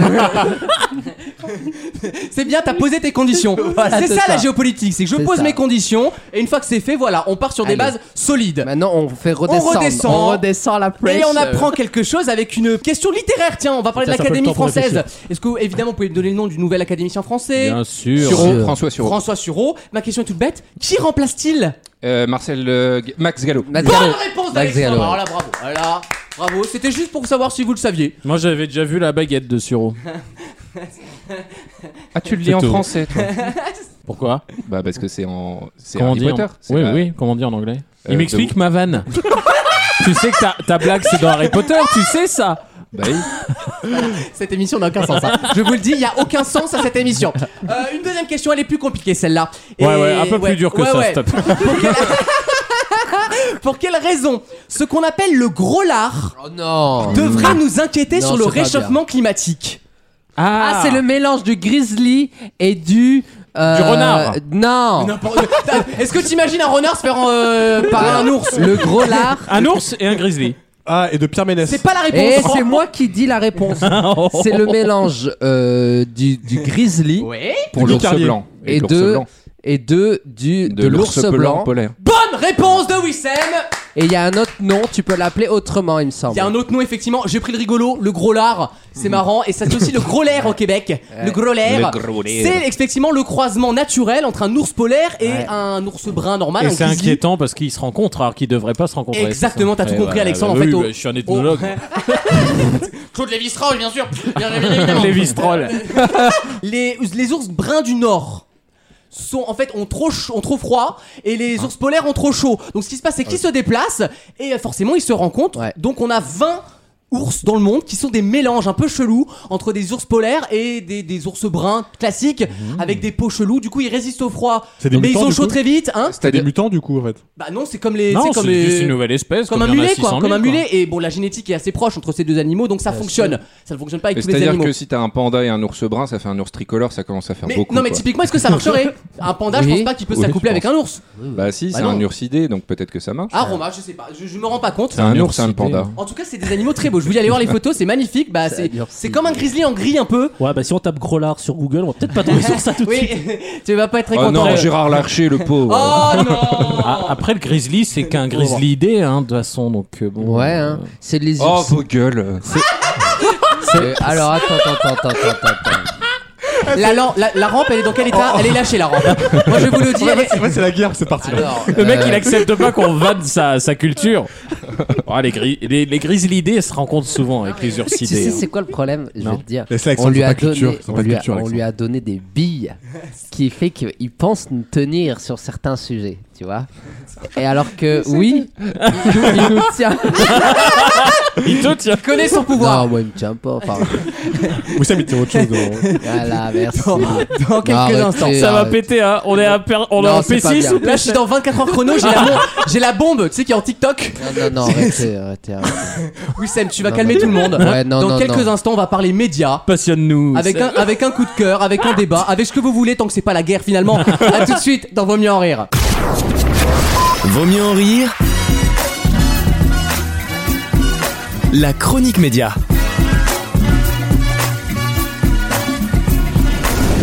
C'est bien, t'as posé tes conditions. Voilà, c'est c'est ça, ça. la géopolitique, c'est que je C'est pose ça. mes conditions et une fois que c'est fait, voilà, on part sur des Allez. bases solides. Maintenant, on fait redescendre. On redescend. On redescend la presse. Et on apprend quelque chose avec une question littéraire. Tiens, on va parler Ça, de ça peut le l'Académie temps pour française. réfléchir. Est-ce que, évidemment, vous pouvez me donner le nom du nouvel académicien français Bien sûr. Sureau, Sureau. François Sureau. François Sureau. Ma question est toute bête. Qui remplace-t-il Euh, Marcel. euh, G- Max Gallo. Bonne réponse d'Alexandre. Alors là, bravo. Voilà, bravo. C'était juste pour savoir si vous le saviez. Moi, j'avais déjà vu la baguette de Suro. Ah, tu le lis en français, toi Pourquoi Bah, parce que c'est en. C'est Comment Harry dire Potter. c'est Oui, pas- oui, comment dire en anglais Euh, Il m'explique de- ma vanne. tu sais que ta, ta blague, c'est dans Harry Potter, tu sais ça Bah oui. Cette émission n'a aucun sens. hein. Je vous le dis, il n'y a aucun sens à cette émission. Euh, une deuxième question, elle est plus compliquée celle-là. Et- Ouais, ouais, un peu plus dur que ça, ouais. stop. Pour quelle- Pour quelle raison ce qu'on appelle le gros lard Oh non. devrait nous inquiéter Non, sur le c'est pas réchauffement climatique Ah, c'est le mélange du grizzly et du. euh, Du renard. Non. N'importe- Ah, Est-ce que t'imagines un renard se faire euh, par un ours Le gros lard. Un ours et un grizzly. Ah, et de Pierre Ménès. C'est pas la réponse. Et Eh, c'est moi qui dis la réponse. c'est le mélange euh, du, du grizzly Ouais. Pour Du l'ours Carlier. blanc. et, Et l'ours de blanc. et de du de, De l'ours blanc. polaire. Bonne réponse de Wissem. Et il y a un autre nom, tu peux l'appeler autrement, il me Il semble. y a un autre nom effectivement. J'ai pris le rigolo, le gros lard. C'est marrant et ça c'est aussi le gros l'air au Québec. Le gros l'air. Le gros lard. C'est effectivement le croisement naturel entre un ours polaire et un ours brun normal. Et un c'est Ah, grizzly. inquiétant parce qu'ils se rencontrent alors qu'ils devraient pas se rencontrer. Exactement, t'as tout Ouais, compris, ouais, Alexandre, bah en fait, oui, au- bah, je suis un ethnologue. Claude Lévi-Strauss, bien sûr. Bien, bien, bien, évidemment. Lévi-Strauss. les, les ours bruns du Nord sont en fait ont trop ch- ont trop froid et Ah. les ours polaires ont trop chaud. Donc ce qui se passe c'est qu'ils se déplacent et euh, forcément ils se rencontrent. Donc on a 20 ours dans le monde qui sont des mélanges un peu chelous entre des ours polaires et des, des ours bruns classiques Mmh. avec des peaux cheloues. Du coup ils résistent au froid C'est des mais ils mutants, ont du chaud coup très vite. Hein C'était des mutants du coup en fait. bah non c'est comme les Non, comme c'est les- juste une nouvelle espèce. Comme un il y en a mulet, 600 quoi, 000, comme un mulet. Et bon, la génétique est assez proche entre ces deux animaux, donc ça fonctionne. Ça ne fonctionne pas avec tous les C'est-à-dire animaux. que si t'as un panda et un ours brun, ça fait un ours tricolore, ça commence à faire Mais- beaucoup. non, mais quoi. typiquement, est-ce que ça marcherait Un panda, je Oui. pense pas qu'il peut Oui, s'accoupler je avec pense. un ours. Bah si, Bah c'est non. un ursidé, donc peut-être que ça marche. Ah, Roma, je sais pas, je, je me rends pas compte. C'est un ours, un panda. En tout cas, c'est des animaux très beaux. Je voulais aller voir les photos, c'est magnifique. Bah, c'est c'est comme un grizzly en gris un peu. Ouais, bah si on tape gros lard sur Google, on va peut-être pas tomber sur ça tout de Oui, suite. tu vas pas être très Oh content. non, Gérard Larcher, le pauvre. Oh non Ah, après, le grizzly, c'est qu'un grizzly idée, hein, de toute façon. Donc, euh, bon, Ouais, euh, hein. c'est les Oh, ours. vos gueules. Euh, Alors attends, attends, attends, attends, attends, attends. la, lan- la- la rampe, elle est dans quel état Elle est lâchée, la rampe. Moi, je vous le dis, Ouais, elle ouais, est- c'est ouais, c'est la guerre, c'est parti. là. Alors, Le mec, euh, il accepte pas qu'on vanne sa, sa culture. Ah, les, gris, les, les grizzlydés se rencontrent souvent avec les Tu sais, ursidés. hein. c'est quoi le problème Je Non. vais te dire. Laisse-la, Alexandre, On lui c'est a pas culture, donné, c'est on pas lui a, culture, on lui a donné des billes, ce qui fait qu'il pense nous tenir sur certains sujets, tu vois. Et alors que oui, il nous, il nous tient. Il te tient. connaît son pouvoir. Non, moi il me tient pas. Enfin, Vous savez, mais c'est autre chose. hein. voilà, merci. Dans, dans quelques arrêtez, instants. Ça va arrêtez. péter, hein. On est à per- on est Ah, Non, en c'est pas P6 bien. ou Là, P7? je suis dans 24 heures chrono, j'ai la bombe, j'ai la bombe, tu sais, qui est en TikTok. Non, non, non, arrêtez, arrêtez. arrêtez. Oui, Sam, tu vas Non, calmer non. tout le monde. Ouais, non, dans non, quelques non. instants, on va parler médias. Passionne-nous. Avec un, avec un coup de cœur, avec un débat, avec ce que vous voulez tant que c'est pas la guerre finalement. à tout de suite dans Vaut mieux en rire. Vaut mieux en rire La chronique média.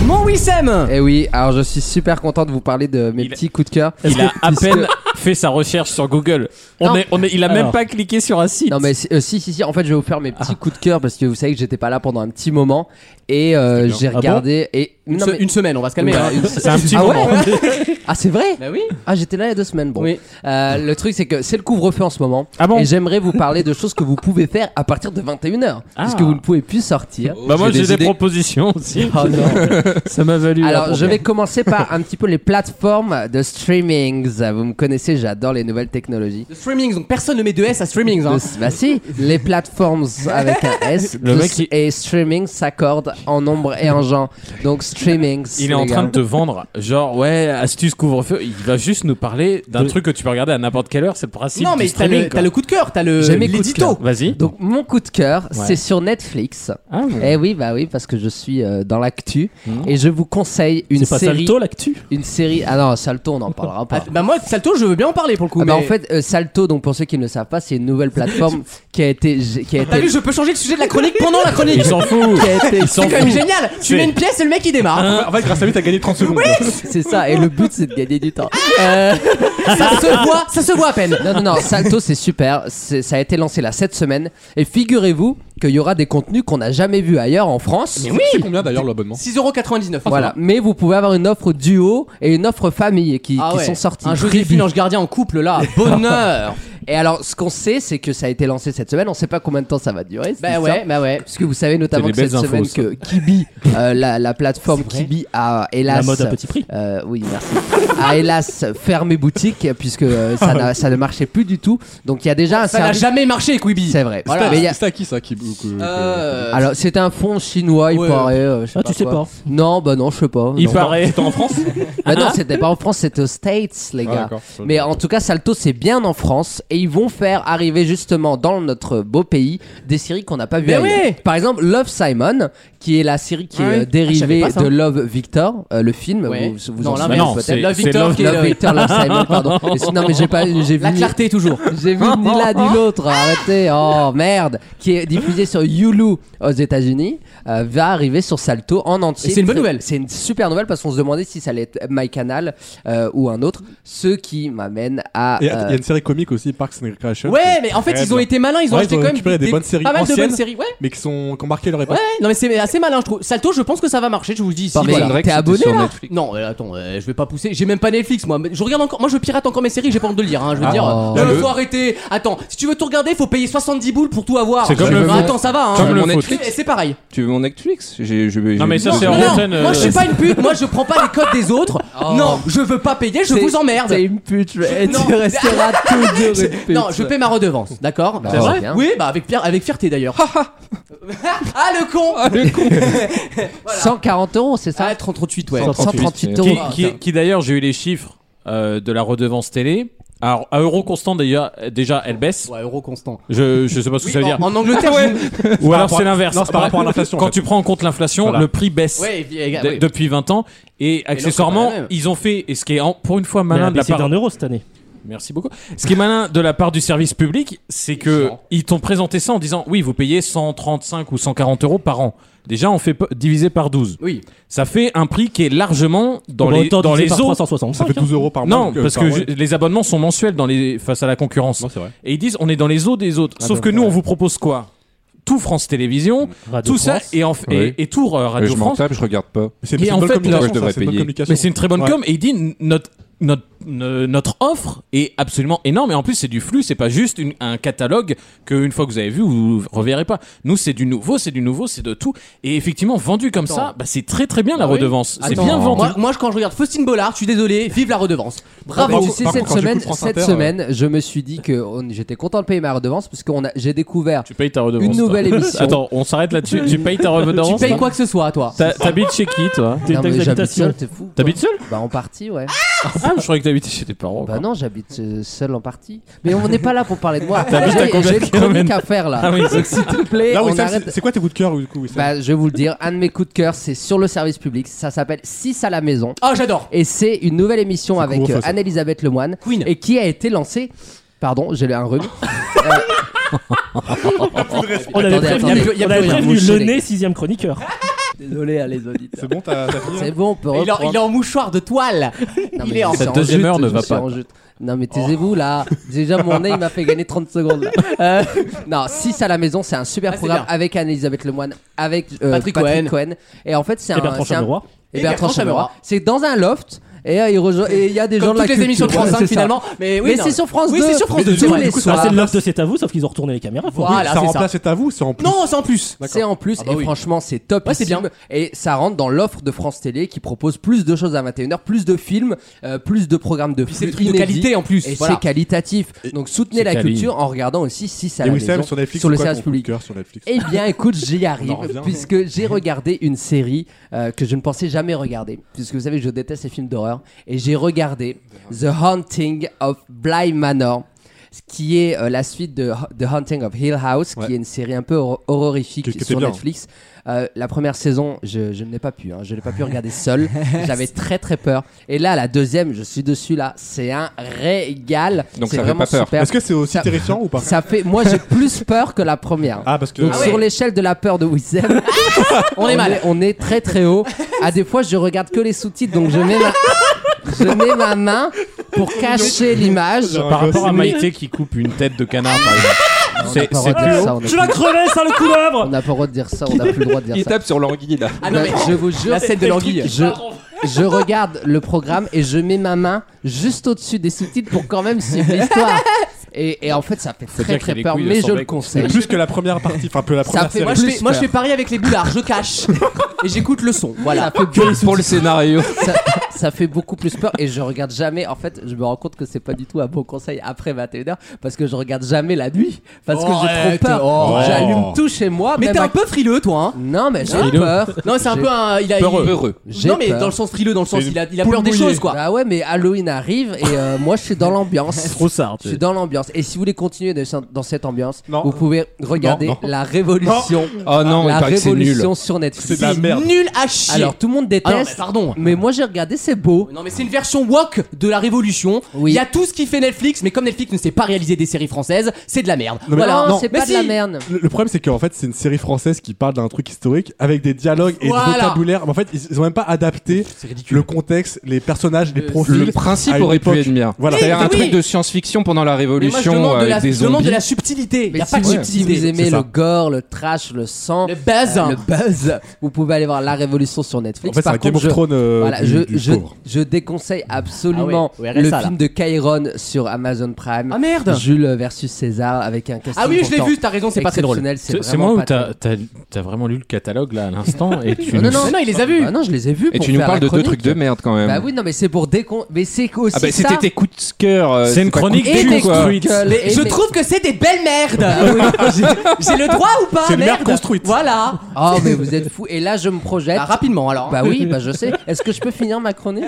Mon Wissem Eh oui, alors je suis super content de vous parler de mes petits coups de cœur. Il a à Puisque- peine fait sa recherche sur Google. On Non. est, on est, il a même Alors. pas cliqué sur un site. Non mais si, euh, si si si, en fait je vais vous faire Ah. mes petits coups de cœur parce que vous savez que j'étais pas là pendant un petit moment et C'était euh, bien. j'ai Ah bon regardé et Une se- une semaine, on va se calmer, hein. une- C'est un petit ah ouais moment. ah c'est vrai Bah oui. Ah j'étais là il y a deux semaines bon. Euh, le truc c'est que c'est le couvre-feu en ce moment Ah et j'aimerais vous parler de choses que vous pouvez faire à partir de 21h Ah. parce que vous ne pouvez plus sortir. bah moi j'ai des, propositions aussi. Oh non. Ça m'a valu. la Alors, je première. vais commencer par un petit peu les plateformes de streaming. Vous me connaissez, j'adore les nouvelles technologies. De streamings, donc personne ne met de S à streamings. Hein. Bah si, les plateformes avec un S Le tous- mec, il- et streaming s'accordent en nombre et en genre. Donc streaming. Il est en train de te vendre, genre, ouais, astuce couvre-feu. Il va juste nous parler d'un truc que tu peux regarder à n'importe quelle heure. C'est le principe. Non, du mais t'as streaming, le, quoi. t'as le coup de cœur, t'as le J'ai mes coups de l'édito. cœur. Vas-y. Donc mon coup de cœur, Ouais. c'est sur Netflix. ouais. Eh oui, bah oui, parce que je suis euh, dans l'actu et je vous conseille une C'est pas série. Salto, l'actu Une série. Ah non, Salto, on en parlera pas. Bah moi, Salto, je veux bien en parler pour le coup. Ah bah, mais- en fait, euh, Salto, donc pour ceux qui ne le savent pas, c'est une nouvelle plateforme qui a été qui a été T'as vu, je peux changer le sujet de la chronique pendant la chronique. Il s'en fout. Qui a été- Il s'en C'est quand même fout. génial. Tu C'est- mets une pièce et le mec il démarre. En fait, grâce à lui, t'as gagné 30 secondes. C'est ça, et le but c'est de gagner du temps. Euh, Ça se voit, ça se voit à peine. Non, non, non, Salto c'est super, C'est- ça a été lancé là cette semaine, et figurez-vous qu'il y aura des contenus qu'on n'a jamais vus ailleurs en France. Mais oui C'est combien d'ailleurs Euh, l'abonnement 6,99€. Voilà, mais vous pouvez avoir une offre duo et une offre famille qui, Ah qui ouais. sont sorties. Un jeu des finances gardien en couple là, bonheur. Et alors, ce qu'on sait, c'est que ça a été lancé cette semaine. On sait pas combien de temps ça va durer. cette Bah histoire. ouais, bah ouais. Parce que vous savez notamment C'est que des cette belles semaine infos, ça. que Kibi, euh, la, la plateforme Kibi a hélas. La mode à petit prix. euh, oui, merci. a hélas fermé boutique puisque euh, Ah ça, n'a- ça ne marchait plus du tout. Donc il y a déjà Ah, un Ça n'a service- jamais marché, Quibi. C'est vrai. Voilà. Mais il y a- C'était à qui ça qui que- Ah, Euh, Alors c'était un fonds chinois, il Ouais. paraît. euh, je sais Ah, tu sais quoi. pas. Non, bah non, je sais pas. Il Non. paraît. C'était en France Bah Ah. non, c'était pas en France, c'était aux States, les Ah, gars. d'accord. Mais en tout cas, Salto, c'est bien en France. Et ils vont faire arriver justement dans notre beau pays des séries qu'on n'a pas vues. Mais ailleurs. ouais Par exemple, Love Simon, qui est la série qui Ah est oui. euh, Ah, je savais dérivée pas ça. de Love Victor, euh, le film. Ouais. Vous, vous Non, en l'inverse, souvenez non, peut-être. c'est- Love c'est Victor Love- qui est le- Love Victor, Love Simon, pardon. Mais c'est- non, mais j'ai pas. J'ai La vu ni- clarté toujours. J'ai vu ni l'un ni l'autre. Arrêtez. Oh merde. Qui est diffusée sur Hulu aux États-Unis, euh, va arriver sur Salto en entier. Et c'est une bonne Très- nouvelle. C'est une super nouvelle parce qu'on se demandait si ça allait être MyCanal euh, ou un autre. Ce qui m'amène à. Et il y a euh, une série comique aussi, Parks and Recreation. Ouais, qui- mais en fait, Très ils ont bien. été malins, ils ont Ouais, acheté quand même récupéré des- des bonnes séries pas mal de anciennes, bonnes séries, ouais. Mais qui sont qui ont marqué leur Ouais, époque. non mais c'est assez malin je trouve. Salto, je pense que ça va marcher, je vous le dis. ici, Parmi voilà. les Grecs, T'es c'était abonné, sur là Netflix. Non, euh, attends, euh, je vais pas pousser. J'ai même pas Netflix moi. Mais Je regarde encore. Moi, je pirate encore mes séries. J'ai pas honte de le dire. hein, Je veux Ah. dire, Oh. euh, Le- faut arrêter. Attends, si tu veux tout regarder, faut payer 70 boules pour tout avoir. C'est comme Non, le foot. Attends, ça va. Hein. Comme le C'est- Netflix. c'est- C'est pareil. Tu veux mon Netflix J'ai- je- j'ai- Non, mais ça, j'ai- c'est Non, en non, antenne, euh, moi je suis pas une pute, moi je prends pas les codes des autres. Oh. Non, je veux pas payer, je T'es- vous emmerde. t'es une pute, euh, je- et tu Non. resteras toujours une Je- pute. Non, je paie ma redevance, d'accord Bah, C'est vrai bien. Oui, bah avec, fier- avec fierté d'ailleurs. ah le con 140 euros, c'est ça 138, ouais. 138 euros. Qui, qui- qui, d'ailleurs, j'ai eu les chiffres euh, de la redevance télé. Alors, à euro constant, déjà, déjà elle baisse. Ouais, euro constant. Je, je sais pas ce que ça veut dire. En, en Angleterre, Ah ouais. je- Ou alors c'est l'inverse. non, c'est par rapport à l'inflation, en Quand fait. tu prends en compte l'inflation, Voilà. le prix baisse Ouais, et- et- de- ouais. depuis 20 ans. Et accessoirement, la même. ils ont fait, et ce qui est en- pour une fois Mais elle a malin de la baissé part d'un euro cette année. Merci beaucoup. Ce qui est malin de la part du service public, c'est que ils t'ont présenté ça en disant oui, vous payez 135 ou 140 euros par an. Déjà, on fait p- diviser par 12. Oui. Ça fait un prix qui est largement dans Bon, les autant dans diviser les par autres. 365, Ça fait 12 euros par Non, mois, donc, euh, parce par que mois. je- les abonnements sont mensuels dans les face à la concurrence. Et ils disent on est dans les eaux des autres. Ah, Sauf donc, que nous, ouais. on vous propose quoi Tout France Télévisions, Radio tout France. ça et, en f- et- Oui. et tout euh, Radio je m'en France. tape, je regarde pas. C'est Et en fait, communication, là- je devrais c'est une bonne payer. communication. mais c'est une très bonne Ouais. com. Et il dit n- notre notre ne- notre offre est absolument énorme et en plus c'est du flux c'est pas juste une- un catalogue que une fois que vous avez vu vous reverrez pas nous c'est du nouveau c'est du nouveau c'est de tout et effectivement vendu comme ça bah, c'est très très bien la Ah oui. redevance c'est Attends, bien vendu Moi, moi, quand je regarde Faustine Bollard, je suis désolé, vive la redevance. Par Bravo. contre, tu sais, cette semaine, cette semaine, je me suis dit que on- j'étais content de payer ma redevance parce que on a- j'ai découvert tu payes ta redevance une toi. nouvelle émission. attends on s'arrête là-dessus tu payes ta redevance Tu payes toi quoi que ce soit, toi. T'as- t'habites chez qui toi Non, mais j'habite seul, t'es fou. t'habites seul Bah en partie, ouais. ah je croyais que t'habitais chez tes parents Bah non, j'habite euh, seul en partie. Mais on n'est pas là pour parler de moi. T'habites à J'ai combien j'ai de une chronique kilomètres à faire là. Ah oui, Donc c'est- s'il te plaît, Là, on Wissem, arrête. c'est- c'est quoi tes coups de cœur du coup, Wissem Bah, je vais vous le dire, un de mes coups de cœur, c'est sur le service public. Ça s'appelle 6 à la maison. Oh, j'adore. Et c'est une nouvelle émission avec couvre-feu, euh, ça. Anne-Elisabeth Lemoine. Queen. Et qui a été lancée. Pardon, j'ai un rhume. Euh, On avait Attendez, prévenu, attendez, il y a on plus avait rien. prévenu Enchaînez. le nez sixième chroniqueur. Désolé à les auditeurs. C'est bon, t'as fini hein C'est bon, on peut Il est en- reprendre. il est en mouchoir de toile. Non, Il mais est en je suis en deuxième jute, heure ne je va suis pas. en jute. Non mais taisez-vous là. Déjà mon nez il m'a fait gagner 30 secondes. là. Euh, non, 6 à la maison, c'est un super Ah, c'est programme bien. avec Anne-Elisabeth Lemoine, avec euh, Patrick Patrick, Cohen. Cohen. Et en fait c'est Et un... Bertrand c'est un- Chameroy. Et Bertrand Chameroy. C'est dans un loft. Et euh, il rejo- et il y a des Comme gens de la toutes les culture. émissions de France Ouais, 5 c'est ça. finalement. Mais oui, Mais non. c'est sur France Oui, 2. c'est sur France Mais 2. tous c'est vrai. les Du coup, Ah, soirs. c'est le love de C'est à vous, sauf qu'ils ont retourné les caméras. faut Voilà, ça c'est remplace, c'est à vous, c'est en plus. Non, c'est en plus. C'est en plus, Ah bah et oui. franchement, c'est top. Ouais, c'est bien. Et ça rentre dans l'offre de France Télé qui propose plus de choses à 21h, plus de films, euh, plus de programmes de, Puis c'est des flux trucs de inédits. qualité, en plus, Et voilà. c'est qualitatif. Donc soutenez c'est la quali. culture en regardant aussi 6 à Et la Wissem, maison sur Netflix, c'est sur le quoi service ton coup de public. cœur sur Netflix Eh bien, écoute, j'y On en revient, arrive, puisque j'ai regardé une série euh, que je ne pensais jamais regarder, puisque vous savez que je déteste les films d'horreur, et j'ai regardé The Haunting of Bly Manor, ce qui est euh, la suite de Ho- The Haunting of Hill House, Ouais. qui est une série un peu hor- horrifique Que- que t'es sur bien. Netflix. Euh, la première saison, je, je ne l'ai pas pu, hein, je ne l'ai pas pu regarder seul, j'avais très très peur. Et là, la deuxième, je suis dessus là, c'est un régal. Donc c'est ça fait vraiment pas peur. super. Est-ce que c'est aussi euh, Ça- terrifiant ou pas Ça fait, moi j'ai plus peur que la première. Ah, parce que. Donc Ah sur ouais. l'échelle de la peur de Wissem, on est mal. on est très très haut. À des fois, je regarde que les sous-titres, donc je mets ma, je mets ma main pour cacher l'image. Genre, Par rapport à c'est- Maïté qui coupe une tête de canard, par exemple. On n'a C'est- pas le C'est droit de plus dire haut. ça, on n'a Tu l'as plus- crevé, ça, le On couleuvre n'a pas le droit de dire ça. On n'a plus le droit de dire Il ça. tape sur l'anguille là. Ah non, mais je vous jure, la scène de l'anguille. je, je regarde le programme et je mets ma main juste au-dessus des sous-titres pour quand même suivre l'histoire. Et, et en fait, ça fait dire très qu'il y a très des peur, couilles mais sans je le bec. C'est conseille. plus que la première partie, enfin, que la première fait- série. Moi je, plus fais, moi je peur. fais pareil avec les boulards, je cache et j'écoute le son. Voilà. Pour le scénario. ça, ça fait beaucoup plus peur et je regarde jamais. En fait, je me rends compte que c'est pas du tout un bon conseil après 21h parce que je regarde jamais la nuit parce que j'ai Arrête, trop peur. oh. J'allume tout chez moi. Mais même t'es à- un peu frileux toi. hein. Non, mais j'ai Frileux. peur. Non, c'est un J'ai- peu un. Il a, Peureux. il- Peureux. J'ai Non, mais peur. dans le sens frileux, dans le sens C'est il a, il a une peur des poule mouillée. choses quoi. Bah ouais, mais Halloween arrive et euh, moi je suis dans l'ambiance. Trop ça. Je suis dans l'ambiance. Et si vous voulez continuer de- dans cette ambiance, Non. vous pouvez regarder Non, non. la révolution. Oh non, il la paraît que c'est nul. révolution sur Netflix. C'est de la merde. Nul à chier. Alors tout le monde Ah non, mais déteste. pardon. mais moi j'ai regardé, c'est beau. Non mais c'est une version woke de la révolution. Oui. Il y a tout ce qui fait Netflix, mais comme Netflix ne sait pas réaliser des séries françaises, c'est de la merde. Non, mais voilà. non, non. c'est Mais pas si. de la merde. Le, le problème, c'est qu'en fait, c'est une série française qui parle d'un truc historique avec des dialogues et Voilà. du vocabulaire. Mais en fait, ils ils ont même pas adapté le contexte, les personnages, les Euh, Le- profils. Le principe à une aurait pu époque. être bien. Voilà. C'est-à-dire un oui. truc de science-fiction pendant la Mais moi, je révolution demande de avec la, des je demande zombies. de la subtilité. Il euh, Mais y a si, pas de vous- si subtilité. vous C'est aimez ça. le gore, le trash, le sang, Le buzz. le buzz, vous pouvez aller voir La Révolution sur Netflix. En fait, c'est Par un Game contre, of je- Thrones euh, voilà, du- je, du je, pauvre. je déconseille absolument Ah ouais, ouais, le RSA, film de Kyron sur Amazon Prime. Ah merde. Jules versus César avec un casting Ah oui, je l'ai pourtant vu. T'as raison, c'est pas très drôle. exceptionnel, C'est c'est vraiment moi où pas très- t'as t'as- t'as vraiment lu le catalogue là à l'instant et tu Ah nous- non, non, Mais non, il les a vus. Ah non, je les ai vus. Et pour tu nous faire parles la de deux chronique. trucs de merde quand même. Bah oui, non, mais c'est pour décon. Mais c'est aussi. Ah bah ça. c'était tes coups de cœur. euh, C'est une pas chronique coups de Et cul, des quoi. coups de gueule, et- Je mais- trouve que c'est des belles merdes. Ah oui. J'ai le droit ou pas C'est une merde Merde construite. Voilà. Oh, mais vous êtes fous. Et là, je me projette. Bah, rapidement alors. Bah oui, bah je sais. Est-ce que je peux finir ma chronique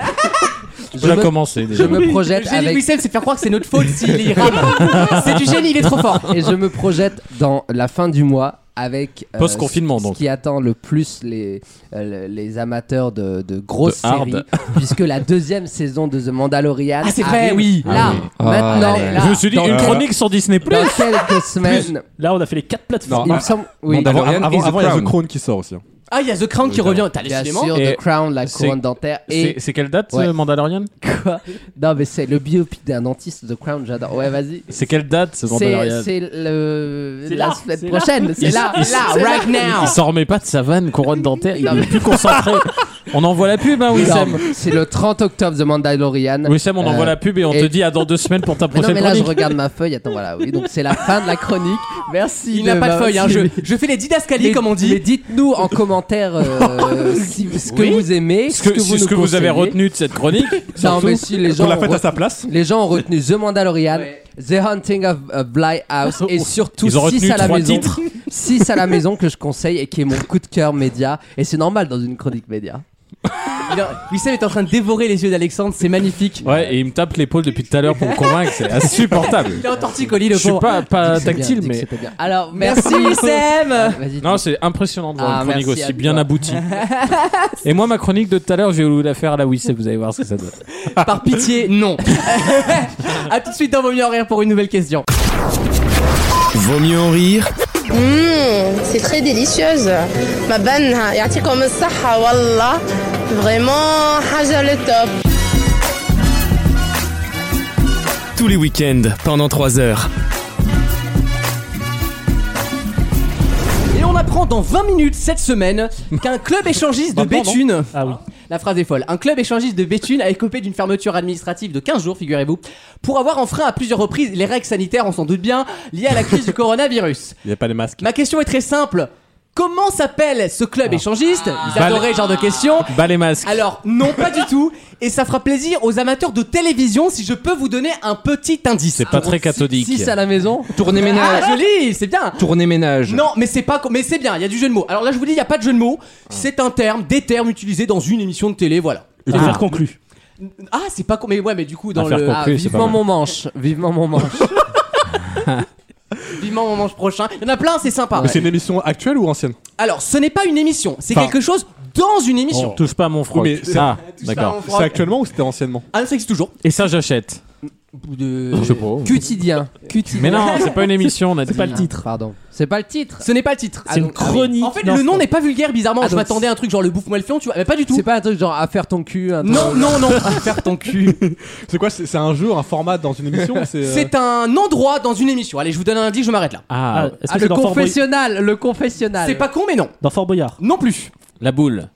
Tu je l'as me, commencé je déjà. me projette Le génie de avec Wissem, c'est de faire croire que c'est notre faute s'il Ah, y rame. c'est du génie, il est trop fort. et je me projette dans la fin du mois avec euh, Post-confinement, ce- donc. ce qui attend le plus les euh, le- les amateurs de, de grosses De hard. séries puisque la deuxième saison de The Mandalorian Ah, c'est vrai, arrive oui. là Ah, maintenant ouais. là, Je me suis dit dans une quel- chronique sur Disney Plus. dans quelques semaines Là, on a fait les quatre plateformes. il me semble oui Mandalorian. Avant, Mandalorian avant- is the avant, il y a The Crown. Crown qui sort aussi. hein. Ah, il y a The Crown qui revient. T'as bien décidément. sûr Et- The Crown la c'est- couronne dentaire C'est et c'est quelle date Ouais. euh, Mandalorian quoi non mais c'est le biopic d'un dentiste The Crown j'adore ouais vas-y C'est quelle date ce c'est Mandalorian c'est le C'est la là, semaine c'est prochaine c'est Il- là il- là c'est là. right now Il s'en remet pas de sa vanne couronne dentaire, il Non, mais- est plus concentré. On envoie la pub, hein, Wissem. Non, C'est le 30 octobre The Mandalorian. Wissem, on envoie Euh, la pub et on et- te dit à dans deux semaines pour ta Mais non, prochaine mais là, je chronique. regarde ma feuille. Attends, voilà, oui. Donc, c'est la fin de la chronique. Merci. Il n'a pas de feuille, hein, je, je fais les didascalies Mais- comme on Mais dit. Oh, dites-nous en commentaire euh, si- ce que Oui. vous aimez, Ce que, vous, ce nous que vous avez conseillez. retenu de cette chronique, Non, Surtout, mais si les On gens, l'a ont faite re- à sa place. les gens ont retenu The Mandalorian, Ouais. The Hunting of euh, Bly House et surtout Oh. Ils ont retenu 6 à la trois maison. titres. 6 à la maison que je conseille et qui est mon coup de cœur média. Et c'est normal dans une chronique média. Il a- Wissem est en train de dévorer les yeux d'Alexandre, c'est magnifique. ouais, et il me tape l'épaule depuis tout à l'heure pour me convaincre, c'est insupportable. Il est en torticolis, Je le suis pauvre. pas, pas Dis que c'est bien, tactile, dis que mais. c'était bien. Alors, merci. Merci Wissem Vas-y, Non, c'est impressionnant de voir Ah, une chronique merci à aussi toi. bien aboutie. Et moi, ma chronique de tout à l'heure, je vais vous la faire à la Wissem, vous allez voir ce que ça donne. Par pitié, non. A tout de suite dans Vos Mieux en Rire pour une nouvelle question. Vaut mieux en rire Mmh, c'est très délicieuse. Ma banne, comme ça, Ah, wallah. Vraiment, haja le top. tous les week-ends pendant 3 heures. Et on apprend dans 20 minutes cette semaine qu'un club échangiste de Maintenant, non Béthune. Ah oui. La phrase est folle. Un club échangiste de Béthune a écopé d'une fermeture administrative de 15 jours, figurez-vous, pour avoir enfreint à plusieurs reprises les règles sanitaires, on s'en doute bien, liées à la crise du coronavirus. Il n'y a pas les masques. Ma question est très simple. Comment s'appelle ce club échangiste Vous Bal- adorez ce genre de questions. Bas les masques. Alors non, pas du tout. Et ça fera plaisir aux amateurs de télévision si je peux vous donner un petit indice. C'est pas très cathodique. Ah, Six à la maison. Tournez ménage. Ah, joli, c'est bien. Tournée ménage. Non, mais c'est pas, mais c'est bien. Il y a du jeu de mots. Alors là, je vous dis, il y a pas de jeu de Ah. mots. C'est un terme, des termes utilisés dans une émission de télé, voilà. Affaire faire conclue. Ah, c'est pas con- mais ouais, mais du coup dans Affaire le conclue, ah, c'est pas vivement mal. mon manche, vivement mon manche. vivement mon manche prochain. Il y en a plein, c'est sympa. Mais c'est une émission actuelle ou ancienne Alors, ce n'est pas une émission, c'est Enfin, quelque chose dans une émission. touche pas à mon froc. Mais c'est- Ah, Touche d'accord. pas à mon froc. C'est actuellement ou c'était anciennement Oh. Ah, ça existe toujours. Et ça, j'achète. Euh, Je sais pas. Quotidien. Quotidien. Mais non, c'est pas une émission, on a dit. pas le titre. Pardon. C'est pas le titre. Ce n'est pas le titre. Ah, C'est une chronique. En fait, le nom n'est pas vulgaire, bizarrement. je m'attendais à un truc genre le bouffe-moi le fion, tu vois. Mais pas du tout. C'est pas un truc genre à faire ton cul. un truc- Non, non, non. Faire ton cul. C'est quoi C'est c'est un jeu, un format dans une émission C'est euh, C'est un endroit dans une émission. Allez, je vous donne un indice, je m'arrête là. Ah, Ah, le confessionnal, le confessionnal. C'est pas con, mais non. Dans Fort Boyard. Non plus. la boule.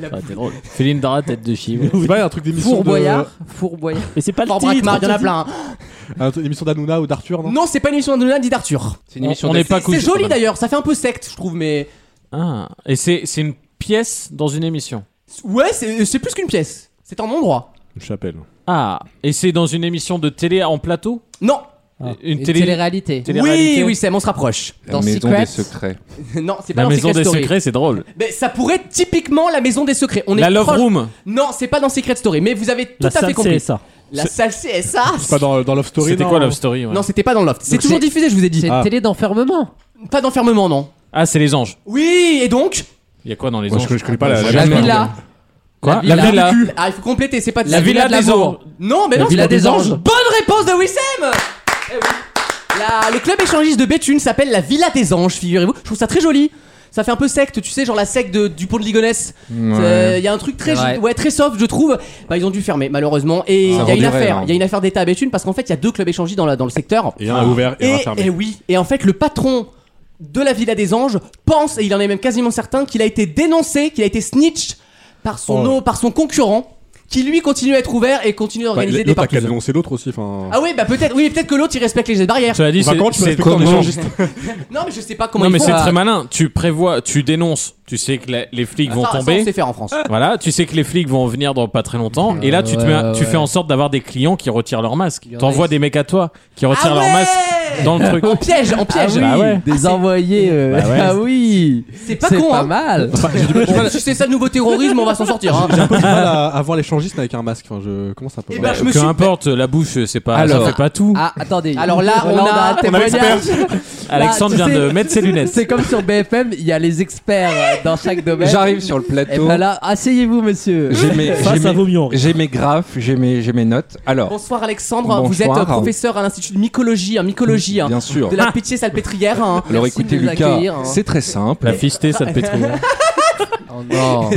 La Ah, t'es drôle. Féline Dara, tête de chivre. c'est pas un truc d'émission de... Fourboyard. Fourboyard. Mais c'est pas le Fort titre. Braquemar, il y en a on te dit. plein. un truc- Une émission d'Anouna ou d'Arthur, non Non, c'est pas une émission de dit d'Arthur. C'est une émission On de- n'est pas C'est couché. joli d'ailleurs, ça fait un peu secte, je trouve, mais. Ah, et c'est c'est une pièce dans une émission. Ouais, c'est c'est plus qu'une pièce. C'est un endroit. Une chapelle. Ah, et c'est dans une émission de télé en plateau Non. Une Une télé. télé-réalité. Oui, télé-réalité oui, Sam, on se rapproche. La Dans maison Secrets. des secrets. non, c'est pas dans La maison Secret des Story. secrets, c'est drôle. Mais ça pourrait être typiquement la maison des secrets. On est La Love proche- Room. Non, c'est pas dans Secret Story, mais vous avez tout La à fait salle compris. CSA. La salle CSA. C'est pas dans, dans Love Story C'était non hein. quoi Love Story ouais. Non, c'était pas dans le Loft. C'est Donc toujours c'est- diffusé, je vous ai dit. C'est une télé d'enfermement. Pas d'enfermement, non. Ah, c'est les anges. Oui, et donc Il y a quoi dans les Moi, anges je, je connais pas la, la- La la- villa. Quoi La La villa. Ah, il faut compléter, c'est pas de La villa des l'amour. anges. Non, mais La non, villa c'est pas des anges. Bonne réponse de Wissem Eh oui. La- Le club échangiste de Béthune s'appelle la Villa des Anges, figurez-vous. Je trouve ça très joli. Ça fait un peu secte, tu sais, genre la secte de- du pont de Ligonnès. Il y a un truc très, Ouais. ouais, très soft, je trouve. Bah, ils ont dû fermer, malheureusement. Et il Ça y a vend une du rêve, affaire. hein. Il y a une affaire d'État à Béthune parce qu'en fait, il y a deux clubs échangistes dans, la- dans le secteur. Et un a ouvert et, un a Et, fermé. et Eh oui, et en fait, le patron de la Villa des Anges pense, et il en est même quasiment certain, qu'il a été dénoncé, qu'il a été snitch par son, Oh. o- par son concurrent, qui lui continue à être ouvert et continue à Bah, organiser des L'autre a qu'à parties. dénoncer l'autre aussi. Enfin. Ah oui, bah peut-être, oui, peut-être que l'autre il respecte les gestes barrières. Cela dit, Enfin, c'est quand Bah, tu c'est- respectes un comment- échangiste. Non, mais je sais pas comment Non, ils mais font. c'est Ah, très malin. Tu prévois, tu dénonces. Tu sais que la- les flics ça, vont ça, on tomber. sait faire en France. Voilà, tu sais que les flics vont venir dans pas très longtemps, et là tu, te ouais, mets à- tu ouais. fais en sorte d'avoir des clients qui retirent leur masque. Il y en a T'envoies qui- des mecs à toi qui retirent Ah leur ouais masque dans le truc. En piège, en piège. Ah ouais. Des envoyés. euh, Bah ouais. Ah oui. C'est pas C'est con, pas hein. mal. Bon, Si c'est ça le nouveau terrorisme, on va s'en sortir. hein. J'ai un peu du mal à, à voir l'échangiste avec un masque. Enfin, je commence un peu. Eh ben, je me Euh, Peu suis- importe, la bouche, c'est pas, Alors- ça fait pas tout. Ah, attendez. Alors là, on a- un témoignage. Alexandre là, tu vient de sais- mettre ses lunettes. C'est comme sur BFM, il y a les experts euh, dans chaque domaine. J'arrive sur le Et plateau. ben là, asseyez-vous, monsieur. J'ai mes, j'ai Ça, ça mes- vaut mieux en rire. j'ai mes graphes, j'ai mes, j'ai mes notes. Alors, Bonsoir Alexandre, Bonsoir. vous êtes euh, professeur à l'Institut de mycologie, en mycologie hein, bien sûr. de la pitié salpêtrière. hein. Alors Merci écoutez, de nous Lucas, accueillir, hein. c'est très simple. La fistée, ça te pétrit. Oh non.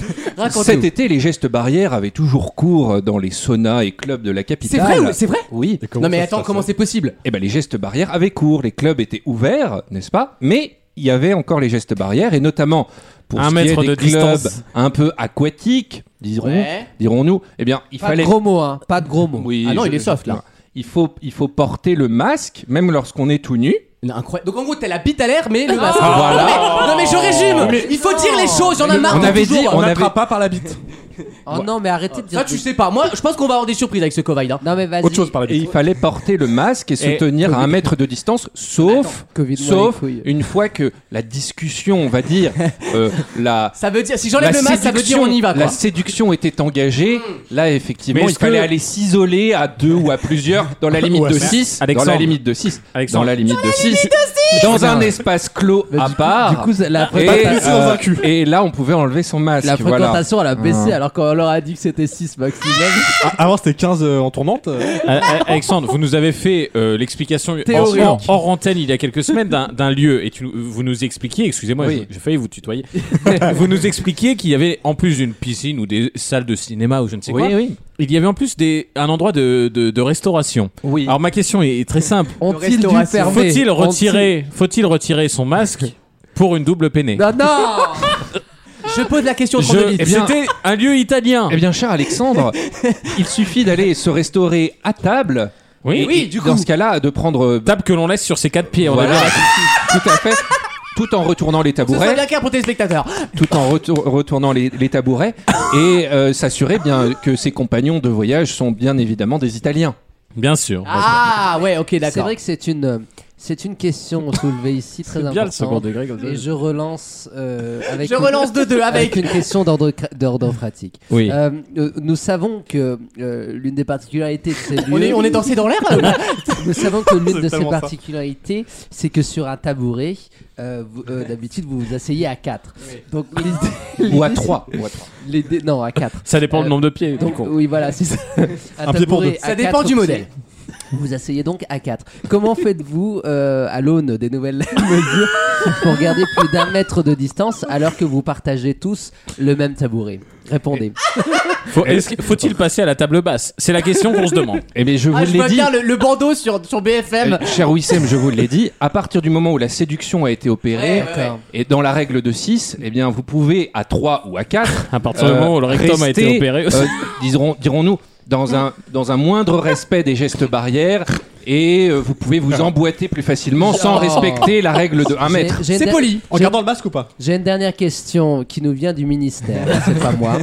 Cet Racontez. été, les gestes barrières avaient toujours cours dans les saunas et clubs de la C'est capitale. vrai ou c'est vrai Oui. Non mais attends, comment c'est possible Eh ben, les gestes barrières avaient cours, les clubs étaient ouverts, n'est-ce pas Mais il y avait encore les gestes barrières, et notamment pour Un ce qui est mètre des de clubs distance. un peu aquatiques, dirons- Ouais. dirons-nous, eh bien, il Pas de fallait... gros mots, hein. Pas de gros mots. Oui, Ah non, je- il est soft, là. Il faut, il faut porter le masque, même lorsqu'on est tout nu. Non, incroyable. Donc en gros, t'as la bite à l'air, mais le masque. Voilà. Non, mais, non, mais je résume. Il faut dire les choses. J'en ai marre. on de avait toujours- dit, On on avait- n'attrape pas par la bite. Oh non, mais arrêtez de dire. Ça, tu sais pas. Moi, je pense qu'on va avoir des surprises avec ce Covid. hein. Non, mais vas-y. Autre chose par la Et bite. il fallait porter le masque et se tenir à un mètre de distance, sauf, Covid, moi, sauf les couilles. une fois que la discussion, on va dire, euh, la, Ça veut dire si j'enlève la le masque, ça veut dire séduction- on y va. Quoi. La séduction était engagée. Là, effectivement, Mais il est-ce fallait que- aller s'isoler à deux ou à plusieurs, dans la limite Ou à de cinq. 6. Dans Alexandre. la limite de 6. Alexandre. Dans la limite de 6. Dans un espace clos Mais à du coup- Ah. part. Du coup, la, et, fréquentation- euh, et là, on pouvait enlever son masque. la voilà. Mmh. fréquentation, elle a baissé, alors qu'en leur a dit que c'était 6 maximum. Avant, c'était 15 euh, en tournante. A- A- Alexandre, vous nous avez fait euh, l'explication hors, Théorique. hors- hors antenne il y a quelques semaines d'un- d'un lieu et tu nous- vous nous expliquiez, excusez-moi, Oui. j'ai- j'ai failli vous tutoyer, vous nous expliquiez qu'il y avait en plus d'une piscine ou des salles de cinéma ou je ne sais Oui, quoi, oui. il y avait en plus des, un endroit de, de- de restauration. Alors ma question est, est très simple. Ont-ils dû Faut-il fermer retirer, retirer- faut-il retirer son masque pour une double peinée Non, non Je pose la question de Je- Franck Delis. et c'était un lieu italien. Eh bien, cher Alexandre, il suffit d'aller se restaurer à table. Oui, Et- oui, et du Dans coup. ce cas-là, de prendre. euh, Table que l'on laisse sur ses quatre pieds. on est voilà, d'accord. tout à fait. Tout en retournant les Ce serait tabourets, bien clair pour tes spectateurs. tout en retour- retournant les, les tabourets, et euh, s'assurer bien que ses compagnons de voyage sont bien évidemment des Italiens. Bien sûr. Ah ouais, ok, C'est d'accord. vrai que c'est une, euh, c'est une question soulevée ici très bien importante. le second degré comme ça. Et je relance euh, avec Je relance de deux, avec. une question d'ordre cra- d'ordre pratique. Oui. Euh, euh, nous savons que euh, l'une des particularités de ces lieux. On est- on est dansé dans l'air, là, ou pas Nous savons que C'est l'une de ces tellement ça. particularités, c'est que sur un tabouret, euh, vous- euh, d'habitude vous vous asseyez à 4 Donc l'idée- Ou à l'idée, trois. c'est- l'idée- non, à 4 Ça dépend le nombre de pieds. Donc, oui, voilà, c'est ça. Un pied pour tabouret deux. à Ça dépend quatre du pieds. modèle. Vous asseyez donc à 4. Comment faites-vous euh, à l'aune des nouvelles mesures pour garder plus d'un mètre de distance alors que vous partagez tous le même tabouret Répondez. Faut- est-ce que- Faut-il passer à la table basse C'est la question qu'on se demande. Eh bien, je vous Ah, je l'ai vois dit. bien le, le bandeau sur, sur BFM. Euh, Cher Wissem, je vous l'ai dit, à partir du moment où la séduction a été opérée, Ouais, ouais, ouais. et dans la règle de 6, eh bien, vous pouvez à 3 ou à 4, à partir du moment où le rectum a été opéré aussi. dirons, nous dans un, dans un moindre respect des gestes barrières, et euh, vous pouvez vous emboîter plus facilement sans Ah. Oh. respecter la règle de 1 J'ai- mètre. j'ai une der- En j'ai- gardant le masque ou pas J'ai une dernière question qui nous vient du ministère, c'est pas moi.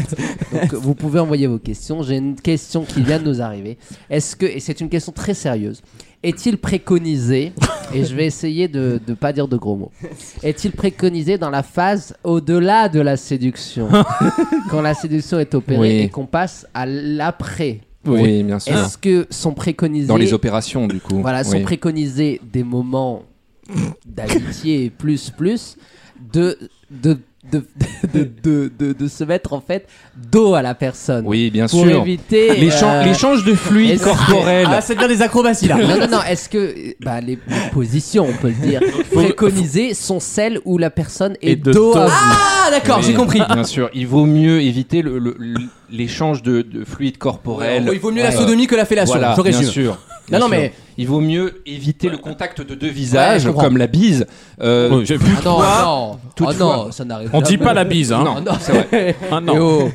Donc vous pouvez envoyer vos questions. J'ai une question qui vient de nous arriver. Est-ce que, et c'est une question très sérieuse, est-il préconisé, et je vais essayer de ne pas dire de gros mots, est-il préconisé dans la phase au-delà de la séduction, quand la séduction est opérée Oui. et qu'on passe à l'après Oui, Oui, bien sûr. Ah. Est-ce que sont préconisés Dans les opérations, du coup. Voilà, sont Oui. préconisés des moments d'amitié et plus plus de de de, de, de, de- de se mettre en fait dos à la personne. Oui, bien pour sûr. éviter L'échan- euh, l'échange de fluides est-ce- corporels. Ah, c'est bien des acrobaties là. Bah, Non, non, non. Est-ce que bah, les, les positions, on peut le dire, préconisées sont celles où la personne est Et de dos à dos. vous Ah, d'accord, Oui, j'ai compris. Bien sûr, il vaut mieux éviter le- le- le- l'échange de, de fluides corporels. Ouais, il vaut mieux la Euh, sodomie que la fellation, Voilà, je bien résume. sûr. Non, bien non, sûr. mais- il vaut mieux éviter le contact de deux visages, je comprends. comme la bise. Euh, Oh, j'ai- Ah non, toutefois- non, Oh, ah toutefois- non, ça n'arrive On dit jamais. pas la bise, hein. Non, Ah non. c'est vrai. Ah non. Et oh,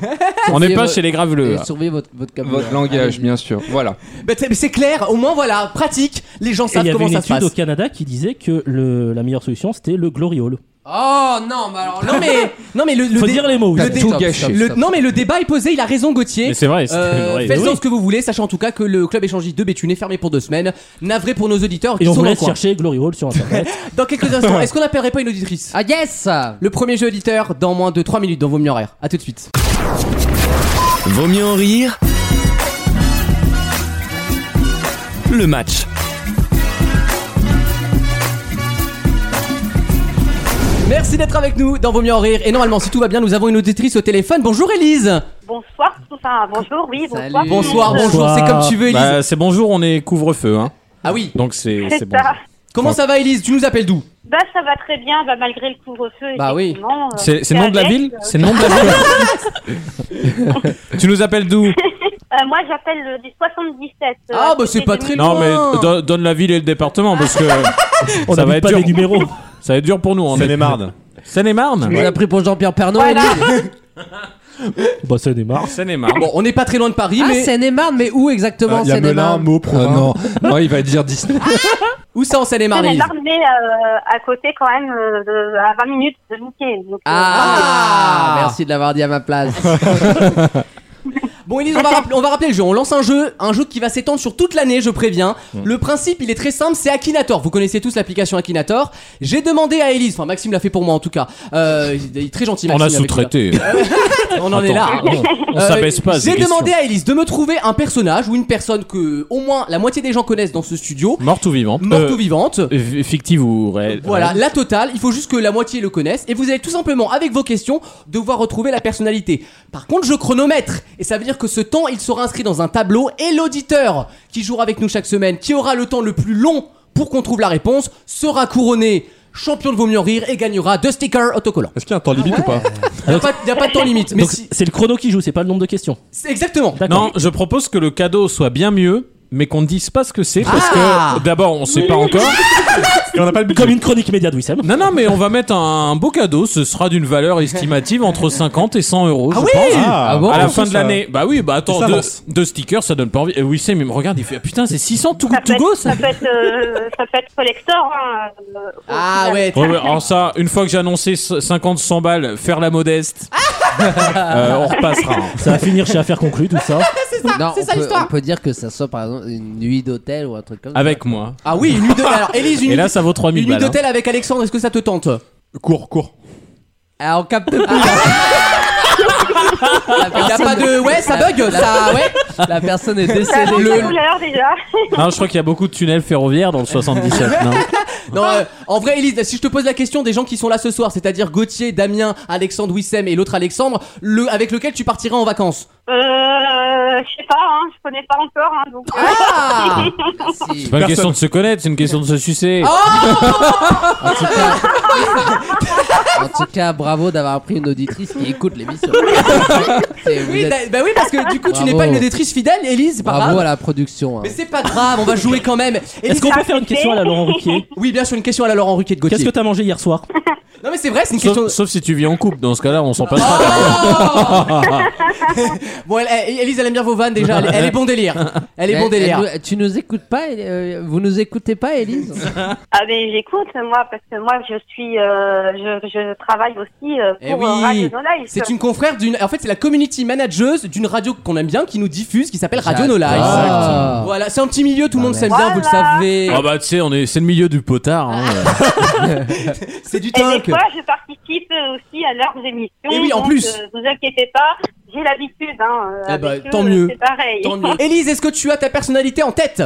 On n'est pas surveillez chez les graveleux. vo- là. et Surveillez votre, votre Votre vocabulaire. langage, bien sûr. Voilà. Bah, t'sais, mais c'est clair, au moins voilà, pratique, les gens Et il y savent avait comment une ça se étude passe. au Canada qui disait que le- la meilleure solution c'était le gloriole. Oh non, mais alors là- Non mais, non mais le, le Faut dé- dire les mots. le T'as dé- tout Stop, gâché. stop, stop. Le- non mais le débat est posé, il a raison Gauthier. Mais c'est vrai, c'était Euh, vrai. Faites Oui. en ce que vous voulez, sachant en tout cas que le club échangiste de Béthune est fermé pour deux semaines. Navré pour nos auditeurs qui Et on sont dans vous le laisse coin. chercher gloriole sur internet. Dans quelques instants, est-ce qu'on n'appellerait pas une auditrice Ah yes Le premier jeu auditeur dans moins de 3 minutes dans vos mieux horaires. À tout de suite. Vaut mieux en rire. Le match. Merci d'être avec nous dans Vos mieux en rire. Et normalement, si tout va bien, nous avons une auditrice au téléphone. Bonjour Elise. Bonsoir, enfin bonjour, oui, bonsoir. Bonsoir, bonjour, c'est comme tu veux Elise. Bah, c'est bonjour, on est couvre-feu. Hein. Ah oui. Donc c'est C'est c'est bon. ça. Comment ça va Elise Tu nous appelles d'où Bah ça va très bien, bah, malgré le couvre-feu. Bah oui. effectivement, euh, C'est c'est le nom de la avec, ville euh, C'est le nom de la ville Tu nous appelles d'où Euh, moi j'appelle le du 77. euh, Ah bah côté c'est pas de très Non, mais loin. don- donne la ville et le département parce que On ça va être n'habite pas dur. les numéros. Ça va être dur pour nous. Seine-et-Marne. Tu nous Seine-et-Marne as pris pour Jean-Pierre Pernaut Voilà. bah ça démarre. Seine-et-Marne. Bon, on n'est pas très loin de Paris, Ah, mais Seine-et-Marne, mais où Euh, exactement Seine-et-Marne mot, pro. non. non, il va dire Disney. où ça en Seine-et-Marne Marne, Elise mais euh, à côté quand même euh, de- à 20 minutes de Mickey. donc, euh, Ah, Ah. Merci de l'avoir dit à ma place. Bon, Elise, on va, rappeler, on va rappeler le jeu. On lance un jeu, un jeu qui va s'étendre sur toute l'année, je préviens. Mm. Le principe, il est très simple, c'est Akinator. Vous connaissez tous l'application Akinator. J'ai demandé à Elise, enfin Maxime l'a fait pour moi en tout cas. Euh, il est très gentil. On Maxime, a avec ça. sous-traité. Euh, on en est Attends, là. Euh, on- on s'abaisse pas, ces J'ai questions. demandé à Elise de me trouver un personnage ou une personne que au moins la moitié des gens connaissent dans ce studio. Morte ou vivante Morte Euh, ou vivante v- Fictive ou réelle Voilà, réelle. la totale, il faut juste que la moitié le connaisse et vous allez tout simplement avec vos questions devoir retrouver la personnalité. Par contre, je chronomètre et ça veut dire que ce temps, il sera inscrit dans un tableau et l'auditeur qui jouera avec nous chaque semaine, qui aura le temps le plus long pour qu'on trouve la réponse, sera couronné champion de Vaut mieux en rire et gagnera deux stickers autocollants. Est-ce qu'il y a un temps limite ou pas Il n'y a, pas- y a pas de temps limite, mais Donc, si- c'est le chrono qui joue, c'est pas le nombre de questions. c'est exactement. Non, je propose que le cadeau soit bien mieux, mais qu'on ne dise pas ce que c'est, parce Ah que d'abord, on sait pas encore. Et on n'a pas le Comme une chronique média de Wissem. Non, non, mais on va mettre un, un beau cadeau. Ce sera d'une valeur estimative entre 50 et 100 euros, Ah je oui pense. Ah, Ah bon à la c'est fin de ça. l'année. Bah oui, bah attends, Ça deux, avance. deux stickers, ça donne pas envie. Et Wissem, il me regarde, il fait ah, Putain, c'est 600 tout, Ça peut tout être, go, ça ça peut être, euh, ça peut être collector. hein, euh, au Ah, final. Ouais, ouais, alors ça, une fois que j'ai annoncé 50-100 balles, faire la modeste, euh, on repassera. hein. Ça va finir chez affaire conclue, tout ça. non, c'est on ça peut- l'histoire. On peut dire que ça soit par exemple une nuit d'hôtel ou un truc comme ça. Avec moi. Ah oui, une nuit d'hôtel. Alors, Élise, une Et nuit- là, ça vaut 3000 Une nuit hein. balles. hein. d'hôtel avec Alexandre, est-ce que ça te tente Cours, cours. Alors, Ah, on capte pas. y a pas de. Ouais, ça bug, ça. Ouais. La personne est Ça décédée. annonce la douleur déjà. hein. Non, je crois qu'il y a beaucoup de tunnels ferroviaires dans le 77. non Non, euh, en vrai, Elise, si je te pose la question des gens qui sont là ce soir, c'est-à-dire Gauthier, Damien, Alexandre, Wissem et l'autre Alexandre, le, avec lequel tu partirais en vacances Euh, je sais pas, hein, je connais pas encore. hein, donc, euh, Ah C'est pas une question de se connaître, c'est une question de se sucer. En tout cas, en tout cas, bravo d'avoir pris une auditrice qui écoute l'émission. C'est- vous oui, êtes- da- bah oui, parce que du coup, tu n'es Bravo. pas une auditrice fidèle, Elise, c'est pas Bravo à grave. la production. hein. Mais c'est pas grave, on va jouer quand même. Élise- qu'on peut faire une question à la Laurent Ruquier Oui, bien sûr, une question à la Laurent Ruquier de Gauthier. Qu'est-ce que t'as mangé hier soir Non, mais c'est vrai, c'est une Sauf, question. sauf si tu vis en couple, dans ce cas-là, on s'en passe pas. Bon, elle- elle- Élise, elle aime bien vos vannes déjà. Elle, elle est bon délire. Elle est Mais bon délire. elle nous- tu nous écoutes pas euh, Vous nous écoutez pas, Élise Ah mais j'écoute moi parce que moi je suis euh, je, je travaille aussi euh, pour Eh oui, euh, Radio No Life. c'est une confrère d'une. En fait, c'est la community manageuse d'une radio qu'on aime bien, qui nous diffuse, qui s'appelle Radio No Life. Exactement. Voilà, c'est un petit milieu, tout le monde s'aime merde. bien, vous le Voilà. savez. Ah bah tu sais, on est, c'est le milieu du potard. hein. C'est du Et des talk. fois je participe aussi à leurs émissions. Eh oui, en donc, plus. euh, vous inquiétez pas, j'ai l'habitude. Hein, euh, Eh bah, avec eux, tant mieux. C'est pareil. Tant mieux. Élise, est-ce que tu as ta personnalité en tête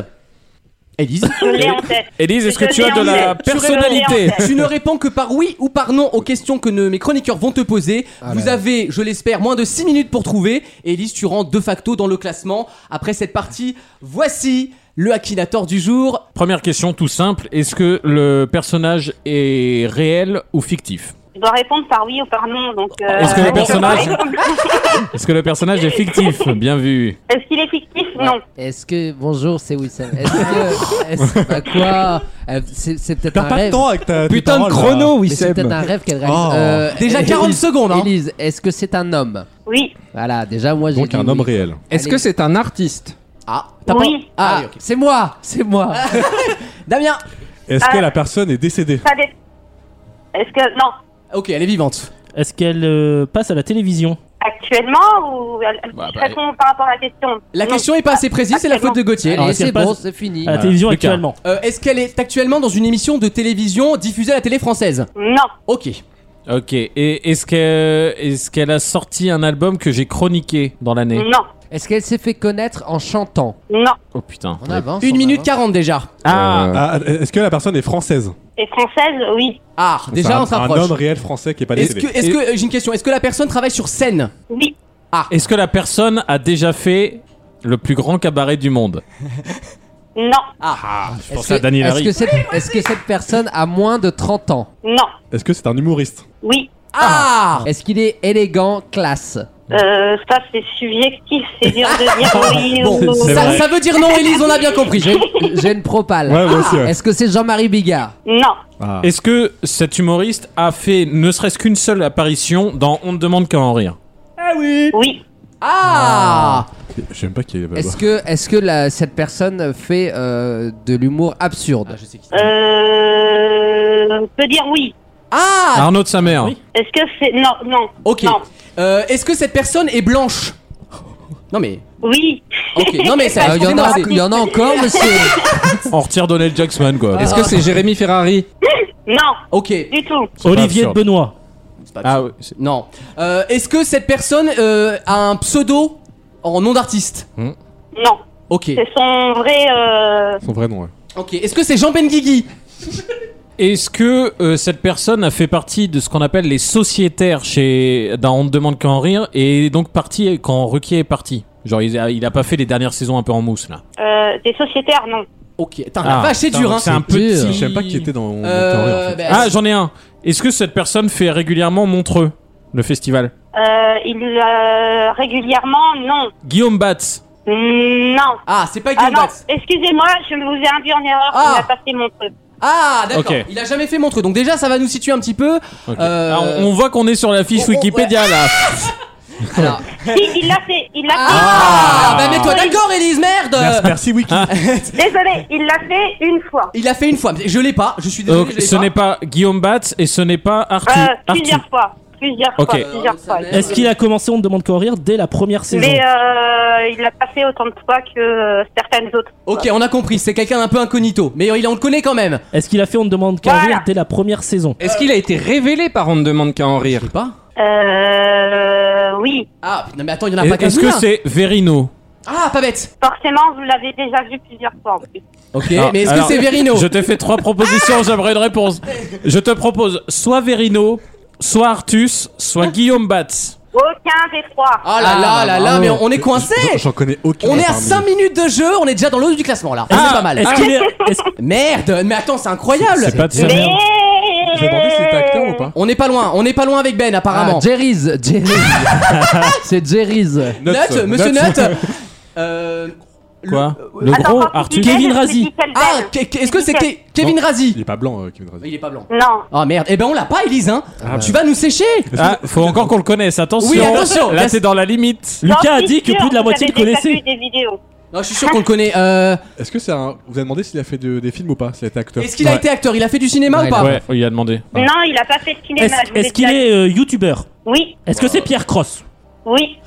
Élise Je l'ai en tête. Élise, est-ce que Je tu as l'ai de en la tête. personnalité Je l'ai en tête. Tu ne réponds que par oui ou par non aux questions que ne- mes chroniqueurs vont te poser. Vous avez, je l'espère, moins de 6 minutes pour trouver. Et Elise, tu rentres de facto dans le classement. Après cette partie, voici le Akinator du jour. Première question tout simple, est-ce que le personnage est réel ou fictif Je dois répondre par oui ou par non. Donc euh, Est-ce que le je personnage- dois répondre. Est-ce que le personnage est fictif Bien vu. Est-ce qu'il est fictif Non. Est-ce que. Bonjour, c'est Wissam. Est-ce que. est-ce- bah quoi Euh, C'est c'est peut-être un T'as pas rêve. de temps avec ta. tes Putain de paroles, euh, là. chrono, Mais C'est Wissem. peut-être un rêve qu'elle réalise. Oh. Déjà 40 secondes, hein. Élise, est-ce que c'est un homme Oui. Voilà, déjà moi j'ai. Donc dit un homme oui. réel. Est-ce que Allez. c'est un artiste Ah, t'as pas- Oui. Ah, Ah, oui, ok. c'est moi C'est moi Damien Est-ce que Ah. la personne est décédée Ça dé- Est-ce que non Ok, elle est vivante. Est-ce qu'elle euh, passe à la télévision actuellement ou euh, Bah, je bah, réponds par rapport à la question La Non. question est pas assez précise, c'est la faute de Gauthier. Alors, Allez, est-ce c'est qu'elle passe bon, c'est fini. à la télévision Lucas. actuellement Euh, Est-ce qu'elle est actuellement dans une émission de télévision diffusée à la télé française Non. Ok. Ok, et est-ce que est-ce qu'elle a sorti un album que j'ai chroniqué dans Eh. l'année Non. Est-ce qu'elle s'est fait connaître en chantant Non. Oh putain. On avance. Une on minute avance. 40 déjà. Ah Ah, Est-ce que la personne est française Et française, oui. Ah, C'est déjà un- on Un s'approche. homme réel français qui est pas Est-ce décédé. que, est-ce que, euh, j'ai une question, est-ce que la personne travaille sur scène Oui. Est-ce que la personne a déjà fait le plus grand cabaret du monde Non. Ah. Je Est-ce pensais à que, Daniel est-ce Harry. que cette, est-ce que cette personne a moins de 30 ans Non. Est-ce que c'est un humoriste Oui. Ah Est-ce qu'il est élégant, classe Euh, ça, c'est subjectif. C'est dur de dire oui Bon, ou... Oh, ça, Ah, ça veut dire non, Elise, on a bien compris. J'ai j'ai une propale. Ouais, moi Ah, aussi, ouais. Est-ce que c'est Jean-Marie Bigard Non. Ah. Est-ce que cet humoriste a fait ne serait-ce qu'une seule apparition dans On ne demande qu'à en rire Oui. Ah Je sais même pas qui est. Est-ce que, est-ce que la- cette personne fait euh, de l'humour absurde Ah, je sais qui Euh... On peut dire oui. Ah Arnaud de sa mère. Est-ce que c'est... Non, non. Ok. Non. Euh, est-ce que cette personne est blanche Non mais. Oui. Ok, non mais ça. Ah, il y en a- excusez-moi, il y en a encore, c'est- On retire Donald Jackson, quoi. Euh, Est-ce que c'est Jérémy Ferrari Non. Ok. Du tout. C'est Olivier pas absurde. de Benoît. Ah oui. c'est- Non. Euh, Est-ce que cette personne euh, a un pseudo en nom d'artiste Non. Ok. C'est son vrai. euh, Son vrai nom, ouais. Ok. Est-ce que c'est Jean Benguigui Est-ce que euh, cette personne a fait partie de ce qu'on appelle les sociétaires chez dans On ne demande qu'à en rire et est donc parti quand Ruquier est parti Genre il a, il a pas fait les dernières saisons un peu en mousse là. Ah euh, des sociétaires, non. Ok. Putain, Ah, la vache, c'est putain, dur, hein. C'est un petit. Je savais pas qui était dans On ne demande qu'à en rire, en Euh, fait. bah, ah, j'en ai un. Est-ce que cette personne fait régulièrement Montreux, le festival Euh, il euh, régulièrement, non. Guillaume Batz. Mm, Non. Ah, c'est pas Ah Guillaume non, Batz. excusez-moi, je vous ai induit en erreur, Ah. il a passé mon truc. Ah, d'accord. Ok. Il a jamais fait Montreux. Donc déjà, ça va nous situer un petit peu. Euh, Ok. Ah, on, on voit qu'on est sur la fiche on- Ah, on- Wikipédia là. Si, il l'a fait, il l'a Ah, fait. bah mets-toi d'accord, Élise, merde Merci Wiki. Désolé, il l'a fait une fois. Il l'a fait une fois. Je l'ai pas, je suis désolé. Donc je l'ai ce pas. n'est pas Guillaume Batz et ce n'est pas Arthur. Euh, Arthur. plusieurs fois. Plusieurs Ok. fois, plusieurs fois. Euh, Est-ce qu'il a commencé On ne demande qu'en rire dès la première saison Mais euh, il l'a passé autant de fois que euh, certaines autres. Ok, on a compris, c'est quelqu'un d'un peu incognito. Mais il- on le connaît quand même. Est-ce qu'il a fait On ne demande qu'à rire dès la première saison Est-ce qu'il a été révélé par On ne demande qu'à en rire pas. Euh, oui. Ah, non mais attends, il y en a pas qu'un Est-ce que seul. c'est Verino Ah, pas bête Forcément, vous l'avez déjà vu plusieurs fois en plus. Ok, Alors, mais est-ce que Ah, alors, c'est Verino Je te fais trois propositions, j'aimerais une réponse. Je te propose soit Verino, soit Artus, soit Guillaume Batz. Aucun des trois. Ah là bah, là là là, mais on est coincé J'en connais aucun. On est à parmi eux. 5 minutes de jeu, on est déjà dans l'autre du classement là. On Ah, est pas mal. est-ce qu'il est- Ah. Merde, mais attends, c'est incroyable C'est pas de sa Mais merde. J'ai demandé si c'était acteur ou pas. On n'est pas loin, on n'est pas loin avec Ben apparemment. Ah, Jerry's, Jerry's. c'est Jerry's. Nut, monsieur Nut Euh, Quoi Le gros Artus Kevin je Razi. dis quel Ah, Ben. Ke- Ke- est-ce que c'est Je dis Ke- Kevin Il Razi est pas blanc, euh, Kevin Razi. Il est pas blanc. Non. Ah merde, eh ben on l'a pas Elise hein bah. Tu vas nous sécher Ah, faut encore qu'on le connaisse, attention. Oui, attention. Là, t'es dans la limite. J'en Lucas a suis dit que sûre, plus de la vous moitié avez le déjà vu connaissait. des vidéos. Non, je suis sûr qu'on le connaît. Euh, Est-ce que c'est un. Vous avez demandé s'il a fait de- des films ou pas S'il a été acteur Est-ce qu'il a Ouais. été acteur Il a fait du cinéma Ouais, ou pas Ouais, il a demandé. Non, il a pas fait de cinéma. je Est-ce vous est-ce ai qu'il déjà- est euh, youtubeur Oui, Est-ce que c'est Pierre Cross oui.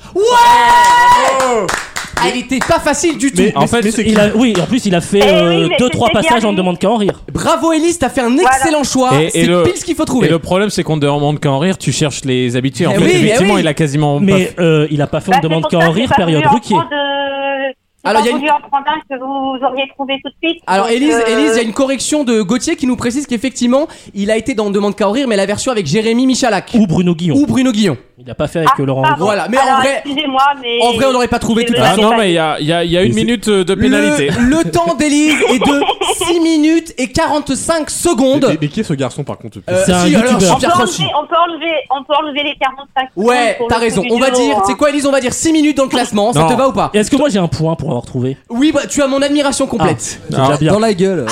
Ah, il était pas facile du tout. Mais En fait, mais c'est Il a- Oui, en plus, il a fait Eh oui, euh, mais deux je trois sais bien passages On ne lui. demande qu'à en rire. Bravo Elise, t'as fait un excellent choix. Et- et C'est le- pile ce qu'il faut Et trouver. le problème, c'est qu'on ne demande qu'à en rire, tu cherches les habitués. En Eh fait, oui, eh effectivement, oui. il a quasiment Mais euh, il a pas fait On Bah, ne demande c'est qu'à pour ça en que j'ai rire, pas période voulu en Ruquier. prendre, euh, j'ai Alors, il pas y a voulu une- en prendre un que vous auriez trouvé tout de suite. Alors donc, Elise, euh, Elise, il y a une correction de Gauthier qui nous précise qu'effectivement, il a été dans Demande qu'à en rire, mais la version avec Jérémy Michalak Ou Bruno Guillon. ou Bruno Guillon. Il n'a pas fait avec ah, euh, Laurent Ruquier. pardon. Voilà, mais en Alors, vrai- Excusez-moi, mais. En vrai, on l'aurait pas trouvé Je toute le la Ah savais non, pas. mais il y a, il y a- il y a une minute euh, de pénalité. Le, le temps d'Elise est de 6 minutes et 45 Mais, secondes. mais- mais qui est ce garçon par contre Euh, C'est un si, alors, youtubeur. je On suis peut, Pierre Cross. enlever, on, peut enlever, on peut enlever les 45 secondes Ouais, pour le t'as coup raison. du On va duo, dire, hein. c'est quoi Elise On va dire 6 minutes dans le classement, ça Non. te va ou pas Est-ce que moi j'ai un point pour avoir trouvé Oui, bah, tu as mon admiration complète. C'est déjà bien. Dans la gueule.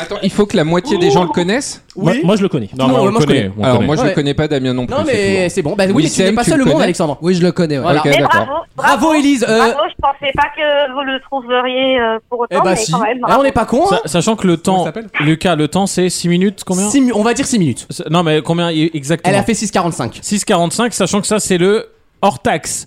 Attends, il faut que la moitié des gens le connaissent. Moi, moi, je le connais. Non, Non, mais on moi, le je connaît. connais. on Alors connaît. moi je Ouais. le connais pas Damien non plus. Non, mais c'est c'est bon. Bah oui, mais tu Wissem, n'es pas tu seul le le monde, connais Alexandre. Oui, je le connais. ouais. Voilà. Ok, Mais d'accord. Eh, bravo, Bravo Elise. euh, Bravo, je pensais pas que vous le trouveriez euh, pour Eh autant, bah mais si. quand même. Ah, on n'est pas con. hein. Sa- Sachant que le Comment temps, il s'appelle Lucas, le temps c'est 6 minutes combien Six mi- on va dire 6 minutes. C'est- Non mais combien i- exactement Elle a fait 6,45. 6,45, sachant que ça c'est le hors taxe.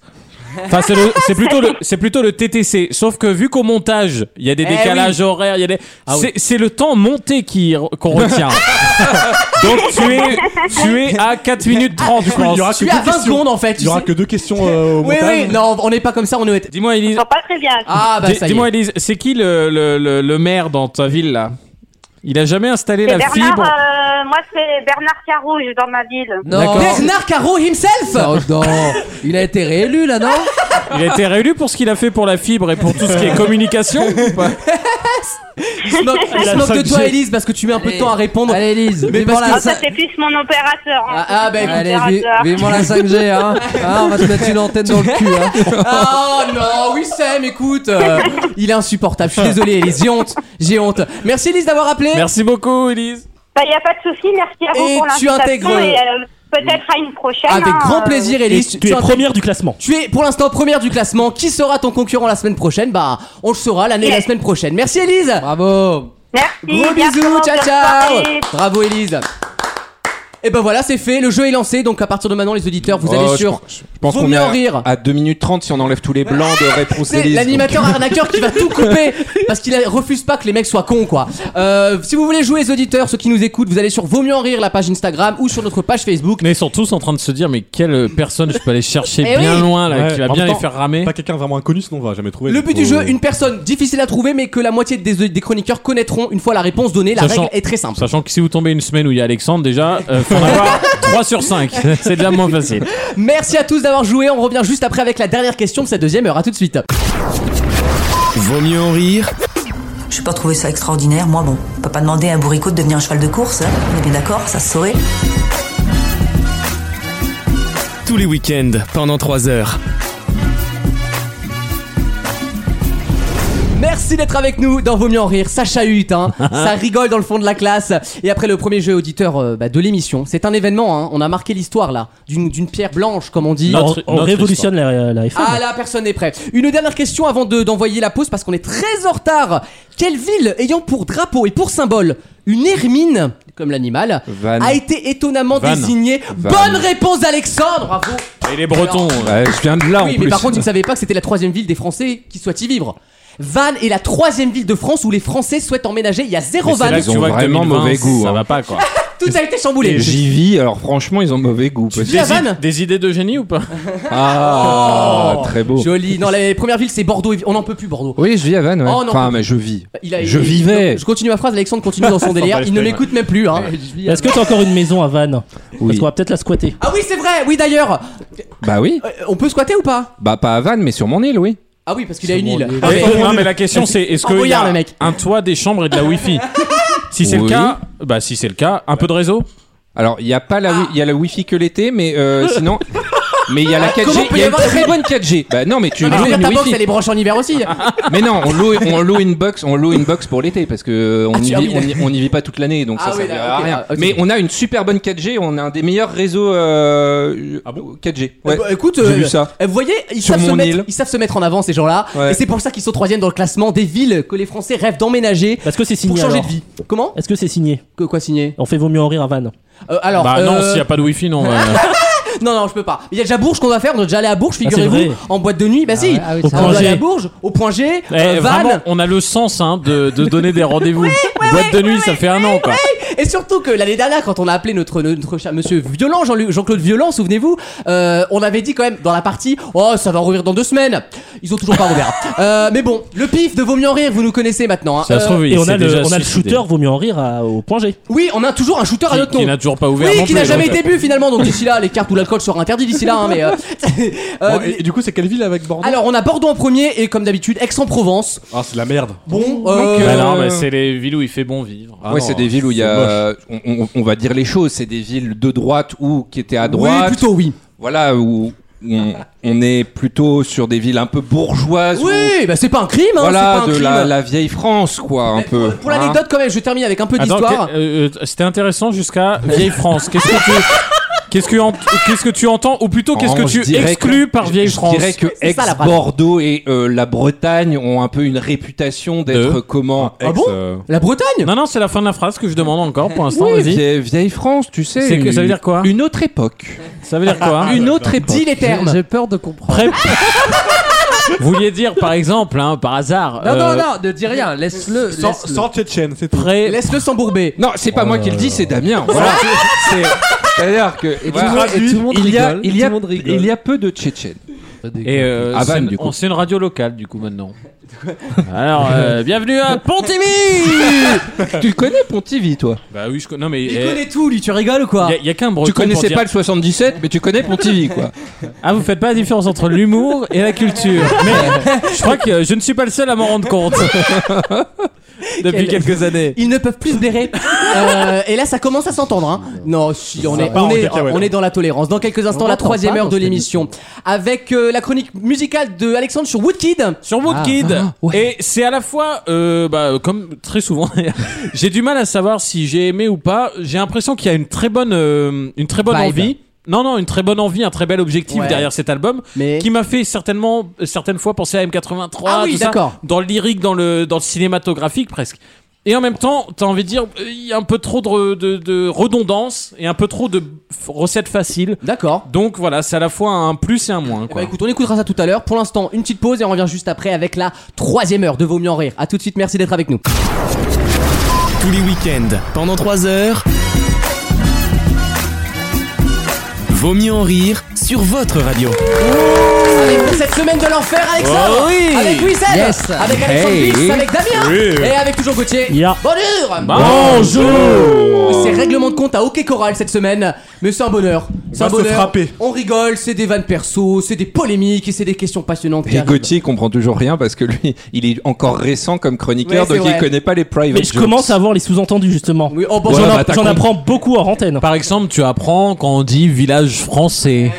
Enfin, c'est le- c'est plutôt le, c'est plutôt le TTC. Sauf que vu qu'au montage, il y a des Eh décalages horaires, il y a des, Ah oui. c'est, c'est le temps monté qui, qu'on retient. Donc tu es, tu es à 4 minutes 30, je pense. il y aura Je suis que à deux 20 questions. secondes en fait. Il tu y aura sais. que deux questions euh, au Oui, oui, montage. non, on n'est pas comme ça, on est honnête. Dis-moi, Je Elise. vois pas très bien. Ah bah Dis- ça y dis-moi, est. Elise, c'est qui le, le, le, le maire dans ta ville là Il a jamais installé C'est la Bernard, fibre. euh, moi c'est Bernard Carouge dans ma ville. Non, Bernard Caro himself non, non. Il a été réélu là, non Il a été réélu pour ce qu'il a fait pour la fibre et pour tout ce qui est communication. ou pas Il se moque, il se la moque de cinq toi, G. Elise, parce que tu mets un peu de Allez. temps à répondre. Allez, Elise. Mais vivement parce la Ah, ça cin- c'est plus mon opérateur. hein. Ah, ah, bah écoute. Allez, vi- opérateur. vivement la 5G, hein. Ah, On va te mettre une antenne dans le cul, hein. Ah non, oui, Sam, écoute. euh, il est insupportable. Je suis désolé, Elise. J'ai honte. J'ai honte. Merci, Elise, d'avoir appelé. Merci beaucoup, Elise. Bah, y a pas de souci, merci à vous Et pour tu l'invitation. intègres- Et euh, peut-être à une prochaine. Avec hein, grand euh, plaisir, Et Elise. tu, tu es as- première du classement. Tu es pour l'instant première du classement. Qui sera ton concurrent la semaine prochaine Bah, on le saura l'année la semaine prochaine. Merci, Elise. Bravo. Merci. Gros bientôt, bisous. Ciao, bonne ciao. soirée. Bravo, Elise. Et ben voilà, c'est fait. Le jeu est lancé. Donc à partir de maintenant, les auditeurs, vous Oh, allez je sur. pense- Je, pense Vaut qu'on est mieux en à- rire. à 2 minutes 30 si on enlève tous les blancs de C'est rétroncélisme. l'animateur arnaqueur qui va tout couper parce qu'il a- refuse pas que les mecs soient cons quoi. Euh, si vous voulez jouer les auditeurs, ceux qui nous écoutent, vous allez sur Vaut mieux en rire la page Instagram ou sur notre page Facebook. Mais ils sont tous en train de se dire, mais quelle personne je peux aller chercher Eh bien oui. loin là, Ouais, qui va en bien même les temps, faire ramer. Pas quelqu'un vraiment inconnu, sinon on va jamais trouver. Le donc euh, but du faut- jeu, une personne difficile à trouver mais que la moitié des, des chroniqueurs connaîtront une fois la réponse donnée. La règle est très simple. Sachant que si vous tombez une semaine où il y a Alexandre, déjà, euh, faut en avoir 3 sur 5. C'est déjà moins facile. Merci à tous d'avoir joué. On revient juste après avec la dernière question de cette deuxième heure. À tout de suite. Vaut mieux en rire. J'ai pas trouvé ça extraordinaire, moi bon. On peut pas demander à un bourricot de devenir un cheval de course, hein. on est bien d'accord, ça se saurait. Tous les week-ends pendant 3 heures. Merci d'être avec nous dans Vaut mieux en rire. Ça chahute, hein. ça rigole dans le fond de la classe. Et après le premier jeu auditeur euh, bah, de l'émission, c'est un événement. Hein. On a marqué l'histoire là, d'une d'une pierre blanche comme on dit. on on révolutionne la, la FM. Ah là, personne n'est prêt. Une dernière question avant de- d'envoyer la pause parce qu'on est très en retard. Quelle ville ayant pour drapeau et pour symbole une hermine, comme l'animal, Vannes. a été étonnamment Vannes. désignée Vannes. Bonne réponse d'Alexandre, bravo Et les Bretons. Ouais, je viens de là Ah, en Oui, mais plus. par contre, il ne savait pas que c'était la troisième ville des Français qui souhaitent y vivre. Vannes est la troisième ville de France où les Français souhaitent emménager. Il y a zéro euh, Mais c'est vanne. là que tu vois que 2020, ça hein. Ça va va pas quoi. Tout a été chamboulé. Et J'y vis, alors franchement, ils ont mauvais goût. parce vis à que- Vannes Des idées de génie ou pas Oh. Ah, très beau. Joli. Non, la première ville, c'est Bordeaux. On n'en peut plus, Bordeaux. Oui, je vis à Vannes, ouais. Oh, non, enfin, mais- mais je vis. Il a- je il- vivais. Je continue ma phrase, Alexandre continue dans son délire. Il ne m'écoute même plus. hein. Est-ce que t'as encore une maison à Vannes Parce qu'on va peut-être la squatter. Ah oui, c'est vrai. Oui, d'ailleurs. Euh, Bah oui. On peut squatter ou pas Bah pas à Vannes, mais sur mon île, oui. Ah oui, parce qu'il a une île. non, mais la question c'est est-ce En qu'il y brouillard, a le mec. un toit, des chambres et de la Wi-Fi Si c'est le Oui. cas, bah si c'est le cas, un peu de réseau Alors, il y a pas Ah. la, wi- il y a la wifi que l'été, mais euh, sinon, mais il y a la Ah, 4G. comment peut Il y y a une avoir des- très bonne 4G. Bah non, mais tu Non, mais loues c'est pas une ta box, wifi. elle est branchée en hiver aussi. Mais non, on loue, on loue une box, on loue une box pour l'été parce que euh, on, Ah, tu- y, ah vit- oui, on, y, on y vit pas toute l'année, donc Ah ça oui, ça servira d'accord, à ok, rien. ah, ok. Mais on a une super bonne 4G, on a un des meilleurs réseaux euh, Ah 4G. Eh Ouais. ben, écoute, j'ai euh, vu ça. euh, vous voyez, ils Sur savent, se mon mettre, île. ils savent se mettre en avant ces gens-là. Ouais. Et c'est pour ça qu'ils sont troisième dans le classement des villes que les Français rêvent d'emménager. Parce que c'est Bah, signé. Pour changer alors. de vie. Comment Est-ce que c'est signé Que quoi signé On fait vaut mieux en rire à Vannes. Euh, alors, Bah non, euh, s'il y a pas de Wi-Fi, non. euh, non, non, je peux pas. Il y a déjà Bourges qu'on doit faire. On est déjà allé à Bourges, Ah, c'est figurez-vous, vrai. en boîte de nuit. Bah si, ouais, ah oui, on ça va. doit aller G. à Bourges, au point G, eh, euh, vraiment, Vannes. on a le sens hein, de, de donner des rendez-vous. Boîte de nuit, ça fait un an quoi. Et surtout que l'année dernière, quand on a appelé notre, notre cher monsieur Violent, Jean-Luc- Jean-Claude Violent, souvenez-vous, euh, on avait dit quand même dans la partie Oh, ça va rouvrir dans deux semaines. Ils ont toujours pas rouvert. Euh, mais bon, le pif de Vaut mieux en rire, vous nous connaissez maintenant. hein. Ça se trouve, il Et on a s'est le, déjà on a le suicidé. shooter, vaut mieux en rire à- au point G. Oui, on a toujours un shooter à notre nom. Qui n'a toujours pas ouvert. oui, non qui plus, n'a jamais donc. euh. été bu finalement. Donc d'ici là, les cartes ou l'alcool sera interdit d'ici là. hein, mais euh, euh, Bon, et, et du coup, c'est quelle ville avec Bordeaux alors, on a Bordeaux en premier et comme d'habitude Aix-en-Provence. Ah, c'est de la merde. Bon, Bah euh, non, mais c'est les villes où il fait bon vivre. Ah ouais, non, c'est des villes où il y moche. a, on, on- on va dire les choses, c'est des villes de droite ou qui étaient à droite. oui, plutôt oui. Voilà où on, on est plutôt sur des villes un peu bourgeoises. où- Oui, bah c'est pas un crime. Hein, c'est voilà pas un de crime. Euh, la, la vieille France, quoi, un peu. Pour hein. l'anecdote, quand même, je termine avec un peu Attends, d'histoire. que- euh, euh, c'était intéressant jusqu'à vieille France. Qu'est-ce que tu Qu'est-ce que, en- qu'est-ce que tu entends ou plutôt qu'est-ce que Oh, je tu dirais exclus que- par vieille je, France Je dirais que C'est ça, la Ah. phrase. ex-Bordeaux et euh, la Bretagne ont un peu une réputation d'être De comment euh, Ah bon La Bretagne Non non, c'est la fin de la phrase que je demande encore pour l'instant, Oui, vas-y. vieille, vieille France, tu sais. C'est que- ça veut dire quoi Une autre époque. Ça veut dire quoi une autre époque. Dis les termes. J'ai peur de comprendre. Pré- Vous vouliez dire par exemple hein, par hasard Non, non, euh, non, ne dis rien, laisse-le. Sans, laisse-le. sans Tchétchène, c'est tout. pré- Laisse-le s'embourber. Non, c'est pas moi qui le dis, c'est Damien. Voilà. C'est- C'est-à-dire que Et tout, voilà. le monde- et tout le monde il y a, rigole. il y a, tout le monde rigole. il y a peu de Tchétchènes. Et euh, À c'est, Ah, Vannes, une, du coup. on- c'est une radio locale du coup maintenant. Alors euh, bienvenue à Pontivy. tu le connais Pontivy, toi bah oui je connais. Non mais Il eh, connaît tout, lui. Tu rigoles ou quoi y a, y a qu'un breton Tu connaissais pour dire- pas le 77, mais tu connais Pontivy, quoi. Ah, vous faites pas la différence entre l'humour et la culture. Mais je crois que euh, je ne suis pas le seul à m'en rendre compte. Depuis Quel- quelques années. Ils ne peuvent plus se blairer. Euh, et là, ça commence à s'entendre. hein. Non, si, on, est, part on, en est, cacahuète. on est dans la tolérance. Dans quelques instants, On la l'entend troisième pas heure dans de cette l'émission. Avec euh, la chronique musicale de Alexandre sur Woodkid. Sur Woodkid. Ah, Et c'est à la fois, euh, bah, comme très souvent, j'ai du mal à savoir si j'ai aimé ou pas. J'ai l'impression qu'il y a une très bonne, euh, une très bonne Vibe. envie. Non, non, une très bonne envie, un très bel objectif Ouais. derrière cet album. Mais. qui m'a fait certainement certaines fois penser à M83 Ah oui, tout ça, d'accord. dans le lyrique dans le dans le cinématographique presque Et en même temps, t'as envie de dire, euh, il y a un peu trop de, de- de redondance et un peu trop de f- recettes faciles. D'accord. Donc voilà, c'est à la fois un plus et un moins. Quoi. Bah écoute, on écoutera ça tout à l'heure. Pour l'instant, une petite pause et on revient juste après avec la troisième heure de Vaut mieux en rire. A tout de suite, merci d'être avec nous. Tous les week-ends, pendant 3 heures. Vaut mieux en rire sur votre radio. Avec vous cette semaine de l'enfer, Alexandre Oh oui. Avec Wissem Yes. Avec Alexandre Hey. Bis, avec Damien Oui. Et avec toujours Gauthier Yeah. Bonjour Ah, Ah, Bonjour. Oh, C'est règlement de compte à Hockey Choral cette semaine, mais c'est un bonheur. C'est va un se bonheur. frapper. On rigole, c'est des vannes perso, c'est des polémiques et c'est des questions passionnantes. qui Et arrivent. Gauthier il comprend toujours rien parce que lui, il est encore récent comme chroniqueur, Ouais, c'est donc il vrai. connaît pas les private Mais je jokes. commence à voir les sous-entendus justement. bon, J'en bah, app- t'as j'en compris. apprends beaucoup hors antenne. Par exemple, tu apprends quand on dit village français.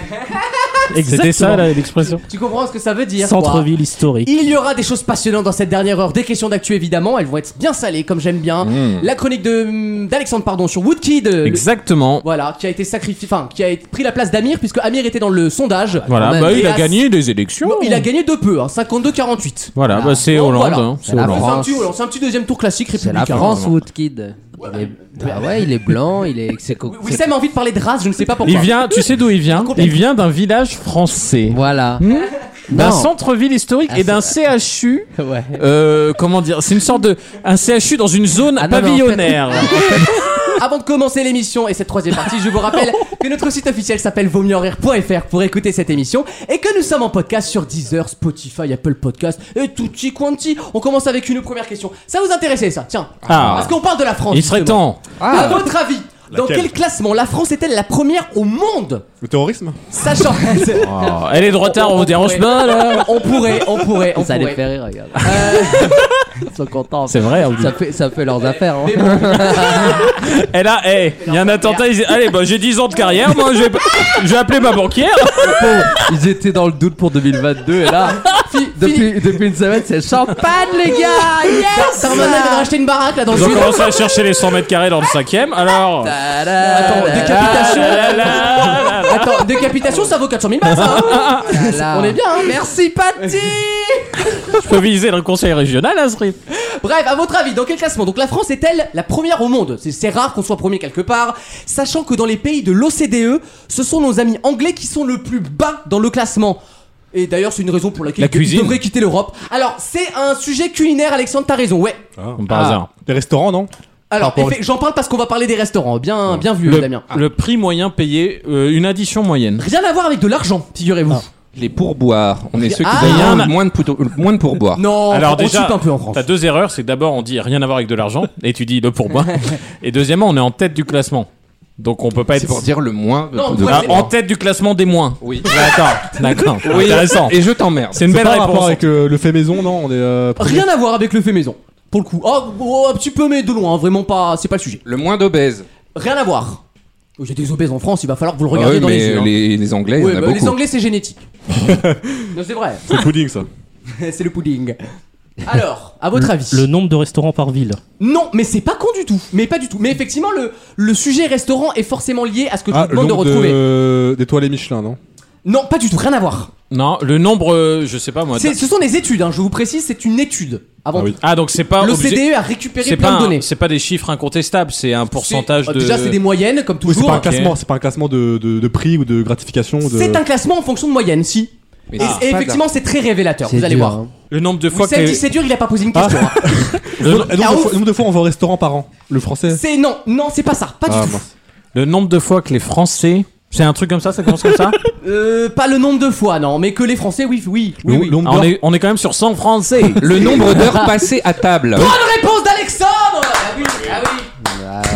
C'était ça Exactement. la- l'expression. Tu comprends ce que ça veut dire quoi. Centre-ville historique. Il y aura des choses passionnantes dans cette dernière heure, des questions d'actu évidemment, elles vont être bien salées comme j'aime bien. Mm. La chronique de d'Alexandre pardon sur Woodkid. euh, le- Exactement. Voilà, qui a été sacrifié, enfin qui a été- pris la place d'Amir puisque Amir était dans le sondage. Voilà, bah, Et il a à- gagné des élections. Non, il a gagné de peu, hein, 52-48. Voilà, bah, c'est Ah, Bon, Hollande. voilà. hein, c'est Ah, Hollande. C'est un, petit, Hollande, c'est un petit deuxième tour classique C'est républicain. la France, Woodkid. Il est- Ah ouais, il est blanc, il est. c'est co- Oui, Sam a envie de parler de race, je ne sais pas pourquoi. Il vient, tu sais d'où il vient Il vient d'un village français. Voilà. D'un Hmm Non. Ah. centre-ville historique et d'un CHU. Ouais. euh, comment dire C'est une sorte de un CHU dans une zone Ah, non, mais en fait- pavillonnaire. Avant de commencer l'émission et cette troisième partie, je vous rappelle que notre site officiel s'appelle vaumieuxenrire.fr pour écouter cette émission et que nous sommes en podcast sur Deezer, Spotify, Apple Podcast et tutti quanti. On commence avec une première question. Ça vous intéressait ça Tiens, Ah. parce qu'on parle de la France. Il serait justement. temps. Ah. À votre avis, dans Laquelle quel classement la France est-elle la première au monde Le terrorisme Sachant. Oh, elle est de retard, on vous dérange pourrait- pas là On pourrait, on pourrait, on Ça pourrait. les fait rire, regarde. Ils sont contents. C'est vrai, Ça fait, ça fait leurs affaires. Hein. Et là, hey, il y a un attentat. Ils... Allez, bah, j'ai 10 ans de carrière, moi, je vais, je vais appeler ma banquière. Ils étaient dans le doute pour 2022 et là, depuis, depuis une semaine, c'est champagne les gars. Yes. Sarmana vient de racheter une baraque là dans le Ils ont sud. commencé à chercher les 100 mètres carrés dans le cinquième. Alors, Attends, Ah décapitation. Attends, décapitation, ça vaut 400 000 balles, ça. hein On est bien, hein Merci, Patty. je peux viser le conseil régional à ce rythme. Bref, à votre avis, dans quel classement Donc la France est-elle la première au monde C'est- C'est rare qu'on soit premier quelque part, sachant que dans les pays de l'OCDE, E, ce sont nos amis anglais qui sont le plus bas dans le classement. Et d'ailleurs, c'est une raison pour laquelle La ils cuisine. devraient quitter l'Europe. Alors, c'est un sujet culinaire, Alexandre, t'as raison, ouais. Comme Ah. par hasard. Les restaurants, non Alors, Par rapport effe- j'en parle parce qu'on va parler des restaurants. Bien, bien vu, Le, Damien. le prix moyen payé, euh, une addition moyenne. Rien à voir avec de l'argent, figurez-vous. Les pourboires. On est ceux qui Ah. payent Rien à- moins, de pouto- moins de pourboires. Non, Oh, Alors on déjà, chute un peu en France. t'as deux erreurs. C'est d'abord on dit rien à voir avec de l'argent, et tu dis le pour moi. et deuxièmement, on est en tête du classement, donc on peut pas C'est être pour dire le moins de Non, de ouais, Ah, pourboires. en tête du classement des moins. Oui. D'accord, d'accord. Oui, Intéressant. Et je t'emmerde. C'est une C'est belle pas un rapport réponse. avec euh, le fait maison, non On Oh, est. euh, premier. Rien à voir avec le fait maison. Pour le coup. Oh, oh, un petit peu, mais de loin, hein, vraiment pas. C'est pas le sujet. Le moins d'obèses. Rien à voir. Il y a des obèses en France, il va falloir que vous le Ah regardiez oui, dans mais les yeux. hein. les, les Anglais, Ouais, il y en a bah, beaucoup. les Anglais, c'est génétique. non, c'est vrai. C'est le pudding, ça. c'est le pudding. Alors, à votre avis Le nombre de restaurants par ville. Non, mais c'est pas con du tout. Mais pas du tout. Mais effectivement, le, le sujet restaurant est forcément lié à ce que je Ah, vous demande le de nombre retrouver. de... d'étoiles Michelin, non Non, pas du tout. Rien à voir. Non, le nombre, euh, je sais pas moi. C'est- Ce sont des études, hein, je vous précise, c'est une étude. Avant Ah oui. tout. Ah donc c'est pas obligé- L'OCDE E a récupéré C'est plein pas, de un- données. c'est pas des chiffres incontestables, c'est un pourcentage C'est- Ah, de. Déjà, c'est des moyennes, comme Oui, c'est toujours. pas un ok. classement, c'est pas un classement de, de, de prix ou de gratification. De... C'est un classement en fonction de moyenne, si. Mais Et, c'est et pas effectivement, c'est très révélateur, vous allez hein. voir. Le nombre de fois Vous que. savez, c'est dur, il a pas posé une question. hein. Le nombre- Ah, le nombre de ouf. fois- le nombre de fois on va au restaurant par an. Le français. C'est non, non, c'est pas ça, pas Ah, du tout. mince. Le nombre de fois que les Français. C'est un truc comme ça, ça commence comme ça Euh, pas le nombre de fois, non, mais que les Français, oui, oui, Le- oui. oui. le nombre Ah, on, d'heures- est, on est quand même sur 100 Français Le nombre d'heures passées à table. Bonne réponse d'Alexandre. Ah oui, ah oui.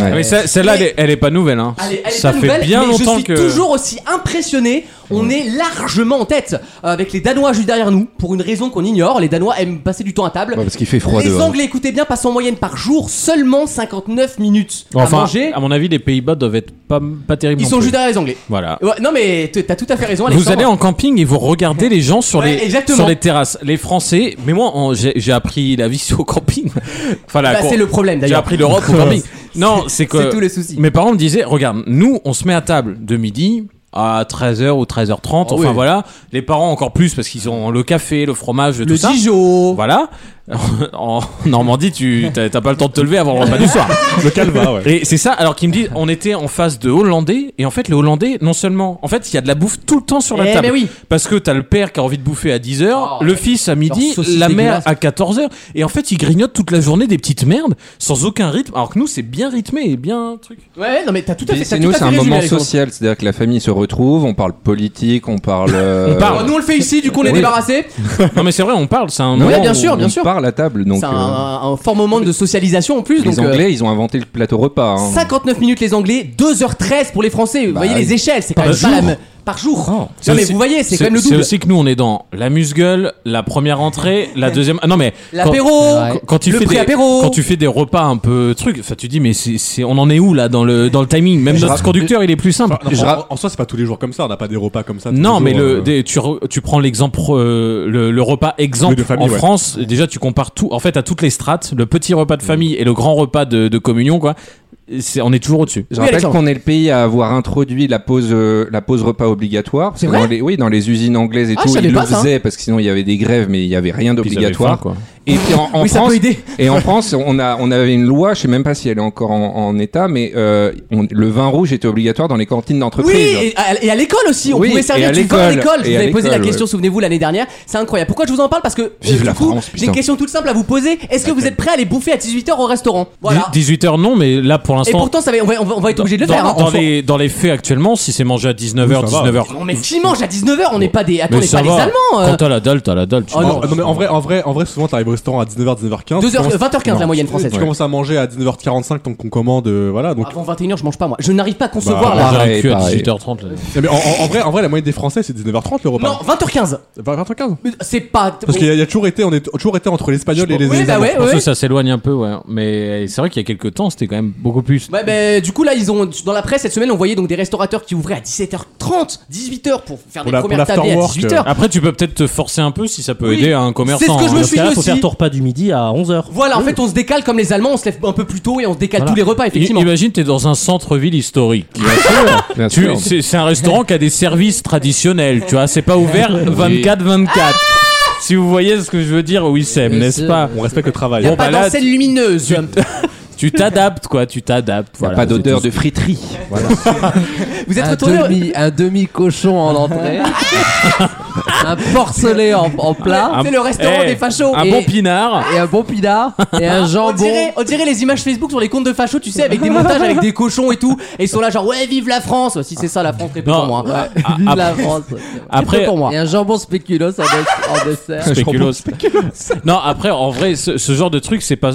Ah, Mais ça- celle-là, elle, est- elle est pas nouvelle. Hein. Allez, elle est ça pas fait nouvelle, bien mais longtemps je suis que. toujours aussi impressionné. On est largement en tête euh, avec les Danois juste derrière nous pour une raison qu'on ignore. Les Danois aiment passer du temps à table. Ouais, parce qu'il fait froid les dehors. Anglais, écoutez bien, passent en moyenne par jour seulement 59 minutes à Enfin, manger. à mon avis, les Pays-Bas doivent être pas, pas terribles. Ils non sont plus. juste derrière les Anglais. Voilà. Ouais, non mais t- t'as tout à fait raison. Vous Alexandre. allez en camping et vous regardez les gens sur, Ouais, les, exactement. sur les terrasses. Les Français, mais moi en- j'ai j'ai appris la vie au camping. Enfin, la Bah, con- c'est le problème J'ai d'ailleurs. appris l'Europe au camping. Non, c'est que. C'est tout le souci. Mes parents me disaient, regarde, nous, on se met à table de midi à 13h ou 13h30. Oh enfin oui. voilà. Les parents encore plus parce qu'ils ont le café, le fromage, tout Le ça. Dijon. Voilà. en Normandie, tu t'as t'as pas le temps de te lever avant le repas du soir. Le calva, ouais. Et c'est ça, alors qu'ils me disent, on était en face de Hollandais, et en fait, les Hollandais, non seulement, en fait, il y a de la bouffe tout le temps sur la Eh, table. mais oui. Oh, Parce que t'as le père qui a envie de bouffer à 10h, le fils à midi, saucisse la mère dégueulasse. à 14h, et en fait, ils grignotent toute la journée des petites merdes, sans aucun rythme, alors que nous, c'est bien rythmé et bien truc. Ouais, non, mais t'as tout à fait. t'as C'est tout nous, à c'est fait un résumé, moment Alexandre. social, c'est-à-dire que la famille se retrouve, on parle politique, on parle. euh, On parle. Nous, on le fait ici, du coup, on est Oui. débarrassé. non, mais c'est vrai, on parle, hein. c'est un Ouais, moment bien où sûr, bien on sûr. parle à table, donc. C'est un, euh, un fort moment de socialisation en plus. Les donc, euh, Anglais, ils ont inventé le plateau repas. hein. 59 minutes les Anglais, 2h13 pour les Français. Vous voyez oui. les échelles, c'est quand Par même pas la jour. même. Par jour. Non, mais vous voyez, c'est quand même le C'est double. aussi que nous, on est dans la musgueule, la première entrée, la deuxième. Ah, non, mais. quand- L'apéro, quand- Quand tu le fais des- pré-apéro. Quand tu fais des repas un peu truc, enfin, tu dis, mais c'est, c'est- on en est où là dans le, dans le timing Même Je notre rapp- conducteur, il est plus simple. Enfin, non, en, en soi, c'est pas tous les jours comme ça. On n'a pas des repas comme ça. tous Non, les mais jours, le, euh. des- tu, re- tu prends l'exemple, euh, le, le repas exemple Oui, de famille, en ouais. France. Déjà, tu compares tout, en fait, à toutes les strates, le petit repas de famille et le grand repas de, de communion, quoi. C'est, on est toujours au-dessus. Je rappelle qu'on est le pays à avoir introduit la pause, euh, la pause repas obligatoire. Parce C'est que vrai Ah, dans les, Oui, dans les usines anglaises et Ah, je tout, savais ils le pas ça. faisaient parce que sinon il y avait des grèves, mais il y avait rien avaient d'obligatoire. faim, quoi. Et puis en, en Oui, ça peut France, aider. et en France, on a, on avait une loi, je sais même pas si elle est encore en, en état, mais euh, on- le vin rouge était obligatoire dans les cantines Oui, d'entreprise. et à, et à l'école aussi, on Oui, pouvait et servir à du vin à l'école, l'école. Je et vous à avais posé la l'école, question, ouais. souvenez-vous, l'année dernière. C'est incroyable. Pourquoi je vous en parle Parce que euh, Vive du la coup, France, j'ai une putain. question toute simple à vous poser. Est-ce que vous êtes prêts à aller bouffer à 18h au restaurant Voilà. 18h, non, mais là, pour Et l'instant. pourtant, ça va- on, va, on va- on va être obligé de le dans, faire. hein. dans les, dans les faits actuellement, si c'est mangé à 19h, Oui, ça va. 19h. Non, mais qui mange à 19h On n'est pas des. Attends, on Mais n'est ça pas des va. Allemands. euh. Quand t'as la dalle, t'as la dalle. tu Oh, manges. non, non, mais en vrai, en vrai, en vrai, souvent t'arrives au restaurant à 19h, 19h15. 2h, tu commences- 20h15, la moyenne française. Ah. Tu Ouais. commences à manger à 19h45, donc on commande, euh, voilà. Donc, Avant 21h, je mange pas moi. Je n'arrive pas à Bah, concevoir pareil, la. J'ai un cul à pareil. 18h30. là. Eh Non, Eh, mais en, en- en vrai, en vrai, la moyenne des Français, c'est 19h30 le repas. Non, 20h15. 20h15. Mais Euh, C'est pas. bah. Parce qu'il y, a- il y a toujours été, on est toujours été entre l'espagnol et les. Oui, bah Allemands. ouais, Je pense ouais. que ça s'éloigne un peu, ouais. Mais c'est vrai qu'il y a quelques temps, c'était quand même beaucoup plus. Ouais, bah, du coup, là, ils ont. Dans la presse, cette semaine, on voyait donc des restaurateurs qui ouvraient à 17h30, 18h pour faire des premières tablées à 18h. Après, tu peux peut-être te forcer un peu si ça peut Oui. aider à un commerçant. C'est ce que je me hein. suis dit faut aussi. faire ton repas du midi à 11h. Voilà, en fait, on se décale comme les Allemands, on se lève un peu plus tôt et on se décale Voilà. tous les repas, effectivement. I- Imagine, t'es dans un centre-ville historique. Bien Tu- sûr. c'est c'est un restaurant qui a des services traditionnels, tu vois. C'est pas ouvert 24-24. Ah Si vous voyez ce que je veux dire, Wissem, n'est-ce pas On respecte le travail. Il n'y a Bon, pas bah là, d'enseigne lumineuse. Tu t'adaptes, quoi. Tu t'adaptes. Il n'y a Voilà, pas c'est d'odeur tout. de friterie. Voilà. Vous êtes un retourné. demi, un demi cochon en entrée, un porcelet en, en plat, C'est le restaurant Eh, des fachos. Un Et- bon pinard. et un bon pinard et un On jambon. dirait, on dirait les images Facebook sur les comptes de fachos, tu sais, avec des montages avec des cochons et tout. Et ils sont là, genre, ouais, vive la France. Si c'est ça, la France, répond Non, pour moi. hein. Vive Ah, la bah. après- France. Après, pour moi. Et un jambon spéculoos hein, en, des- en dessert. Spéculoos. non, après, en vrai, ce, ce genre de truc, c'est pas.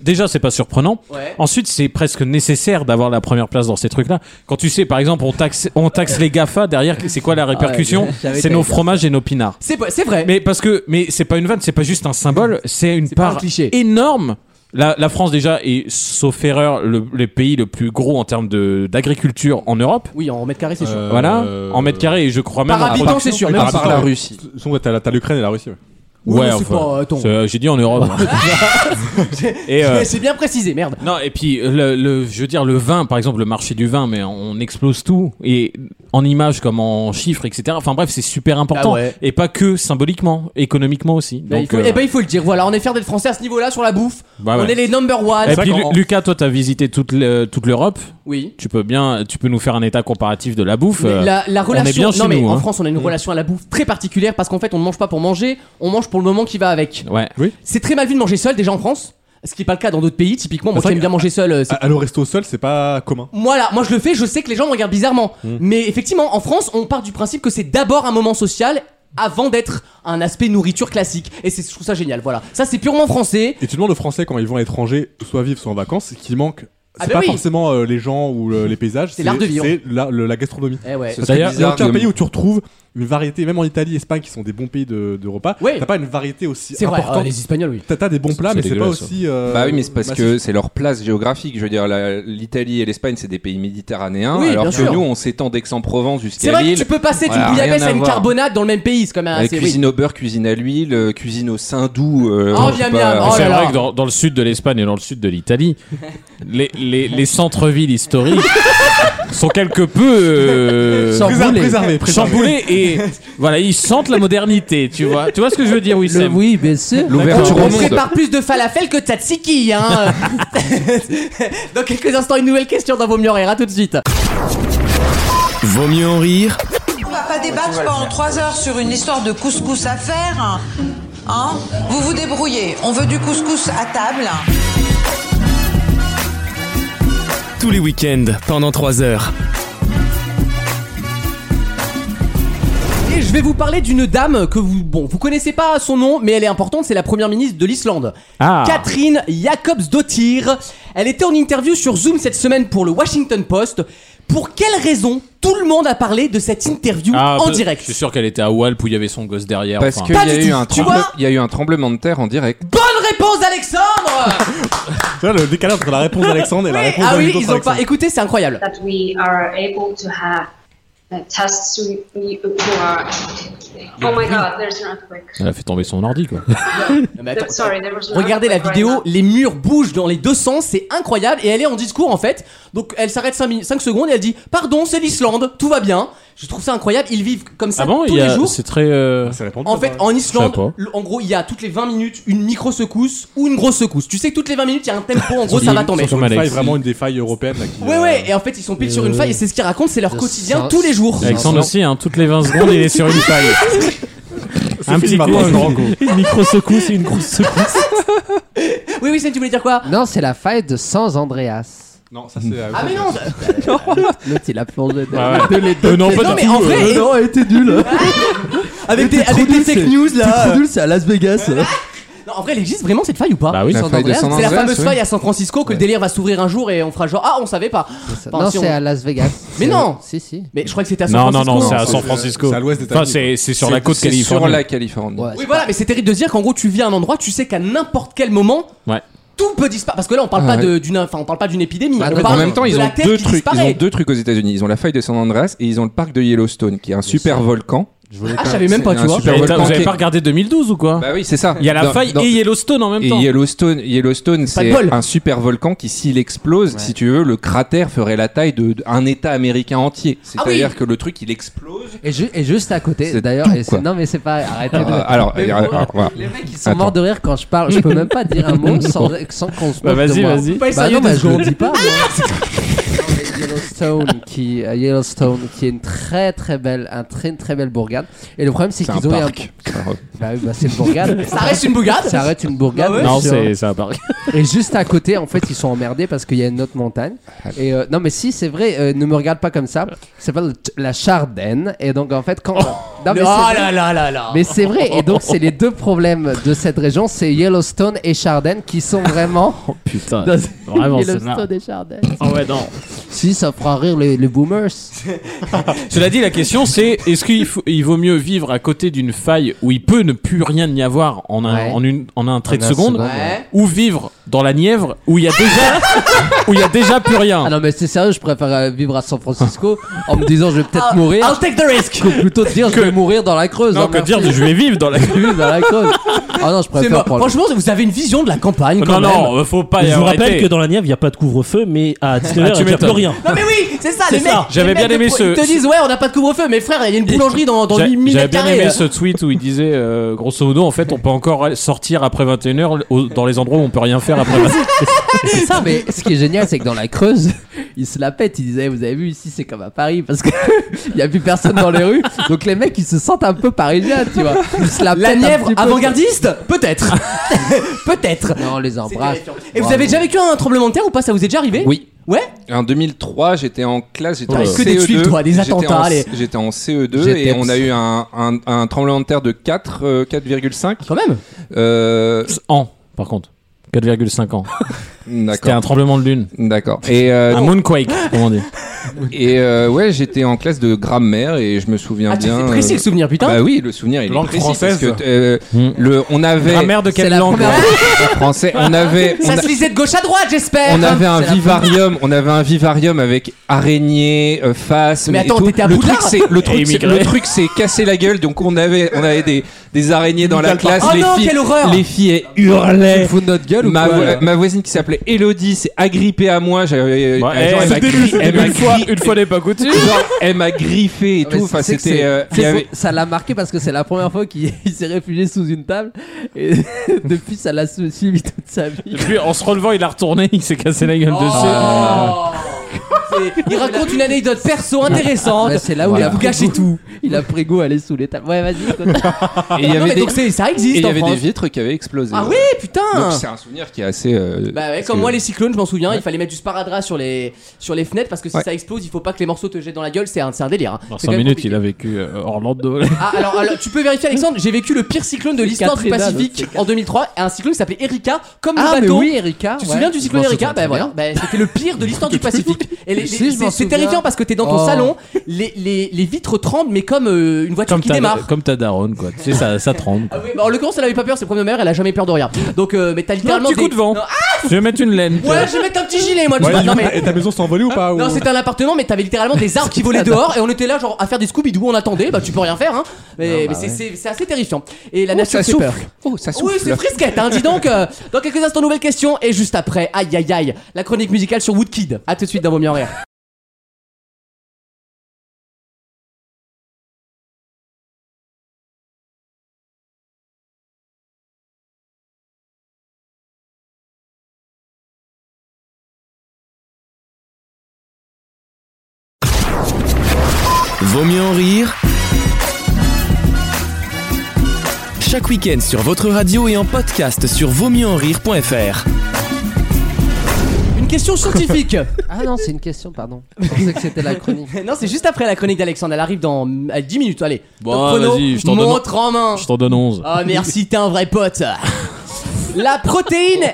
Déjà, c'est pas surprenant. Ouais. Ensuite, c'est presque nécessaire d'avoir la première place dans ces trucs-là. Quand tu sais, par exemple, on taxe, on taxe les GAFA, derrière, c'est quoi la répercussion ouais, j'avais C'est nos taillé ça. fromages et nos pinards. C'est pas- c'est vrai. Mais parce que, mais c'est pas une vanne, c'est pas juste un symbole, c'est une pas un part cliché. énorme. La, la France, déjà, est, sauf erreur, le, les pays le plus gros en termes de- d'agriculture en Europe. Oui, en mètre carré, c'est sûr. Euh, Voilà, en mètre carré, et je crois même Par en habitant, production. c'est sûr. Et Même par par rapport la à- Russie. de toute façon, T'as la- t'as l'Ukraine et la Russie. ouais. Oui, Ouais, mais c'est enfin, pas- attends. c'est- euh, j'ai dit en Europe. et euh, C'est bien précisé, merde. non, et puis euh, le, le- je veux dire le vin, par exemple, le marché du vin, mais on explose tout et en images comme en chiffres, etc. Enfin bref, c'est super important Ah ouais. et pas que symboliquement, économiquement aussi. Bah, Donc, il faut, euh, Eh ben, il faut le dire. Voilà, on est fier d'être français à ce niveau-là sur la bouffe. Bah ouais. On est les number one. et puis En- Lu- Lucas, toi, t'as visité toute le- toute l'Europe. Oui. Tu peux bien, tu peux nous faire un état comparatif de la bouffe. Mais euh, la, la relation, on est bien non chez mais nous. en hein. France, on a une relation à la bouffe très particulière parce qu'en fait, on ne mange pas pour manger, on mange pour le moment qui va avec. euh, Ouais. C'est très mal vu de manger seul déjà en France, ce qui n'est pas le cas dans d'autres pays. Typiquement, moi C'est qui vrai aime bien manger seul, euh, c'est- À- Ah. Aller au resto seul, c'est pas commun. moi là, moi je le fais, je sais que les gens me regardent bizarrement. Mm. Mais effectivement, en France, on part du principe que c'est d'abord un moment social avant d'être un aspect nourriture classique. Et c'est, je trouve ça génial. Voilà, ça c'est purement français. Et tu demandes aux Français quand ils vont à l'étranger, soit vivre, soit en vacances, ce qui manque. Ah C'est bah pas oui. forcément euh, les gens ou euh, les paysages, C'est l'art de vivre. C'est la, le- la gastronomie. Eh ouais. Ce Parce serait qu'il y a bizarre aucun de- pays où tu retrouves une variété, même en Italie, Espagne, qui sont des bons pays de, de repas, Oui. t'as pas une variété aussi C'est vrai, importante. ah, les Espagnols, oui. T'as- T'as des bons plats, C'est mais c'est pas dégueulasse, aussi. euh, Bah oui, mais c'est parce massif. que c'est leur place géographique. Je veux dire, la- l'Italie et l'Espagne, c'est des pays méditerranéens, Oui, Hein, alors bien que sûr. nous, on s'étend d'Aix-en-Provence C'est jusqu'à vrai Lille. que tu peux passer Voilà, d'une bouillabaisse rien à à une voir. carbonade dans le même pays, c'est quand même Euh, assez. oui. cuisine au beurre, cuisine à l'huile, euh, cuisine au Saint-Doux. euh, Oh, je sais miam, pas. miam, oh c'est là vrai là. que dans, dans le sud de l'Espagne et dans le sud de l'Italie, les, les, les centres-villes historiques, sont quelque peu euh, Chamboulés. Préservés, préservés. chamboulés et voilà, ils sentent la modernité, tu vois. Tu vois ce que je veux dire, Wissem Oui, bien sûr. L'ouverture au On monde. prépare plus de falafel que de tzatziki, hein. Dans quelques instants, une nouvelle question dans Vaut mieux en rire. À tout de suite. Vaut mieux en rire On va pas débattre pendant trois heures sur une histoire de couscous à faire. Hein vous vous débrouillez. On veut du couscous à table. tous les week-ends pendant 3 heures. Et je vais vous parler d'une dame que vous, bon, vous connaissez pas son nom, mais elle est importante, c'est la première ministre de l'Islande. Ah. Catherine Jacobsdottir. Elle était en interview sur Zoom cette semaine pour le Washington Post. Pour quelle raison tout le monde a parlé de cette interview Ah, en peu- direct Je suis sûr qu'elle était à Walp où il y avait son gosse derrière. Parce enfin. qu'il y, Pas a du eu tout, un tu tremble- vois il y a eu un tremblement de terre en direct. Ah, Bonne réponse d'Alexandre Tu vois, le décalage entre la réponse d'Alexandre et la réponse Ah de oui, Nico ils sur ont pas. Alexandre. Écoutez, c'est incroyable. that we are able to have uh, tests we, we, who are. Oh my god, there's an earthquake. Elle a fait tomber son ordi, quoi. mais attends. Sorry, there was an Regardez la earthquake right vidéo, les murs bougent dans les deux sens, c'est incroyable. Et elle est en discours en fait. Donc elle s'arrête 5, secondes et elle dit Pardon, c'est l'Islande, tout va bien. Je trouve ça incroyable. Ils vivent comme ça Ah bon, tous il y les a- jours. c'est très. euh, En fait, en Je sais Islande, pas. le- en gros, il y a toutes les 20 minutes une micro secousse ou une grosse secousse. Tu sais que toutes les 20 minutes, il y a un tempo, en gros, ça va tomber. Sur une faille, vraiment une des failles européennes. là, qui, Ouais, euh, ouais, et en fait, ils sont pile sur une Euh, faille et c'est ce qu'ils racontent, c'est leur quotidien ça- tous les jours. Alexandre aussi, hein, toutes les 20 secondes, il est sur une faille. Un petit coup, euh, un grand coup. Une micro-secousse et une grosse secousse. Oui, oui, Sam, tu voulais dire quoi Non, c'est la faille de Sans Andreas. Non, ça c'est. Ah, mais non L'autre, il a plongé dans Ah ouais. de les deux. Euh, non, pas Non, du mais tout, en euh, vrai, non, elle était nulle. hein. avec des, avec des fake news là. C'est trop nul, c'est à Las Vegas. hein. Non, en vrai, elle existe vraiment cette faille ou pas Bah oui. La San faille de Andreas. San C'est la Andreas, fameuse oui. faille à San Francisco que le délire va s'ouvrir un jour et on fera genre ah on savait pas. Enfin, Non, si on- c'est à Las Vegas. Mais C'est- non. Si, si. Mais je crois que c'était à San Non, non, Francisco. hein. non, c'est à San Francisco. c'est à l'ouest des Enfin, États-Unis. c'est c'est sur la côte C'est californienne. Sur la Californie. Oui voilà, mais c'est terrible de se dire qu'en gros tu vis à un endroit, tu sais qu'à n'importe quel moment Ouais. tout peut disparaître. Parce que là on parle Ah pas ouais. Ah, de- d'une, enfin on parle pas d'une épidémie. on en parle même temps, de ils la ont Terre deux qui trucs. Ils disparaît. ont deux trucs aux États-Unis. Ils ont la faille de San Andreas et ils ont le parc de Yellowstone, qui est un super volcan. Ah je savais même pas, C'est tu un vois. super Mais t'as- volcan Vous qui avez est- pas regardé 2012 ou quoi Bah oui, c'est ça. Il y a la Dans- faille dans- et Yellowstone en même Et temps. Yellowstone, Yellowstone, Pas de c'est bol. un super volcan qui, s'il explose, si tu veux, le cratère ferait la taille d'un État américain entier. C'est-à-dire que le truc, il explose. bah. Et, ju- et juste à côté, C'est d'ailleurs. tout, et c'est- quoi. Non, mais c'est pas. Arrêtez de. Ah, alors, Mais alors, bon, alors, voilà. Les mecs, ils sont Attends. morts de rire quand je parle. Je peux même pas dire un mot sans, sans qu'on se moque Bah, vas-y, de moi. vas-y. Pas Bah sérieux Ah, non, deux bah, je vous secondes. dis pas. moi. Non, mais Yellowstone qui, euh, Yellowstone qui est une très très belle, un très très belle bourgade. Et le problème c'est C'est un qu'ils ont eu parc. un. Bah oui, bah, c'est une bourgade. Ça reste une bourgade. Ça reste une bourgade. Bah ouais. bien Non, sûr. c'est ça parc. Et juste à côté, en fait, ils sont emmerdés parce qu'il y a une autre montagne. Et euh, non, mais si, c'est vrai, euh, ne me regarde pas comme ça. Ça s'appelle la Chardenne. Et donc, en fait, quand. Non, Ah, mais Oh c'est vrai. là là là là. Mais c'est vrai, et donc c'est les deux problèmes de cette région, c'est Yellowstone et Chardenne qui sont vraiment. Putain, Dans- vraiment, Ah c'est marrant. Yellowstone et Chardenne. Ah ouais, non. Si, ça fera rire les, les boomers. Cela dit, la question c'est est-ce qu'il faut- il vaut mieux vivre à côté d'une faille où il peut ne plus rien y avoir en un, Ouais. en une, en un trait En de un seconde, second, ouais. ou vivre dans la Nièvre où il y a déjà où il y a déjà plus rien Ah non, mais c'est sérieux, je préfère euh, vivre à San Francisco en me disant je vais peut-être I'll mourir take the risk. que plutôt de dire je Que- vais mourir dans la Creuse. Non, hein, que merci. dire je vais vivre dans la Je vais vivre dans la Creuse. Ah non, je C'est préfère mort. prendre. Franchement, vous avez une vision de la campagne Non quand même. non, faut pas y Je vous rappelle arrêter. que dans la Nièvre, il n'y a pas de couvre-feu, mais à 19h, Ah, tu il n'y a plus m'étonnes. rien. Non mais oui, c'est ça, C'est les mecs. ça. les J'avais mecs bien de aimé pro- ce- Ils te disent ouais, on n'a pas de couvre-feu, mais frère, il y a une boulangerie dans dans J'a- 8 000 J'avais mètres bien carrés. hein. aimé ce tweet où il disait euh, grosso modo en fait on peut encore sortir après 21h au- dans les endroits où on peut rien faire après 21h. C'est ça, mais ce qui est génial, c'est que dans la Creuse, ils se la pètent. Ils disaient, vous avez vu, ici, c'est comme à Paris, parce que il n'y a plus personne dans les rues. Donc les mecs, ils se sentent un peu parisiens, tu vois. Ils se la, La pètent un Nièvre petit peu. avant-gardiste Peut-être. Peut-être. Non, on les embrasse. Et vous Bravo. avez déjà vécu un tremblement de terre ou pas Ça vous est déjà arrivé Oui. Ouais En 2003, j'étais en classe, j'étais Ouais. en Que des CE2, tuiles, toi, des j'étais en- attentats, les- J'étais en CE2 J'étais et on a psy. eu un, un- un tremblement de terre de 4, euh, 4,5. Quand même Euh, ans par contre. 4,5 ans. C'était un Ah D'accord. tremblement de lune. D'accord. Et, euh, Un moonquake, comme on dit. et euh, ouais, j'étais en classe de grammaire et je me souviens Ah, tu bien. c'est précis euh, le souvenir, putain. Bah oui, le souvenir il Langue est précis parce française. que, euh, Mm. le on avait Grammaire de C'est quelle la langue première ouais en français, on avait on, Ça a- se lisait de gauche à droite, j'espère. on avait un C'est la vivarium, on avait un vivarium avec araignée, euh, face, Mais et attends, tout. t'étais à le Poudlard truc c'est le Et truc c'est immigré. le truc c'est casser la gueule donc on avait on avait des des araignées dans la classe, Oh les non, filles quelle horreur les filles elles Tu hurlaient. te fous de notre gueule ou Ma, quoi vo- là ma voisine qui s'appelait Elodie s'est agrippée à moi, j'avais euh, Ouais, eh, elle m'a c'était gri- nul, c'était elle m'a nul. fois- une fois n'est pas coutume. Genre, elle m'a griffé et Ah, Mais tout. Enfin, c'est que c'était. c'est- euh, il c'est y faux. avait- Ça l'a marqué parce que c'est la première fois qu'il il s'est réfugié sous une table et depuis ça l'a su- suivi toute sa vie. Et puis en se relevant, il a retourné, il s'est cassé la gueule dessus. Ah. Ah. Ah. C'est- Il raconte une anecdote perso intéressante. Ouais, c'est là où il a vous pris gâchez goût. Ah, tout. Il a pris goût à aller sous les tables. Ouais, vas-y. continue. Et il y Non, avait mais des- donc c'est- ça existe et Il y en avait des France. vitres qui avaient explosé. Ah oui, putain Donc c'est un souvenir qui est assez. euh, Bah ouais, parce comme que- moi les cyclones, je m'en souviens, il fallait mettre du sparadrap sur les sur les fenêtres parce que si ça explose, il faut pas que les morceaux te jettent dans la gueule, c'est un, c'est un délire. hein. Dans C'est 5 quand même minutes, il a vécu euh, Orlando. Ah, alors, alors, tu peux vérifier, Alexandre. J'ai vécu le pire cyclone de l'histoire du Katrina, Pacifique en 2003. Un cyclone qui s'appelait Erika, comme Ah, le mais bateau. oui, Erika, Tu te ouais. souviens du Je cyclone m'en Erika souviens Bah très voilà, bien. Bah, c'était le pire de l'histoire du Pacifique. Et les- Si, les- je m'en c'est c'est souviens. terrifiant parce que t'es dans ton Oh. salon, les, les, les vitres tremblent, mais comme euh, une voiture Comme qui ta- démarre. Comme ta daronne, quoi. Tu sais, ça, ça tremble. Ah oui, bah, en l'occurrence, elle avait pas peur, c'est le premier mère, elle a jamais peur de rien. Donc, euh, mais t'as littéralement. petit coup de vent. Non, Je vais mettre une laine. Ouais, je vais mettre un petit gilet, moi. tu Ouais, vois. du Non, coup, mais- Ah, Et ta maison s'est envolée ou pas ou- Non, c'était un appartement, mais t'avais littéralement des arbres qui volaient dehors et on était là, genre à faire des Scooby-Doo, on attendait, bah tu peux rien faire, hein. Mais, bah mais c'est- ouais. c'est c'est assez terrifiant. Et la Oh, nature ça fait souffle. peur. Oh, ça Oui, souffle. c'est frisquette, hein, dis donc. euh, dans quelques instants, nouvelle question et juste après, aïe aïe aïe, la chronique musicale sur Woodkid. À tout de suite dans Vos Mieux en Rire. Vaut mieux en rire. Chaque week-end sur votre radio et en podcast sur vaumieuxenrire.fr. Une question scientifique. Ah non, c'est une question, pardon. Je pensais que c'était la chronique. non, c'est juste après la chronique d'Alexandre, elle arrive dans à 10 minutes, allez. Bon, Top chrono, vas-y, je t'en donne- montre en main. Je t'en donne 11. Oh merci, t'es un vrai pote. La protéine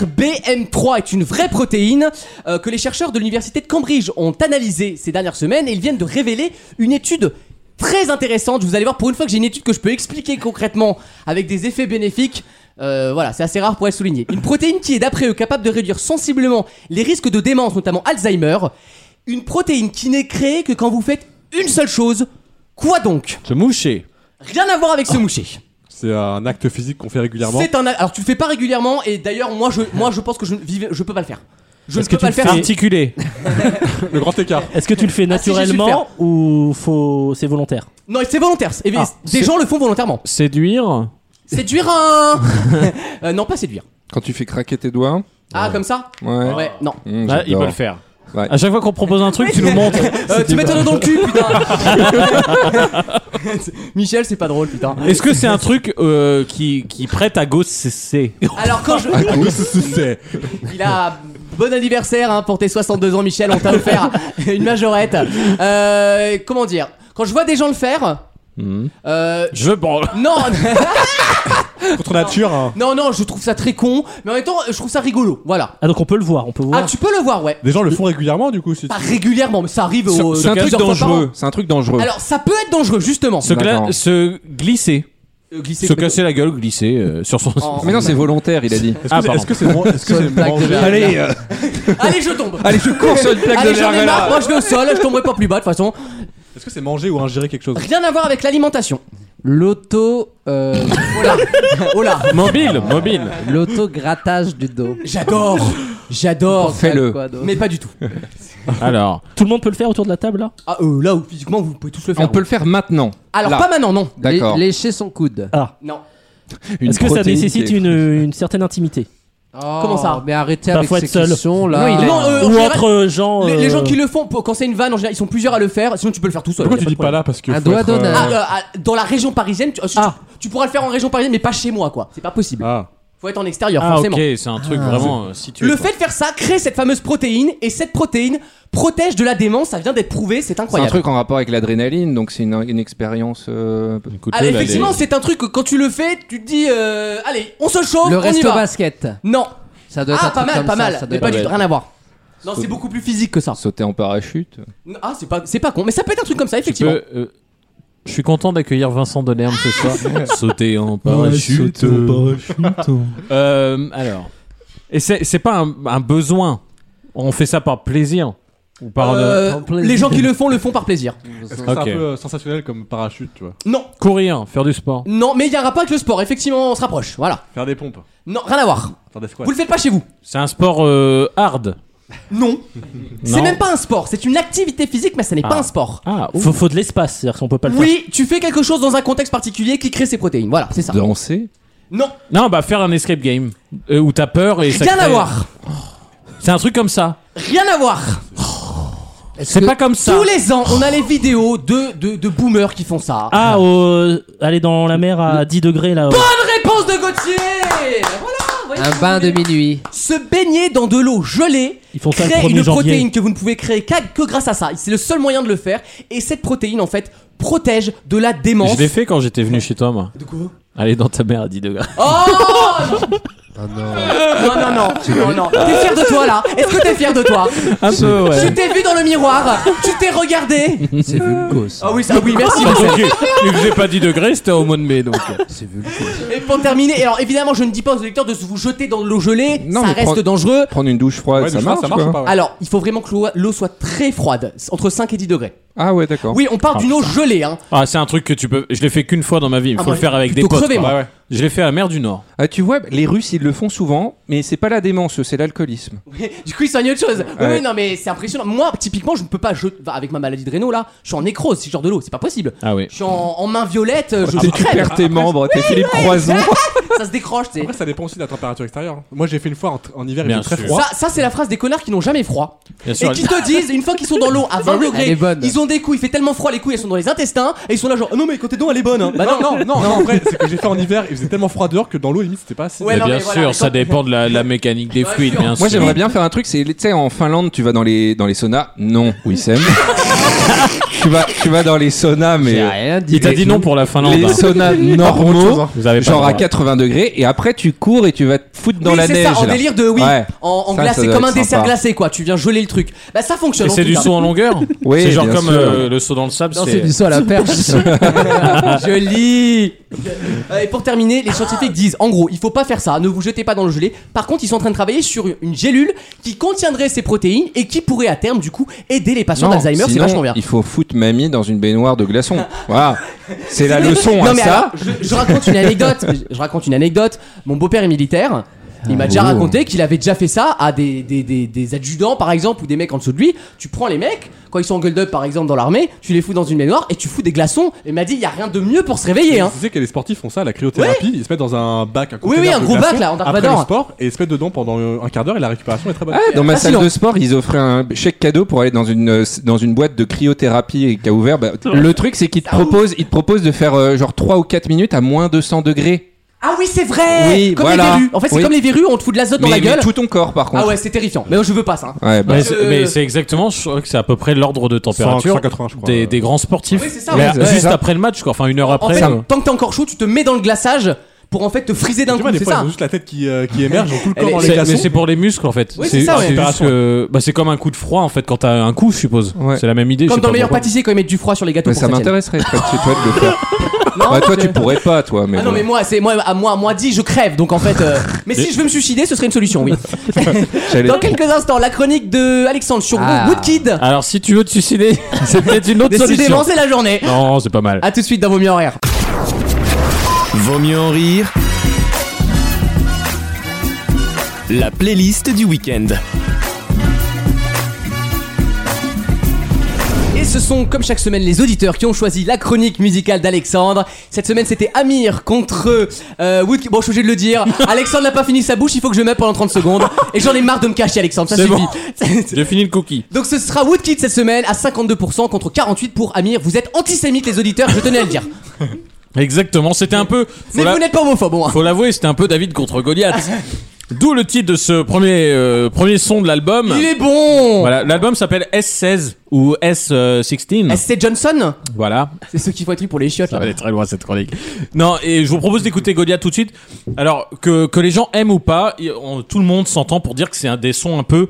RBM3 est une vraie protéine euh, que les chercheurs de l'université de Cambridge ont analysée ces dernières semaines et ils viennent de révéler une étude très intéressante. Vous allez voir, pour une fois que j'ai une étude que je peux expliquer concrètement avec des effets bénéfiques. euh, voilà, c'est assez rare pour être souligné. Une protéine qui est d'après eux capable de réduire sensiblement les risques de démence, notamment Alzheimer. Une protéine qui n'est créée que quand vous faites une seule chose. Quoi donc Se moucher. Rien à voir avec se moucher. C'est un acte physique qu'on fait régulièrement. C'est un. Alors tu le fais pas régulièrement et d'ailleurs moi je moi je pense que je ne vivais- je peux pas le faire. Je ne peux pas le faire. articulé Le grand écart. Est-ce que tu le fais Ah, si, j'ai su le naturellement ou faut c'est volontaire Non, c'est volontaire. Et- Ah, des c'est- gens le font volontairement. Séduire. Séduire un. Euh, non, pas séduire. Quand tu fais craquer tes doigts. Ah, comme ça Ouais. Ouais, non. Mmh, Ah, il j'adore. peut le faire. Ouais. À chaque fois qu'on propose un truc, tu nous montres. Euh, tu mets ton doigt dans le cul, putain. Michel, c'est pas drôle, putain. Est-ce que c'est un truc euh, qui, qui prête à gosser Alors quand je. Ah, c'est. Il a bon anniversaire hein, pour tes 62 ans, Michel. On t'a offert une majorette. Euh, comment dire Quand je vois des gens le faire. euh, Je branle. Non. Contre nature. hein. Non, non, je trouve ça très con, mais en même temps, je trouve ça rigolo. Voilà. Ah donc on peut le voir, on peut voir. Ah, tu peux le voir, ouais. Des gens le font régulièrement du coup. si tu- Pas régulièrement, mais ça arrive C'est- au. C'est un truc plusieurs fois par an. dangereux. C'est un truc dangereux. Alors, ça peut être dangereux, justement. se, gla- D'accord. se glisser. Euh, glisser Se comme- casser la gueule, glisser euh, sur son. En- Oh, Mais non, c'est volontaire, il a dit. Ah, Est-ce que c'est- est-ce que c'est bon Est-ce que Sur c'est une plaque de manger- verre. Allez, euh, Allez, je tombe. allez, je cours sur une plaque Allez, de j'en ai verre, marre. là. Moi, je vais au sol, je tomberai pas plus bas, de toute façon. Est-ce que c'est manger ou ingérer quelque chose Rien à voir avec l'alimentation. L'auto. euh, Oh là. Oh là. Mobile, mobile. euh. L'auto-grattage du dos. J'adore. J'adore. Fais-le. Quoi d'autre Mais pas du tout. Alors, Ah, Tout le monde peut le faire autour de la table là Ah, euh, là où physiquement, vous pouvez tous le faire. On peut le faire maintenant. Alors, Là. pas maintenant, non. D'accord. Lé- Lécher son coude. Ah. Non. Une Est-ce que ça protéine qui nécessite est- une, une certaine intimité Comment ça Oh, Mais arrêtez Bah, avec faut ces être seul. questions là. Non, il est- Non, euh, en Ou général, entre euh, gens. Les, les euh, gens qui le font, pour- quand c'est une vanne, en général, ils sont plusieurs à le faire, sinon tu peux le faire tout seul. Pourquoi Y a tu pas dis de problème. pas là Parce que. Un faut doigt être, euh, d'honneur. Ah, euh, ah, dans la région parisienne, tu, ah, tu- tu pourras le faire en région parisienne, mais pas chez moi, quoi. C'est pas possible. Ah. Faut être en extérieur, ah ok, forcément. c'est un truc vraiment euh, situé. Le quoi. fait de faire ça crée cette fameuse protéine, et cette protéine protège de la démence, ça vient d'être prouvé, c'est C'est un incroyable. truc en rapport avec l'adrénaline, donc c'est une, une expérience. euh, Écoute, Ah, là, effectivement, les- c'est un truc que quand tu le fais, tu te dis, euh, allez, on se chauffe, Le on y resto va. basket. Non. Ça doit être Ah, un pas truc mal, comme pas ça, mal, ça doit mais être- pas Ouais. du tout, rien à voir. Non, Saut- c'est beaucoup plus physique que ça. Sauter en parachute. Ah, c'est pas, c'est pas con, mais ça peut être un truc comme ça, tu effectivement. peux, euh, Je suis content d'accueillir Vincent Delerme ce soir. Sauter en parachute. Euh, alors. Et c'est c'est pas un, un besoin. On fait ça par plaisir. Ou par. Euh, par plaisir. les gens qui le font le font par plaisir. Est-ce que c'est Ok. un peu euh, sensationnel comme parachute, tu vois Non, Courir, faire du sport. non, mais il y aura pas que le sport. Effectivement, on se rapproche. Voilà. Faire des pompes, Non, rien à voir. faire des squats. Vous le faites pas chez vous. C'est un sport euh, hard. Non. C'est Non. même pas un sport, c'est une activité physique, mais ce n'est pas un sport. Ah, faut, faut de l'espace, c'est-à-dire qu'on peut pas le faire. Oui, tu fais quelque chose dans un contexte particulier qui crée ses protéines. Voilà, c'est ça. Danser Non. Non, bah faire un escape game euh, où t'as peur et ça Rien à crée- voir. C'est un truc comme ça. Rien à voir. C'est pas comme ça. Tous les ans, on a les vidéos de, de, de boomers qui font ça. Ah, euh, aller dans la mer à 10 degrés là. Bonne réponse de Gauthier Voilà Un bain de minuit. Se baigner dans de l'eau gelée Ils font ça le crée 1er une janvier. protéine que vous ne pouvez créer qu'à- que grâce à ça. C'est le seul moyen de le faire. Et cette protéine, en fait, protège de la démence. Je l'ai fait quand j'étais venu chez toi, moi. De quoi Aller dans ta mère à 10 degrés. Oh non Non, non, non, non, non. T'es fier de toi là Est-ce que t'es fier de toi Un peu, ouais. Tu t'es vu dans le miroir Tu t'es regardé C'est vulgos. Ah oui, ça, oui, merci. Parce Marcel. que il faisait pas 10 degrés, c'était au mois de mai donc. C'est Et pour terminer, alors évidemment, je ne dis pas aux lecteurs de vous jeter dans de l'eau gelée, ça mais reste prendre- dangereux. Prendre une douche froide, ça, marche, quoi. Alors, il faut vraiment que l'eau- l'eau soit très froide, entre 5 et 10 degrés. Ah ouais, d'accord. Oui, on parle d'une eau gelée, hein. Ah, c'est un truc que tu peux. Je l'ai fait qu'une fois dans ma vie. Il Ah, faut moi, le faire avec des plutôt potes. crever, quoi. moi. Ouais, ouais. Je l'ai fait à Mer du Nord. Ah, tu vois, les Russes, ils le font souvent, mais c'est pas la démence, c'est l'alcoolisme. Du coup, il soigne autre chose. Oui, Ouais. oui, non, mais c'est impressionnant. Moi, typiquement, je ne peux pas jeter. enfin, avec ma maladie de réno là, je suis en nécrose, si je sors de l'eau, c'est pas possible. Ah oui. Je suis en, en main violette, euh, je Tu- tu crève. perds tes membres, t'es Philippe Croison. Ça se décroche, tu sais. Après, ça dépend aussi de la température extérieure. hein. Moi, j'ai fait une fois en, en hiver, il Bien fait très sûr. froid. Ça, ça, c'est la phrase des connards qui n'ont jamais froid. Bien et sûr, qui elle- te disent, une fois qu'ils sont dans l'eau à 20 Elle est degrés, bonne. ils ont des couilles, il fait tellement froid, les couilles elles sont dans les intestins, et ils sont là genre, Ah non mais côté d'eau elle est bonne. hein. Bah non, non, non, non, en vrai, c'est que j'ai fait en hiver, il faisait tellement froid dehors que dans l'eau, limite, c'était pas assez. Ouais, Mais bien sûr, ça dépend de la, la mécanique des fluides, bien sûr. Moi, j'aimerais bien faire un truc, c'est, tu sais, en Finlande, tu vas dans les, dans les saunas. Non, Wissem. tu, vas, tu vas dans les saunas, mais. Il t'a dit non pour la Finlande. Les hein. saunas Autre chose, normaux, hein. Vous avez pas le genre à droit. 80 degrés, et après, tu cours et tu vas te foutre dans Oui, la c'est neige. ça, en là. délire de oui, Ouais. en, en Ça, glace, ça c'est doit comme un être dessert sympa. glacé quoi, tu viens geler le truc. Bah ça fonctionne. Et en c'est tout du cas. saut en longueur Oui, C'est genre bien comme sûr. euh, le saut dans le sable. Non, c'est du saut à la perche. Joli Euh, Et pour terminer, les scientifiques disent en gros, il faut pas faire ça, ne vous jetez pas dans le gelé. Par contre, ils sont en train de travailler sur une- une gélule qui contiendrait ces protéines et qui pourrait à terme du coup aider les patients Non, d'Alzheimer, c'est sinon, vachement bien. Il faut foutre mamie dans une baignoire de glaçons. Voilà. C'est la leçon non, à mais ça. alors, je, je raconte une anecdote. Je raconte une anecdote. Mon beau-père est militaire. Il m'a déjà Oh. raconté qu'il avait déjà fait ça à des, des, des, des adjudants, par exemple, ou des mecs en dessous de lui. Tu prends les mecs, quand ils sont en gueule-up, par exemple, dans l'armée, tu les fous dans une baignoire et tu fous des glaçons. Et il m'a dit, il y a rien de mieux pour se réveiller. Hein. Tu sais que les sportifs font ça, la cryothérapie, ils se mettent dans un bac, un Oui, oui, container un de gros glaçons, bac, là, en Dark après Vador. le sport, et ils se mettent dedans pendant euh, un quart d'heure et la récupération est très bonne. Ah, dans ma salle de sport, ils offraient un chèque cadeau pour aller dans une, euh, dans une boîte de cryothérapie et qui a ouvert. Bah, le truc, c'est qu'ils te proposent, ils te proposent de faire euh, genre 3 ou 4 minutes à moins 200 degrés. Ah oui, c'est vrai Oui, Comme voilà. les verrues. En fait, c'est Oui. comme les verrues, on te fout de l'azote dans Mais- la mais gueule. tout ton corps, par contre. Ah ouais, c'est terrifiant. Mais moi, je veux pas ça. hein. Ouais, bah. Mais Parce c'est- que- mais c'est exactement, je crois que c'est à peu près l'ordre de température 180, je crois. des, des grands sportifs. Oui, c'est ça, Mais ouais. Juste Ouais. après le match, quoi. Enfin, une heure En après. fait, euh, tant que t'es encore chaud, tu te mets dans le glaçage pour en fait te friser d'un Tu coup, vois, des c'est fois, ils ça ont juste la tête qui, euh, qui émerge, ils ont tout le Elle corps est- dans les c'est- glaçons. mais c'est pour les muscles en fait. Oui, c'est ça, ouais. juste que- bah, c'est comme un coup de froid en fait quand t'as un coup, je suppose. C'est la même idée. je Comme sais dans pas le meilleur pourquoi. pâtissier quand ils mettent du froid sur les gâteaux. Mais pour ça que tienne. m'intéresserait toi, tu- toi, de le faire. Non, Bah, toi, je- tu pourrais pas, toi. Mais Ah non bon. mais moi c'est moi à moi à moi dit je crève donc en fait euh, mais si je veux me suicider ce serait une solution oui. J'allais- Dans quelques instants la chronique de Alexandre sur Ah. Woodkid. Alors si tu veux te suicider, c'est peut-être une autre Décidément solution. c'est Ah, la journée. Non, c'est pas mal. À tout de suite dans vos mieux horaires. Vaut mieux en rire. La playlist du week-end. Et ce sont comme chaque semaine les auditeurs qui ont choisi la chronique musicale d'Alexandre. Cette semaine c'était Amir contre euh, Woodkid. Bon je suis obligé de le dire. Alexandre n'a pas fini sa bouche il faut que je mette pendant 30 secondes et j'en ai marre de me cacher Alexandre ça C'est suffit. bon. J'ai fini le cookie. Donc ce sera Woodkid cette semaine à 52% contre 48 pour Amir. Vous êtes antisémite les auditeurs je tenais à le dire. Exactement, c'était un peu. Mais vous n'êtes pas homophobe, moi. Faut l'avouer, c'était un peu David contre Goliath. D'où le titre de ce premier, euh, premier son de l'album. Il est bon Voilà, l'album s'appelle S16 ou S16. S.C. Eh, Johnson Voilà. C'est ceux qui font être pour les chiottes. Ça va aller très loin cette chronique. Non, et je vous propose d'écouter Goliath tout de suite. Alors, que, que les gens aiment ou pas, y- on- tout le monde s'entend pour dire que c'est un des sons un peu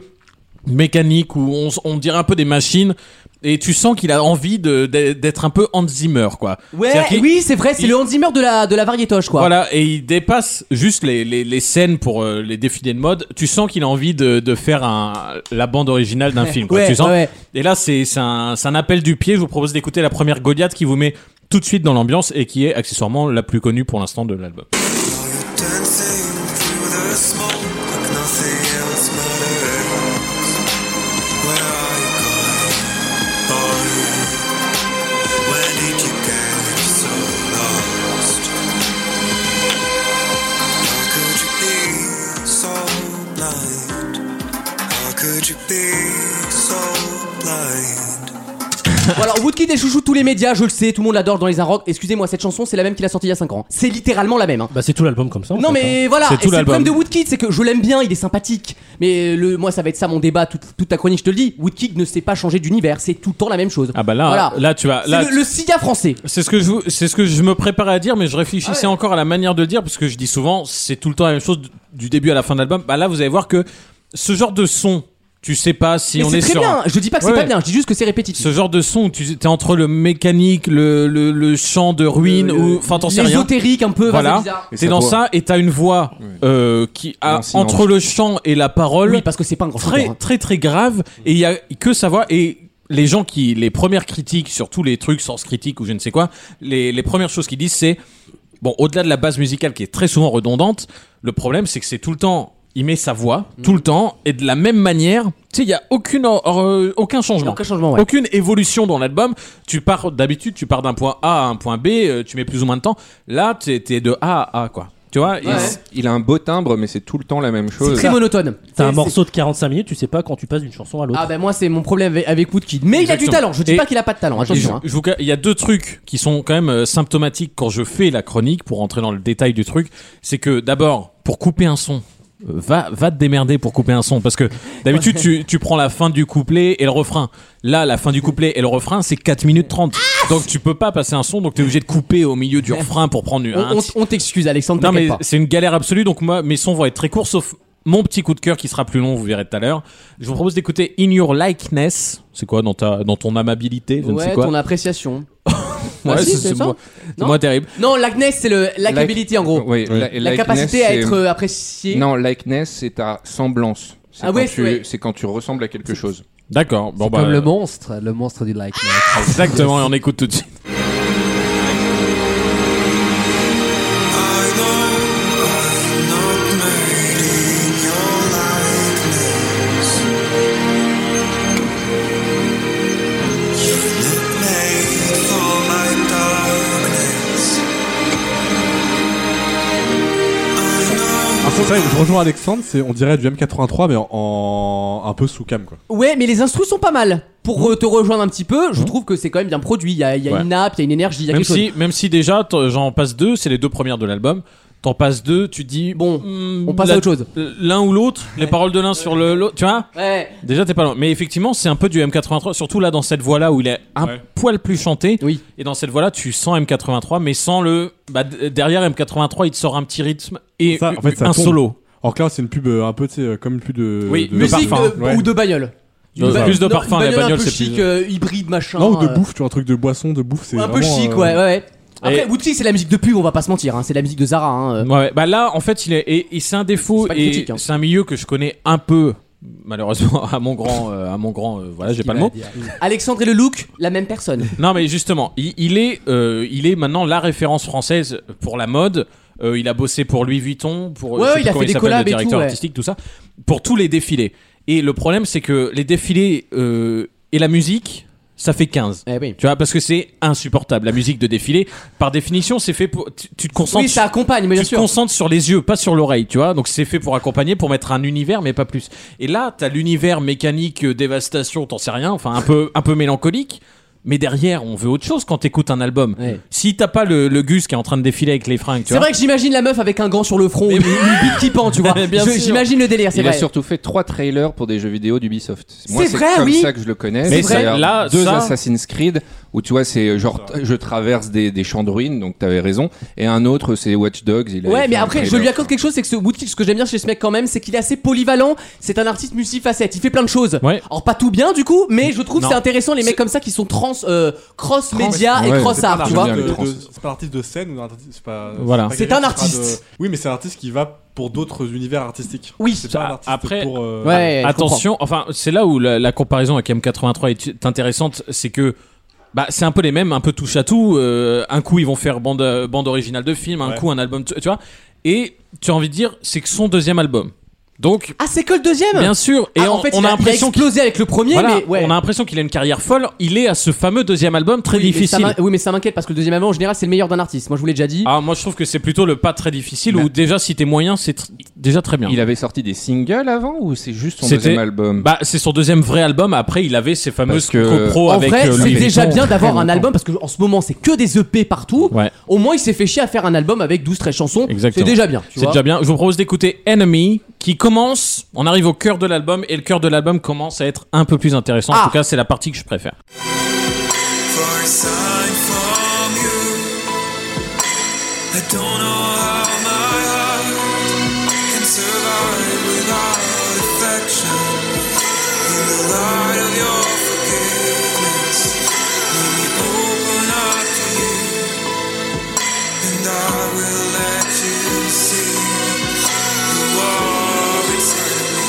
mécaniques où on, s- on dirait un peu des machines. Et tu sens qu'il a envie de- d'e- d'être un peu Hans Zimmer, quoi. Ouais, C'est-à-dire qu'il- oui, c'est vrai, c'est il- le Hans Zimmer de la, de la variétoche, quoi. Voilà, et il dépasse juste les, les, les scènes pour euh, les défilés de mode. Tu sens qu'il a envie de, de faire un, la bande originale d'un Ouais. film. Quoi. Ouais, tu sens. ouais. Et là, c'est c'est un, c'est un appel du pied. Je vous propose d'écouter la première Goliath qui vous met tout de suite dans l'ambiance et qui est accessoirement la plus connue pour l'instant de l'album. Dancing through the smoke, like nothing else matters. Bon, alors, Woodkid est chouchou de tous les médias, je le sais, tout le monde l'adore dans les Arocs. Excusez-moi, cette chanson, c'est la même qu'il a sortie il y a 5 ans. C'est littéralement la même. hein. Bah, c'est tout l'album comme ça. en Non fait, mais hein. voilà, et c'est le problème de Woodkid, c'est que je l'aime bien, il est sympathique, mais euh, le, moi ça va être ça mon débat toute, toute ta chronique, je te le dis, Woodkid ne sait pas changer d'univers, c'est tout le temps la même chose. Ah bah là, Voilà. là tu vas. C'est Là, le, le Sia français. C'est ce que je, vous- c'est ce que je me préparais à dire, mais je Ah réfléchissais encore à la manière de le dire parce que je dis souvent, c'est tout le temps la même chose du- du début à la fin de l'album. Bah là, vous allez voir que ce genre de son, tu sais pas si Mais on c'est est, très sur. bien, un- je dis pas que c'est Ouais, pas ouais. bien, je dis juste que c'est répétitif. Ce genre de son, où tu es entre le mécanique, le, le, le chant de ruine, Euh, ou enfin t'en sais rien. L'ésotérique un peu, enfin, c'est Voilà. bizarre. T'es dans ça et t'as une voix euh, qui a en silence. entre le chant et la parole. Oui, parce que c'est pas un grand très chanteur, hein. très très grave et il y a que sa voix et les gens qui les premières critiques sur tous les trucs sens critique ou je ne sais quoi, les, les premières choses qu'ils disent c'est bon au-delà de la base musicale qui est très souvent redondante, le problème c'est que c'est tout le temps il met sa voix Mm. tout le temps et de la même manière, tu sais il y a aucune or- or- aucun changement. Aucun changement, ouais. Aucune évolution dans l'album. Tu pars d'habitude, tu pars d'un point A à un point B, euh, tu mets plus ou moins de temps. Là, t'es t'es de A à A, quoi. Tu vois et Il- c'est- Il a un beau timbre, mais c'est tout le temps la même chose. très monotone. T'as un C'est- morceau de 45 minutes, tu sais pas quand tu passes d'une chanson à l'autre. Ah bah moi c'est mon problème avec, avec Woodkid, mais il a du Exactement. talent, je dis Et- pas qu'il a pas de talent, Et je- attention. hein. je vous ca- Il y a deux trucs qui sont quand même euh, symptomatiques quand je fais la chronique pour entrer dans le détail du truc. C'est que d'abord, pour couper un son, euh, va, va te démerder pour couper un son. Parce que d'habitude, tu, tu prends la fin du couplet et le refrain. Là, la fin du couplet et le refrain, c'est 4 minutes 30. Ah Donc tu peux pas passer un son, donc tu es obligé de couper au milieu du refrain pour prendre un, On, on- on t'excuse Alexandre, Ah, non mais t'inquiète pas. c'est une galère absolue, donc moi mes sons vont être très courts, sauf mon petit coup de cœur qui sera plus long, vous verrez tout à l'heure. Je vous propose d'écouter In Your Likeness. C'est quoi dans ta, dans ton amabilité, je ne sais Ouais, quoi. ton appréciation. Ouais, Ah si, c'est- c'est c'est ça moi- Non c'est moi terrible. Non, likeness c'est le likability en gros. Oui, Oh. la, li- likeness, capacité à c'est- être euh, appréciée. Non, likeness, c'est ta semblance. C'est Ah quand ouais, tu- ouais. C'est quand tu ressembles à quelque chose. D'accord. bah, Bon, Comme le monstre, le monstre du like. Exactement, et on écoute tout de suite. Ah, c'est vrai, je rejoins Alexandre, c'est on dirait du M83 mais en, en- un peu sous cam quoi. Ouais, mais les instrus sont pas mal. Pour euh, te rejoindre un petit peu, je trouve que c'est quand même bien produit. Il y a, il y a Mmh. Ouais. une nappe, il y a une énergie, il y a Même quelque chose. si, même si déjà t'en- j'en passe deux, c'est les deux premières de l'album. T'en passes deux, tu dis bon, on passe à autre chose. L'un ou l'autre, les paroles de l'un sur le l'autre, tu vois Ouais. Déjà t'es pas loin. Mais effectivement, c'est un peu du M83, surtout là dans cette voix là où il est un poil plus chanté. Oui. Et dans cette voix là, tu sens M83, mais sans le. Bah, d- derrière M83, il te sort un petit rythme et Ça, en fait, ça un tombe. solo. En clair, c'est une pub euh, un peu, tu sais, euh, comme une pub de. Oui, de musique de- Ouais. euh, Ou de bagnole. Non, Une ba- plus de non, une parfum, les un bagnoles, peu c'est chic, plus- euh, hybride machin. Non, ou de euh, bouffe, tu vois, un truc de boisson, de bouffe, c'est. Un peu vraiment, chic, euh, ouais, ouais. ouais. Après, Et- Woodkid, c'est la musique de pub, on va pas se mentir. hein, C'est la musique de Zara. hein. Ouais, ouais. bah là, en fait, il est, et, et c'est un défaut C'est pas et critique, hein. c'est un milieu que je connais un peu, malheureusement, à mon grand, euh, à mon grand, euh, voilà, j'ai pas le mot. Alexandre et le look, la même personne. hein. Non, mais justement, il, il est, euh, il est maintenant la référence française pour la mode. Euh, il a bossé pour Louis Vuitton, pour Ouais, je ouais, sais plus il a comment fait des s'appelle, collabs le et tout, directeur ouais. artistique, tout ça, pour tous les défilés. Et le problème, c'est que les défilés euh, et la musique. Ça fait 15. Eh Tu vois, parce que c'est insupportable. La musique de défilé, par définition, c'est fait pour. Tu, tu te concentres. Oui, ça accompagne, mais tu bien te sûr. concentre sur les yeux, pas sur l'oreille, tu vois. Donc c'est fait pour accompagner, pour mettre un univers, mais pas plus. Et là, t'as l'univers mécanique, euh, dévastation, t'en sais rien, enfin un peu, un peu mélancolique. Mais derrière, on veut autre chose quand t'écoutes un album. Si t'as pas le, le Gus qui est en train de défiler avec les fringues, tu C'est vois. vrai que j'imagine la meuf avec un gant sur le front, une une bite qui pend, tu vois. Mais bien Je- sûr. J'imagine le délire, c'est Il vrai. a surtout fait trois trailers pour des jeux vidéo d'Ubisoft. Moi, C'est c'est vrai, comme oui. ça que je le connais. Mais C'est c'est- d'ailleurs là, deux ça- Assassin's Creed où tu vois, c'est genre t- je traverse des, des champs de ruines, donc t'avais raison. Et un autre, c'est Watch Dogs. il avait Ouais, fait mais un après, je trailer. lui accorde quelque chose, c'est que ce Woodkid, ce que j'aime bien chez ce mec quand même, c'est qu'il est assez polyvalent. C'est un artiste multifacette. Il fait plein de choses. Alors pas tout bien du coup, mais je trouve Non. c'est intéressant les mecs comme ça qui sont trans, euh, cross média et Ouais, cross c'est pas art, tu un vois. artiste de- de- C'est pas un artiste de scène ou un artiste. C'est pas. Voilà. pas C'est quelqu'un un qui fera de- artiste. Oui, mais c'est un artiste qui va pour d'autres univers artistiques. Oui. C'est pas un artiste Après, pour. euh, Ah, Eh, a- attention, enfin, c'est là où la, la comparaison avec M83 est est intéressante, c'est que bah, c'est un peu les mêmes, un peu touche à tout. euh, un coup, ils vont faire bande, euh, bande originale de film, un Ouais. coup, un album, tu, tu vois. Et tu as envie de dire, c'est que son deuxième album, Donc. Ah, c'est que le deuxième Bien sûr. Et Ah, on, en fait, on il a a- il a l'impression explosé qu'il- avec le premier, Voilà, mais ouais. on a l'impression qu'il a une carrière folle. Il est à ce fameux deuxième album très Oui, mais ça difficile. m'in- oui, mais ça m'inquiète parce que le deuxième album en général c'est le meilleur d'un artiste. Moi je vous l'ai déjà dit. Ah, moi je trouve que c'est plutôt le pas très difficile Bah. où déjà si t'es moyen, c'est tr- déjà très bien. Il avait sorti des singles avant ou c'est juste son C'était- deuxième album Bah, c'est son deuxième vrai album. Après, il avait ses fameuses Parce que- copros En avec vrai, euh, c'est Louis déjà Vuitton. bien d'avoir Très un longtemps. album parce que en ce moment c'est que des EP partout. Ouais. Au moins il s'est fait chier à faire un album avec 12-13 chansons. Exactement. C'est déjà bien. tu C'est vois. déjà bien. Je vous propose d'écouter Enemy qui commence. On arrive au cœur de l'album et le cœur de l'album commence à être un peu plus intéressant. Ah. En tout cas, c'est la partie que je préfère. for a sign from you. I don't know how my heart can survive without affection. In the light of your forgiveness, let me open up to you, and I will let you see the war inside me.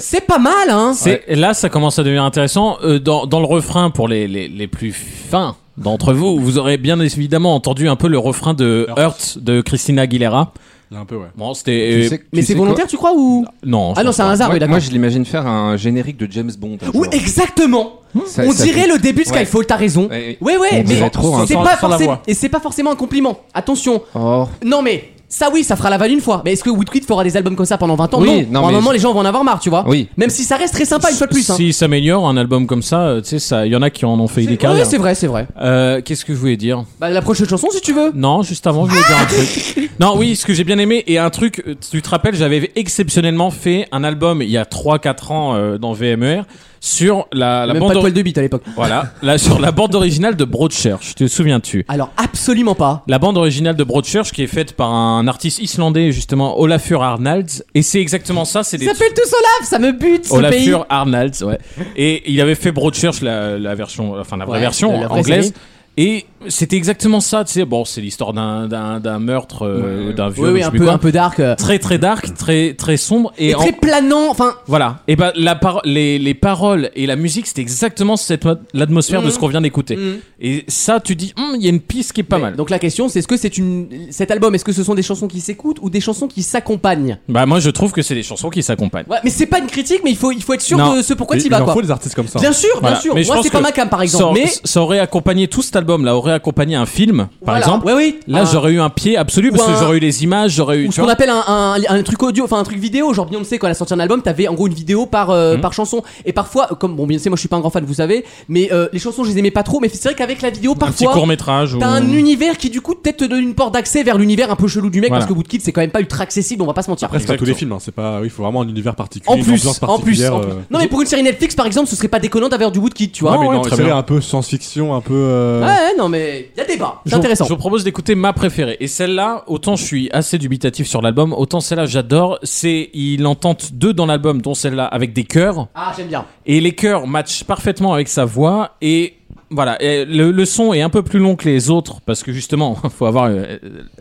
C'est pas mal, hein C'est là, ça commence à devenir intéressant. Euh, dans, dans le refrain, pour les, les, les plus fins d'entre vous, vous aurez bien évidemment entendu un peu le refrain de Hurt de Christina Aguilera. Un peu, ouais. Bon, c'était. Tu euh, sais- tu sais quoi tu crois ou Non. je Ah non, pense c'est un pas. hasard, oui, Moi, d'accord. moi, je l'imagine faire un générique de James Bond. un Ou jour. exactement. Ça- on ça dirait fait- le début de Ouais. Skyfall, t'as raison. Ouais, Ouais, On ouais, dirait mais trop, hein, c'est sans- pas sans la forcément voix. et c'est pas forcément un compliment. Attention. Oh. Non mais ça oui, ça fera la vanne une fois. Mais est-ce que Woodkid fera des albums comme ça pendant 20 ans Oui, Non. non, Pour un mais- moment, les gens vont en avoir marre, tu vois. Oui. Même si ça reste très sympa une fois de plus. hein. Si ça s'améliore, un album comme ça, euh, tu sais, ça- il y en a qui en ont fait des carrières. Ouais, c'est vrai, c'est vrai. Euh, Qu'est-ce que je voulais dire Bah, la prochaine chanson, si tu veux. Non, juste avant, je voulais dire un truc. Non, oui, ce que j'ai bien aimé, et un truc, euh, tu te rappelles, j'avais exceptionnellement fait un album il y a 3-4 ans euh, dans VMER sur la, la Même bande. pas de ori- poil de bite à l'époque. Voilà, là, sur la bande originale de Broadchurch, te souviens-tu Alors, absolument pas. La bande originale de Broadchurch qui est faite par un artiste islandais, justement, Olafur Arnalds, et c'est exactement ça, c'est des. Ça s'appelle tous Olaf, ça me bute ce Olafur pays. Arnalds, ouais. Et il avait fait Broadchurch, la, la version, enfin la vraie Ouais, version la vraie anglaise. série. Et c'était exactement ça, tu sais. Bon, c'est l'histoire d'un, d'un, d'un meurtre, euh, d'un viol, Oui, oui, je sais un plus peu, quoi. un peu dark. euh. Très très dark, très très sombre et, Et en- très planant, enfin. voilà. Et ben la paro- les, les paroles et la musique, c'était exactement cette mo- l'atmosphère Mm. de ce qu'on vient d'écouter. Et ça, tu dis, Hum, il y a une piste qui est pas mal. Donc la question, c'est est-ce que c'est une cet album, est-ce que ce sont des chansons qui s'écoutent ou des chansons qui s'accompagnent Bah moi, je trouve que c'est des chansons qui s'accompagnent. Ouais, mais c'est pas une critique, mais il faut il faut être sûr Non. de ce pourquoi Il- tu vas il en quoi. faut des artistes comme ça. Bien sûr, bien Voilà. sûr. Mais je Moi, pense c'est pas que ma cam par ça, exemple, aur- mais ça aurait accompagné tout cet album là, aurait accompagné un film par Voilà. exemple. Ouais, oui. Là, Un- j'aurais eu un pied absolu Ou parce un- que j'aurais eu les images, j'aurais eu ou tu ce qu'on vois. appelle un, un- un truc audio, enfin un truc vidéo, genre Beyoncé quand elle a sorti un album, t'avais en gros une vidéo par, euh, Hmm. par chanson. Et parfois, euh, comme bon Beyoncé, moi je suis pas un grand fan, vous savez, mais euh, les chansons je les aimais pas trop, mais c'est vrai qu'avec la vidéo un petit parfois... court métrage ou T'as un univers qui du coup peut-être te donne une porte d'accès vers l'univers un peu chelou du mec Voilà. parce que Woodkid c'est quand même pas ultra accessible, on va pas se mentir. Après, c'est pas tous les films, hein, c'est pas. Oui, il faut vraiment un univers particulier. En une plus, ambiance en plus, particulière, en plus. euh. Non mais pour une série Netflix par exemple, ce serait pas déconnant d'avoir du Woodkid, tu vois. Ouais, mais non, ouais, c'est vrai, un peu science-fiction, un peu. euh, Ouais, non mais y a débat, c'est Je vous- intéressant. Je vous propose d'écouter ma préférée. Et celle-là, autant je suis assez dubitatif sur l'album, autant celle-là j'adore. C'est il en tente deux dans l'album, dont celle-là avec des chœurs. Ah j'aime bien. Et les chœurs matchent parfaitement avec sa voix et voilà, et le, le son est un peu plus long que les autres parce que justement, faut avoir euh,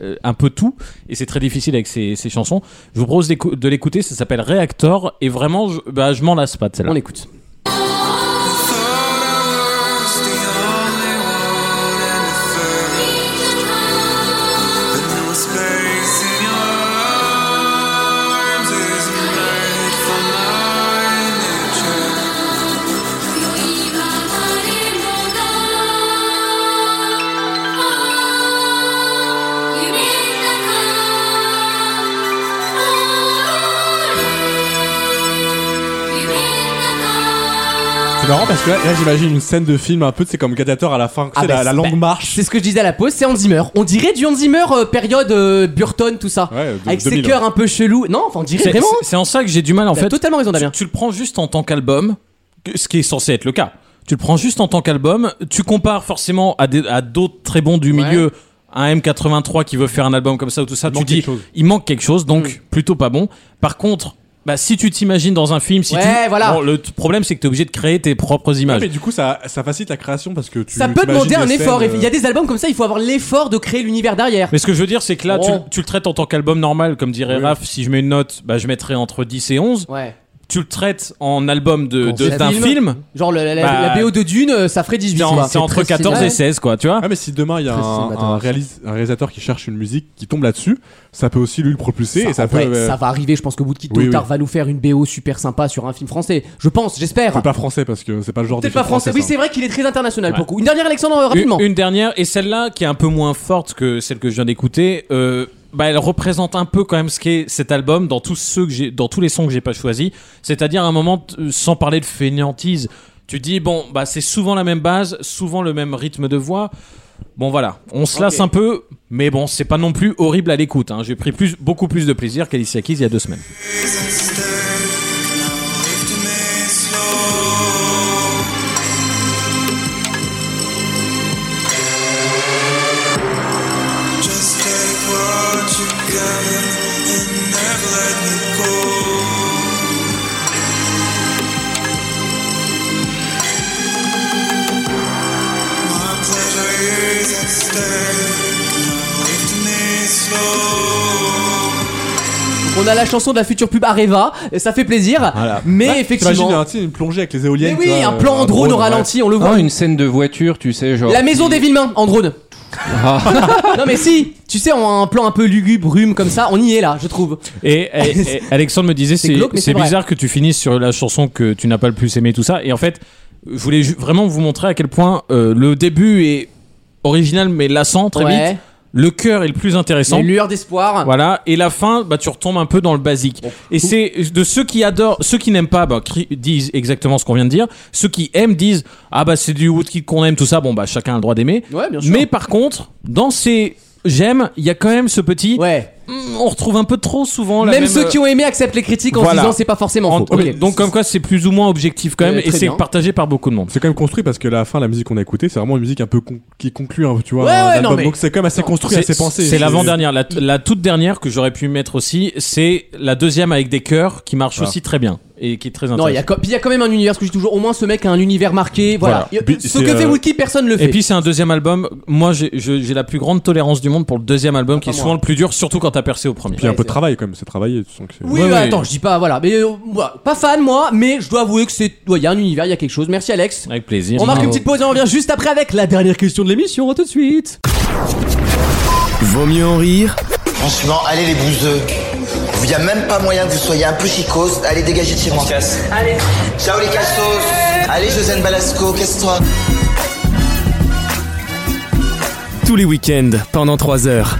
euh, un peu tout et c'est très difficile avec ces, ces chansons. Je vous propose d'écou- de l'écouter, ça s'appelle Reactor et vraiment, je, bah, je m'en lasse pas de celle-là. On écoute. C'est marrant parce que là, là, j'imagine une scène de film un peu, c'est comme Gladiator à la fin, Ah c'est bah, la, la c'est- longue bah, marche. C'est ce que je disais à la pause, c'est Hans Zimmer. On dirait du Hans Zimmer euh, période euh, Burton, tout ça. de- Avec 2000, ses chœurs ouais. un peu chelous. Non, enfin, on dirait C'est- vraiment. Bah, c'est- C'est en ça que j'ai du mal en T'as fait. totalement raison, Tu- Damien. Tu, le prends juste en tant qu'album, que- ce qui est censé être le cas. Tu le prends juste en tant qu'album. Tu compares forcément à des- à d'autres très bons du milieu. Un M83 qui veut faire un album comme ça ou tout ça, tu dis il manque quelque chose, Mm. donc plutôt pas bon. Par contre, bah, si tu t'imagines dans un film, si Ouais, tu- voilà. Bon, le t- problème c'est que t'es obligé de créer tes propres Ouais, images. mais du coup, ça, ça facilite la création parce que tu. Ça peut t'imagines demander un des effort. scènes, Il y a euh, des albums comme ça, il faut avoir l'effort de créer l'univers derrière. Mais ce que je veux dire, c'est que là, tu, Oh. tu le traites en tant qu'album normal, comme dirait Raph. Si je mets une note, bah, je mettrais entre 10 et 11. tu le traites en album de- de- C'est d'un film, Genre le- la, la- Bah, la BO de Dune, euh, ça ferait 18 c'est en- quoi. c'est entre très 14 cinéma. et 16, quoi, tu vois. Ah, mais si demain il y a un, un réalis- un réalisateur qui cherche une musique qui tombe là-dessus, ça peut aussi lui le propulser et ça en peut. vrai, euh, ça va arriver, je pense que Woodkid tôt Oui, ou tard oui. va nous faire une BO super sympa sur un film français. Je pense, j'espère. C'est pas français parce que c'est pas le genre de. Peut-être pas film français. Oui, ça. c'est vrai qu'il est très international Ouais. pour le coup. Une dernière, Alexandre, euh, Une, rapidement. une dernière, et celle-là, qui est un peu moins forte que celle que je viens d'écouter, euh, bah, elle représente un peu quand même ce qu'est cet album dans tous, ceux que j'ai- dans tous les sons que j'ai pas choisis. C'est-à-dire, à un moment, t- euh, sans parler de fainéantise, tu dis, bon, bah, c'est souvent la même base, souvent le même rythme de voix. Bon, voilà, on se lasse Ok. un peu, mais bon, c'est pas non plus horrible à l'écoute. hein. J'ai pris plus, beaucoup plus de plaisir qu'Alicia Keys il y a deux semaines. Just take what you can and never let me go. My pleasure is at stake. Now lifting me slow. On a la chanson de la future pub Areva, et ça fait plaisir. Voilà. Mais Ouais, effectivement. t'imagines, un- une plongée avec les éoliennes. euh, Mais oui, un plan en drone au ralenti, on le Ah voit. Non, une scène de voiture, tu sais, genre. La maison des Villemains en drone. Ah. non mais si, tu sais, on a un plan un peu lugubre, brume comme ça, on y est là, je trouve. Et, et- et Alexandre me disait, C'est c'est glauque, mais c'est c'est vrai. bizarre que tu finisses sur la chanson que tu n'as pas le plus aimé, tout ça. Et en fait, je voulais ju- vraiment vous montrer à quel point euh, le début est original mais lassant très Ouais. vite. Le cœur est le plus intéressant. Une lueur d'espoir. Voilà, et la fin, bah, tu retombes un peu dans le basique. Et c'est de ceux qui adorent, ceux qui n'aiment pas, bah, cri- disent exactement ce qu'on vient de dire. Ceux qui aiment disent, ah bah c'est du Woodkid qu'on aime, tout ça. Bon bah chacun a le droit d'aimer. Ouais, bien sûr. Mais par contre, dans ces j'aime, il y a quand même ce petit. hmm, Ouais. On retrouve un peu trop souvent la Même, même euh, ceux qui ont aimé acceptent les critiques en Voilà. se disant c'est pas forcément En- faux. Ok. Donc comme quoi c'est plus ou moins objectif quand même Euh, et très c'est bien. partagé par beaucoup de monde. C'est quand même construit parce que la fin, la musique qu'on a écoutée, c'est vraiment une musique un peu con- qui conclut, hein, tu vois. Ouais, un ouais, album. non, mais- Donc c'est quand même assez construit, C'est- assez pensé. C'est l'avant-dernière, la, la toute dernière que j'aurais pu mettre aussi, c'est la deuxième avec des chœurs qui marche Voilà. aussi très bien et qui est très Ah. Non, il y, a intéressante. quand- puis il y a quand même un univers, ce que je dis toujours, au moins ce mec a un univers marqué. Voilà. Voilà. Et- Puis Ce c'est, que fait euh, Woodkid, personne le fait. Et puis c'est un deuxième album. Moi, j'ai je- j'ai la plus grande tolérance du monde pour le deuxième album, qui est Ah, moi. souvent le plus dur, surtout quand t'as percé au premier. Puis un peu de travail quand même, c'est travaillé. tu sens que c'est- oui, bah, attends, je dis pas, voilà. Mais euh, voilà. pas fan, moi, mais je dois avouer que c'est. ouais, Il y a un univers, il y a quelque chose. Merci, Alex. Avec plaisir. On marque une petite pause et on revient juste après avec la dernière question de l'émission. À tout de suite. Vaut mieux en rire Franchement, allez les bouseux. Il n'y a même pas moyen que vous soyez un peu chicos. Allez, dégagez de chez moi. Allez. Ciao les cassos. Allez, Josène Balasco, casse-toi. tous les week-ends pendant 3 heures.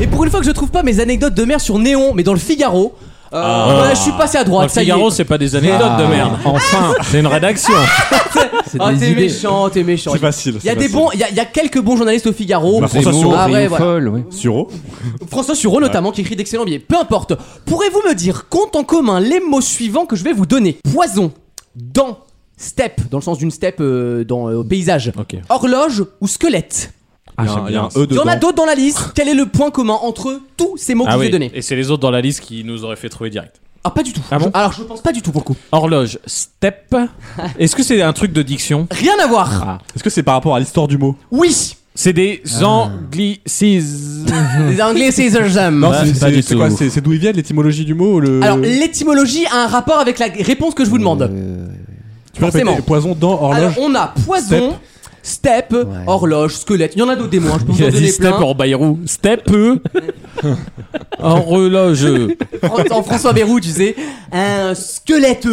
Et pour une fois que je trouve pas mes anecdotes de merde sur Néon, mais dans le Figaro. euh, Ah. voilà, je suis passé à droite. Dans le ça y est. Figaro, c'est pas des anecdotes de merde. Enfin, c'est une rédaction. Ah, des t'es idées. méchant, t'es méchant. C'est facile, Il y a c'est des facile. bons, il y, a- il y a quelques bons journalistes au Figaro. Bah, François Sureau, Ah, ouais, Rayon voilà. Folle, oui. Sureau. François Sureau notamment qui écrit d'excellents billets. Peu importe. Pourrez-vous me dire, compte en commun, les mots suivants que je vais vous donner Poison, dent, steppe, dans le sens d'une steppe euh, dans euh, au paysage, horloge ou squelette Il y a un- il y a un E Il y dedans. Ah en a d'autres dans la liste. Quel est le point commun entre tous ces mots que je vous ai donnés Ah Et c'est les autres dans la liste qui nous auraient fait trouver direct. Ah, pas du tout. Ah bon Alors, je pense pas du tout pour le coup. Horloge, step. Est-ce que c'est un truc de diction Rien à voir. Est-ce que c'est par rapport à l'histoire du mot Oui C'est des anglicismes. Les anglicismes. Hmm. Non, c'est- c'est c'est quoi C'est c'est d'où ils viennent l'étymologie du mot le... Alors, l'étymologie a un rapport avec la réponse que je vous demande. Tu peux répéter, forcément. poison dans Alors, horloge. on a poison, steppe, horloge, squelette. Il y en a d'autres des mots, hein, je peux vous Il en a dit donner step plein. en Bayrou. Step. Horloge. En, en François Bérou, tu sais. Un squelette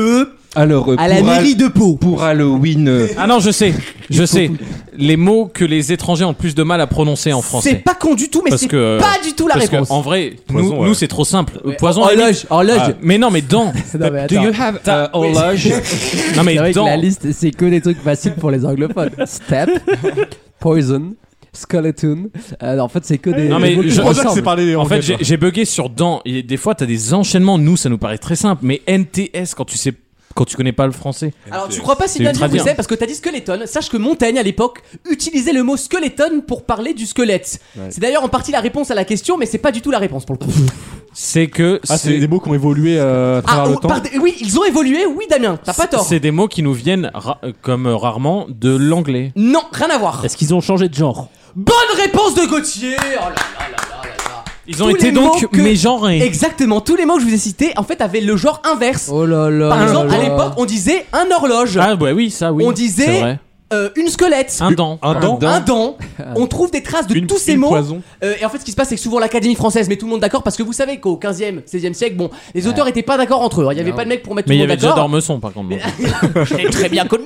Ah, Alors, euh, à la pour mairie Al- de Pau. Pour Halloween. euh, Ah non, je sais, je sais. Les mots que les étrangers ont le plus de mal à prononcer en français. C'est pas con du tout, mais Parce c'est que- euh, pas du tout la parce que, réponse. en vrai, nous, Poison, ouais. nous, c'est trop simple. Ouais. Poison. Horloge, limite. horloge. Ah, Mais non, mais dans. Non, mais Do attends. you have a Oui. horloge Non C'est mais vrai que dans. la liste, c'est que des trucs faciles pour les anglophones. Step, poison, skeleton. Euh, en fait, c'est que des. Non mais des mots qui je- ressemblent. en fait j'ai- j'ai bugué sur dans et des fois t'as des enchaînements nous ça nous paraît très simple mais NTS quand tu sais quand tu connais pas le français Alors tu crois pas si C'est bien ultra dire que dur. c'est parce que t'as dit skeleton. Sache que Montaigne à l'époque utilisait le mot skeleton pour parler du squelette. Ouais. C'est d'ailleurs en partie la réponse à la question, mais c'est pas du tout la réponse pour le coup. c'est que Ah, c'est des mots qui ont évolué euh, à travers Ah, le oh, temps. pardon, oui, ils ont évolué, oui Damien, t'as pas tort. c'est des mots qui nous viennent ra- euh, comme euh, rarement de l'anglais Non, rien à voir. Est-ce qu'ils ont changé de genre Bonne réponse de Gauthier Oh là là là là là là Ils ont tous été les donc mots que- mégenrés. Exactement, tous les mots que je vous ai cités en fait avaient le genre inverse. Oh là là. Par là exemple, là. à l'époque, on disait un horloge. Ah ouais, oui, ça, oui. On C'est disait vrai. euh, une squelette. Un dent. Un dent. Un dent. On trouve des traces de tous ces une mots. poison. Euh, et en fait, ce qui se passe, c'est que souvent l'Académie française met tout le monde d'accord parce que vous savez qu'au 15e, 16e siècle, bon, les auteurs étaient pas d'accord entre eux. hein. Il y avait pas de mec pour mettre Mais il tout y le avait monde déjà d'accord. Dormeçon par contre. Je l'ai très bien connu.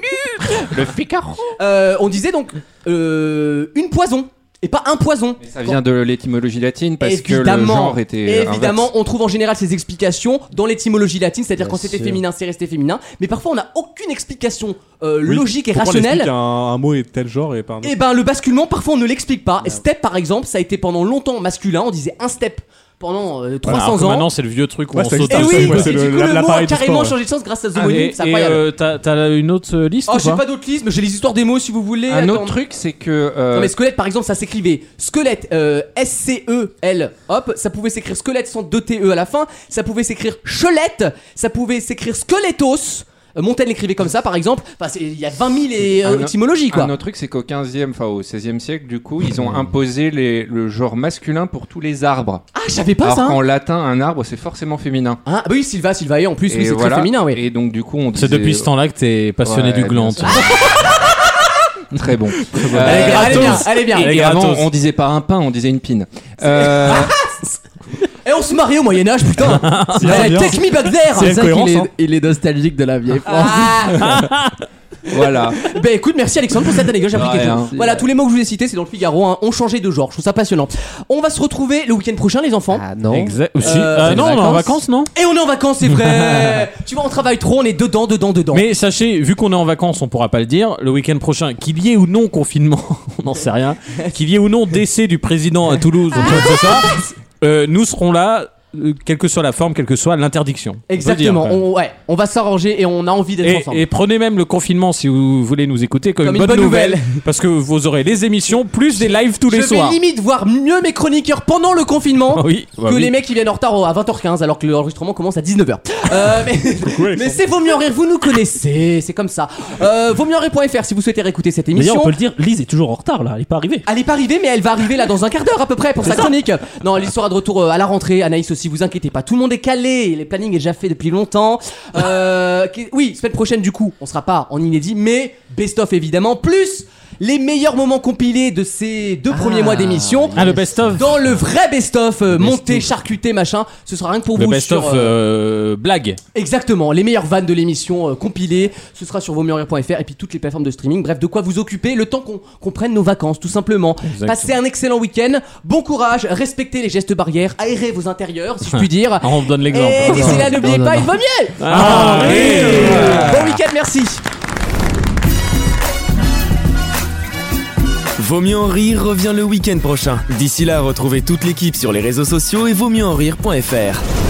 Le Figaro. Euh, on disait donc euh, une poison et pas un poison. Ça vient de l'étymologie latine parce que le Évidemment. genre était inverse. Évidemment, on trouve en général ces explications dans l'étymologie latine, c'est-à-dire quand c'était sûr. féminin, c'est resté féminin. Mais parfois, on n'a aucune explication euh, Oui, logique et pourquoi on rationnelle. explique Un, un mot est tel genre et pas un autre Et ben le basculement, parfois on ne l'explique pas. Et Step par exemple, ça a été pendant longtemps masculin, on disait un step pendant euh, 300 Alors que ans. Maintenant, c'est le vieux truc où Ouais, on ça saute existe, un ça, truc, ouais, ouais. c'est Et du le- coup, le mot a l'appareil du carrément sport, ouais. changé de sens grâce à Ah, Zomonime, et- c'est et, incroyable. euh, t'as- T'as une autre euh, liste Oh, ou j'ai pas pas d'autres listes, mais j'ai les histoires des mots si vous voulez. Un autre Attends. truc, c'est que. euh, Non mais squelette par exemple ça s'écrivait squelette euh, S-C-E-L hop ça pouvait s'écrire squelette sans 2 T-E à la fin ça pouvait s'écrire chelette ça pouvait s'écrire squelettos Euh, Montaigne l'écrivait comme ça par exemple enfin c'est- il y a 20 000 et, euh, un o- étymologies quoi Un autre truc, c'est qu'au 15e, enfin au 16e siècle, du coup, ils Hmm. ont imposé les- le genre masculin pour tous les arbres. Ah, je savais pas Alors ça. qu'en latin, un arbre, c'est forcément féminin. Ah, bah oui, Sylva, Sylvae, en plus, oui, c'est très féminin, oui. Et donc, du coup, on C'est disait- depuis ce temps-là que t'es passionné Ouais, du bien gland. sûr. Très bon. Elle est gratos. Elle est bien, elle Eh, est bien. Et Elle est avant, gratos. on disait pas un pain, on disait une pine. Euh, et Eh, on se mariait au Moyen Âge putain Eh, take me back there Ah. C'est ça qu'il est, il est nostalgique de la vieille France. voilà. Ben écoute, merci Alexandre pour cette anecdote, j'ai appris Ouais, quelque hein. chose. Voilà, tous les mots que je vous ai cités, c'est dans le Figaro, hein, ont changé de genre, je trouve ça passionnant. On va se retrouver le week-end prochain, les enfants. Ah non. Exact- aussi. Ah, non, on est en vacances, non Et on est en vacances, c'est vrai Tu vois, on travaille trop, on est dedans, dedans, dedans. Mais sachez, vu qu'on est en vacances, on pourra pas le dire, le week-end prochain, qu'il y ait ou non confinement, on n'en sait rien, qu'il y ait ou non décès du président à Toulouse, on peut dire ça, euh, nous serons là, euh, quelle que soit la forme, quelle que soit l'interdiction. On peut Exactement, dire, quand même. on, ouais, on va s'arranger et on a envie d'être Et, ensemble. et prenez même le confinement si vous voulez nous écouter comme, une bonne, nouvelle, parce que vous aurez les émissions plus des lives tous les je soirs. vais limite voir mieux mes chroniqueurs pendant le confinement Oui, bah que oui. les mecs qui viennent en retard au- à 20h15 alors que l'enregistrement commence à 19h. Euh, mais mais c'est Vaut mieux en rire, vous nous connaissez, c'est comme ça. Euh, vaut mieux en rire.fr si vous souhaitez réécouter cette émission. D'ailleurs, on peut le dire, Lise est toujours en retard là, elle est pas arrivée. Elle est pas arrivée, mais elle va arriver là dans un quart d'heure à peu près pour sa chronique. Non, l'histoire est de retour euh, à la rentrée. Anaïs aussi, vous inquiétez pas. Tout le monde est calé. Les plannings est déjà fait depuis longtemps. Euh, qui- oui, semaine prochaine, du coup, on sera pas en inédit, mais best-of évidemment. Plus les meilleurs moments compilés de ces deux premiers mois d'émission. Ah, le best-of. Dans le vrai best-of, euh, monté, charcuté, machin. Ce sera rien que pour Le vous. best-of sur, euh, euh, blague. Exactement, les meilleures vannes de l'émission euh, compilées, ce sera sur vosmieux-en-rire.fr et puis toutes les plateformes de streaming. Bref, de quoi vous occuper le temps qu'on qu'on prenne nos vacances, tout simplement. Exactement. Passez un excellent week-end, bon courage, respectez les gestes barrières, aérez vos intérieurs, si je puis dire. Ah, On donne Et l'exemple. Eh, d'ici Eh, là, n'oubliez pas, il vaut mieux Ah, oui. Bon week-end, merci Vaut mieux en rire revient le week-end prochain. D'ici là, retrouvez toute l'équipe sur les réseaux sociaux et vaut mieux en rire.fr.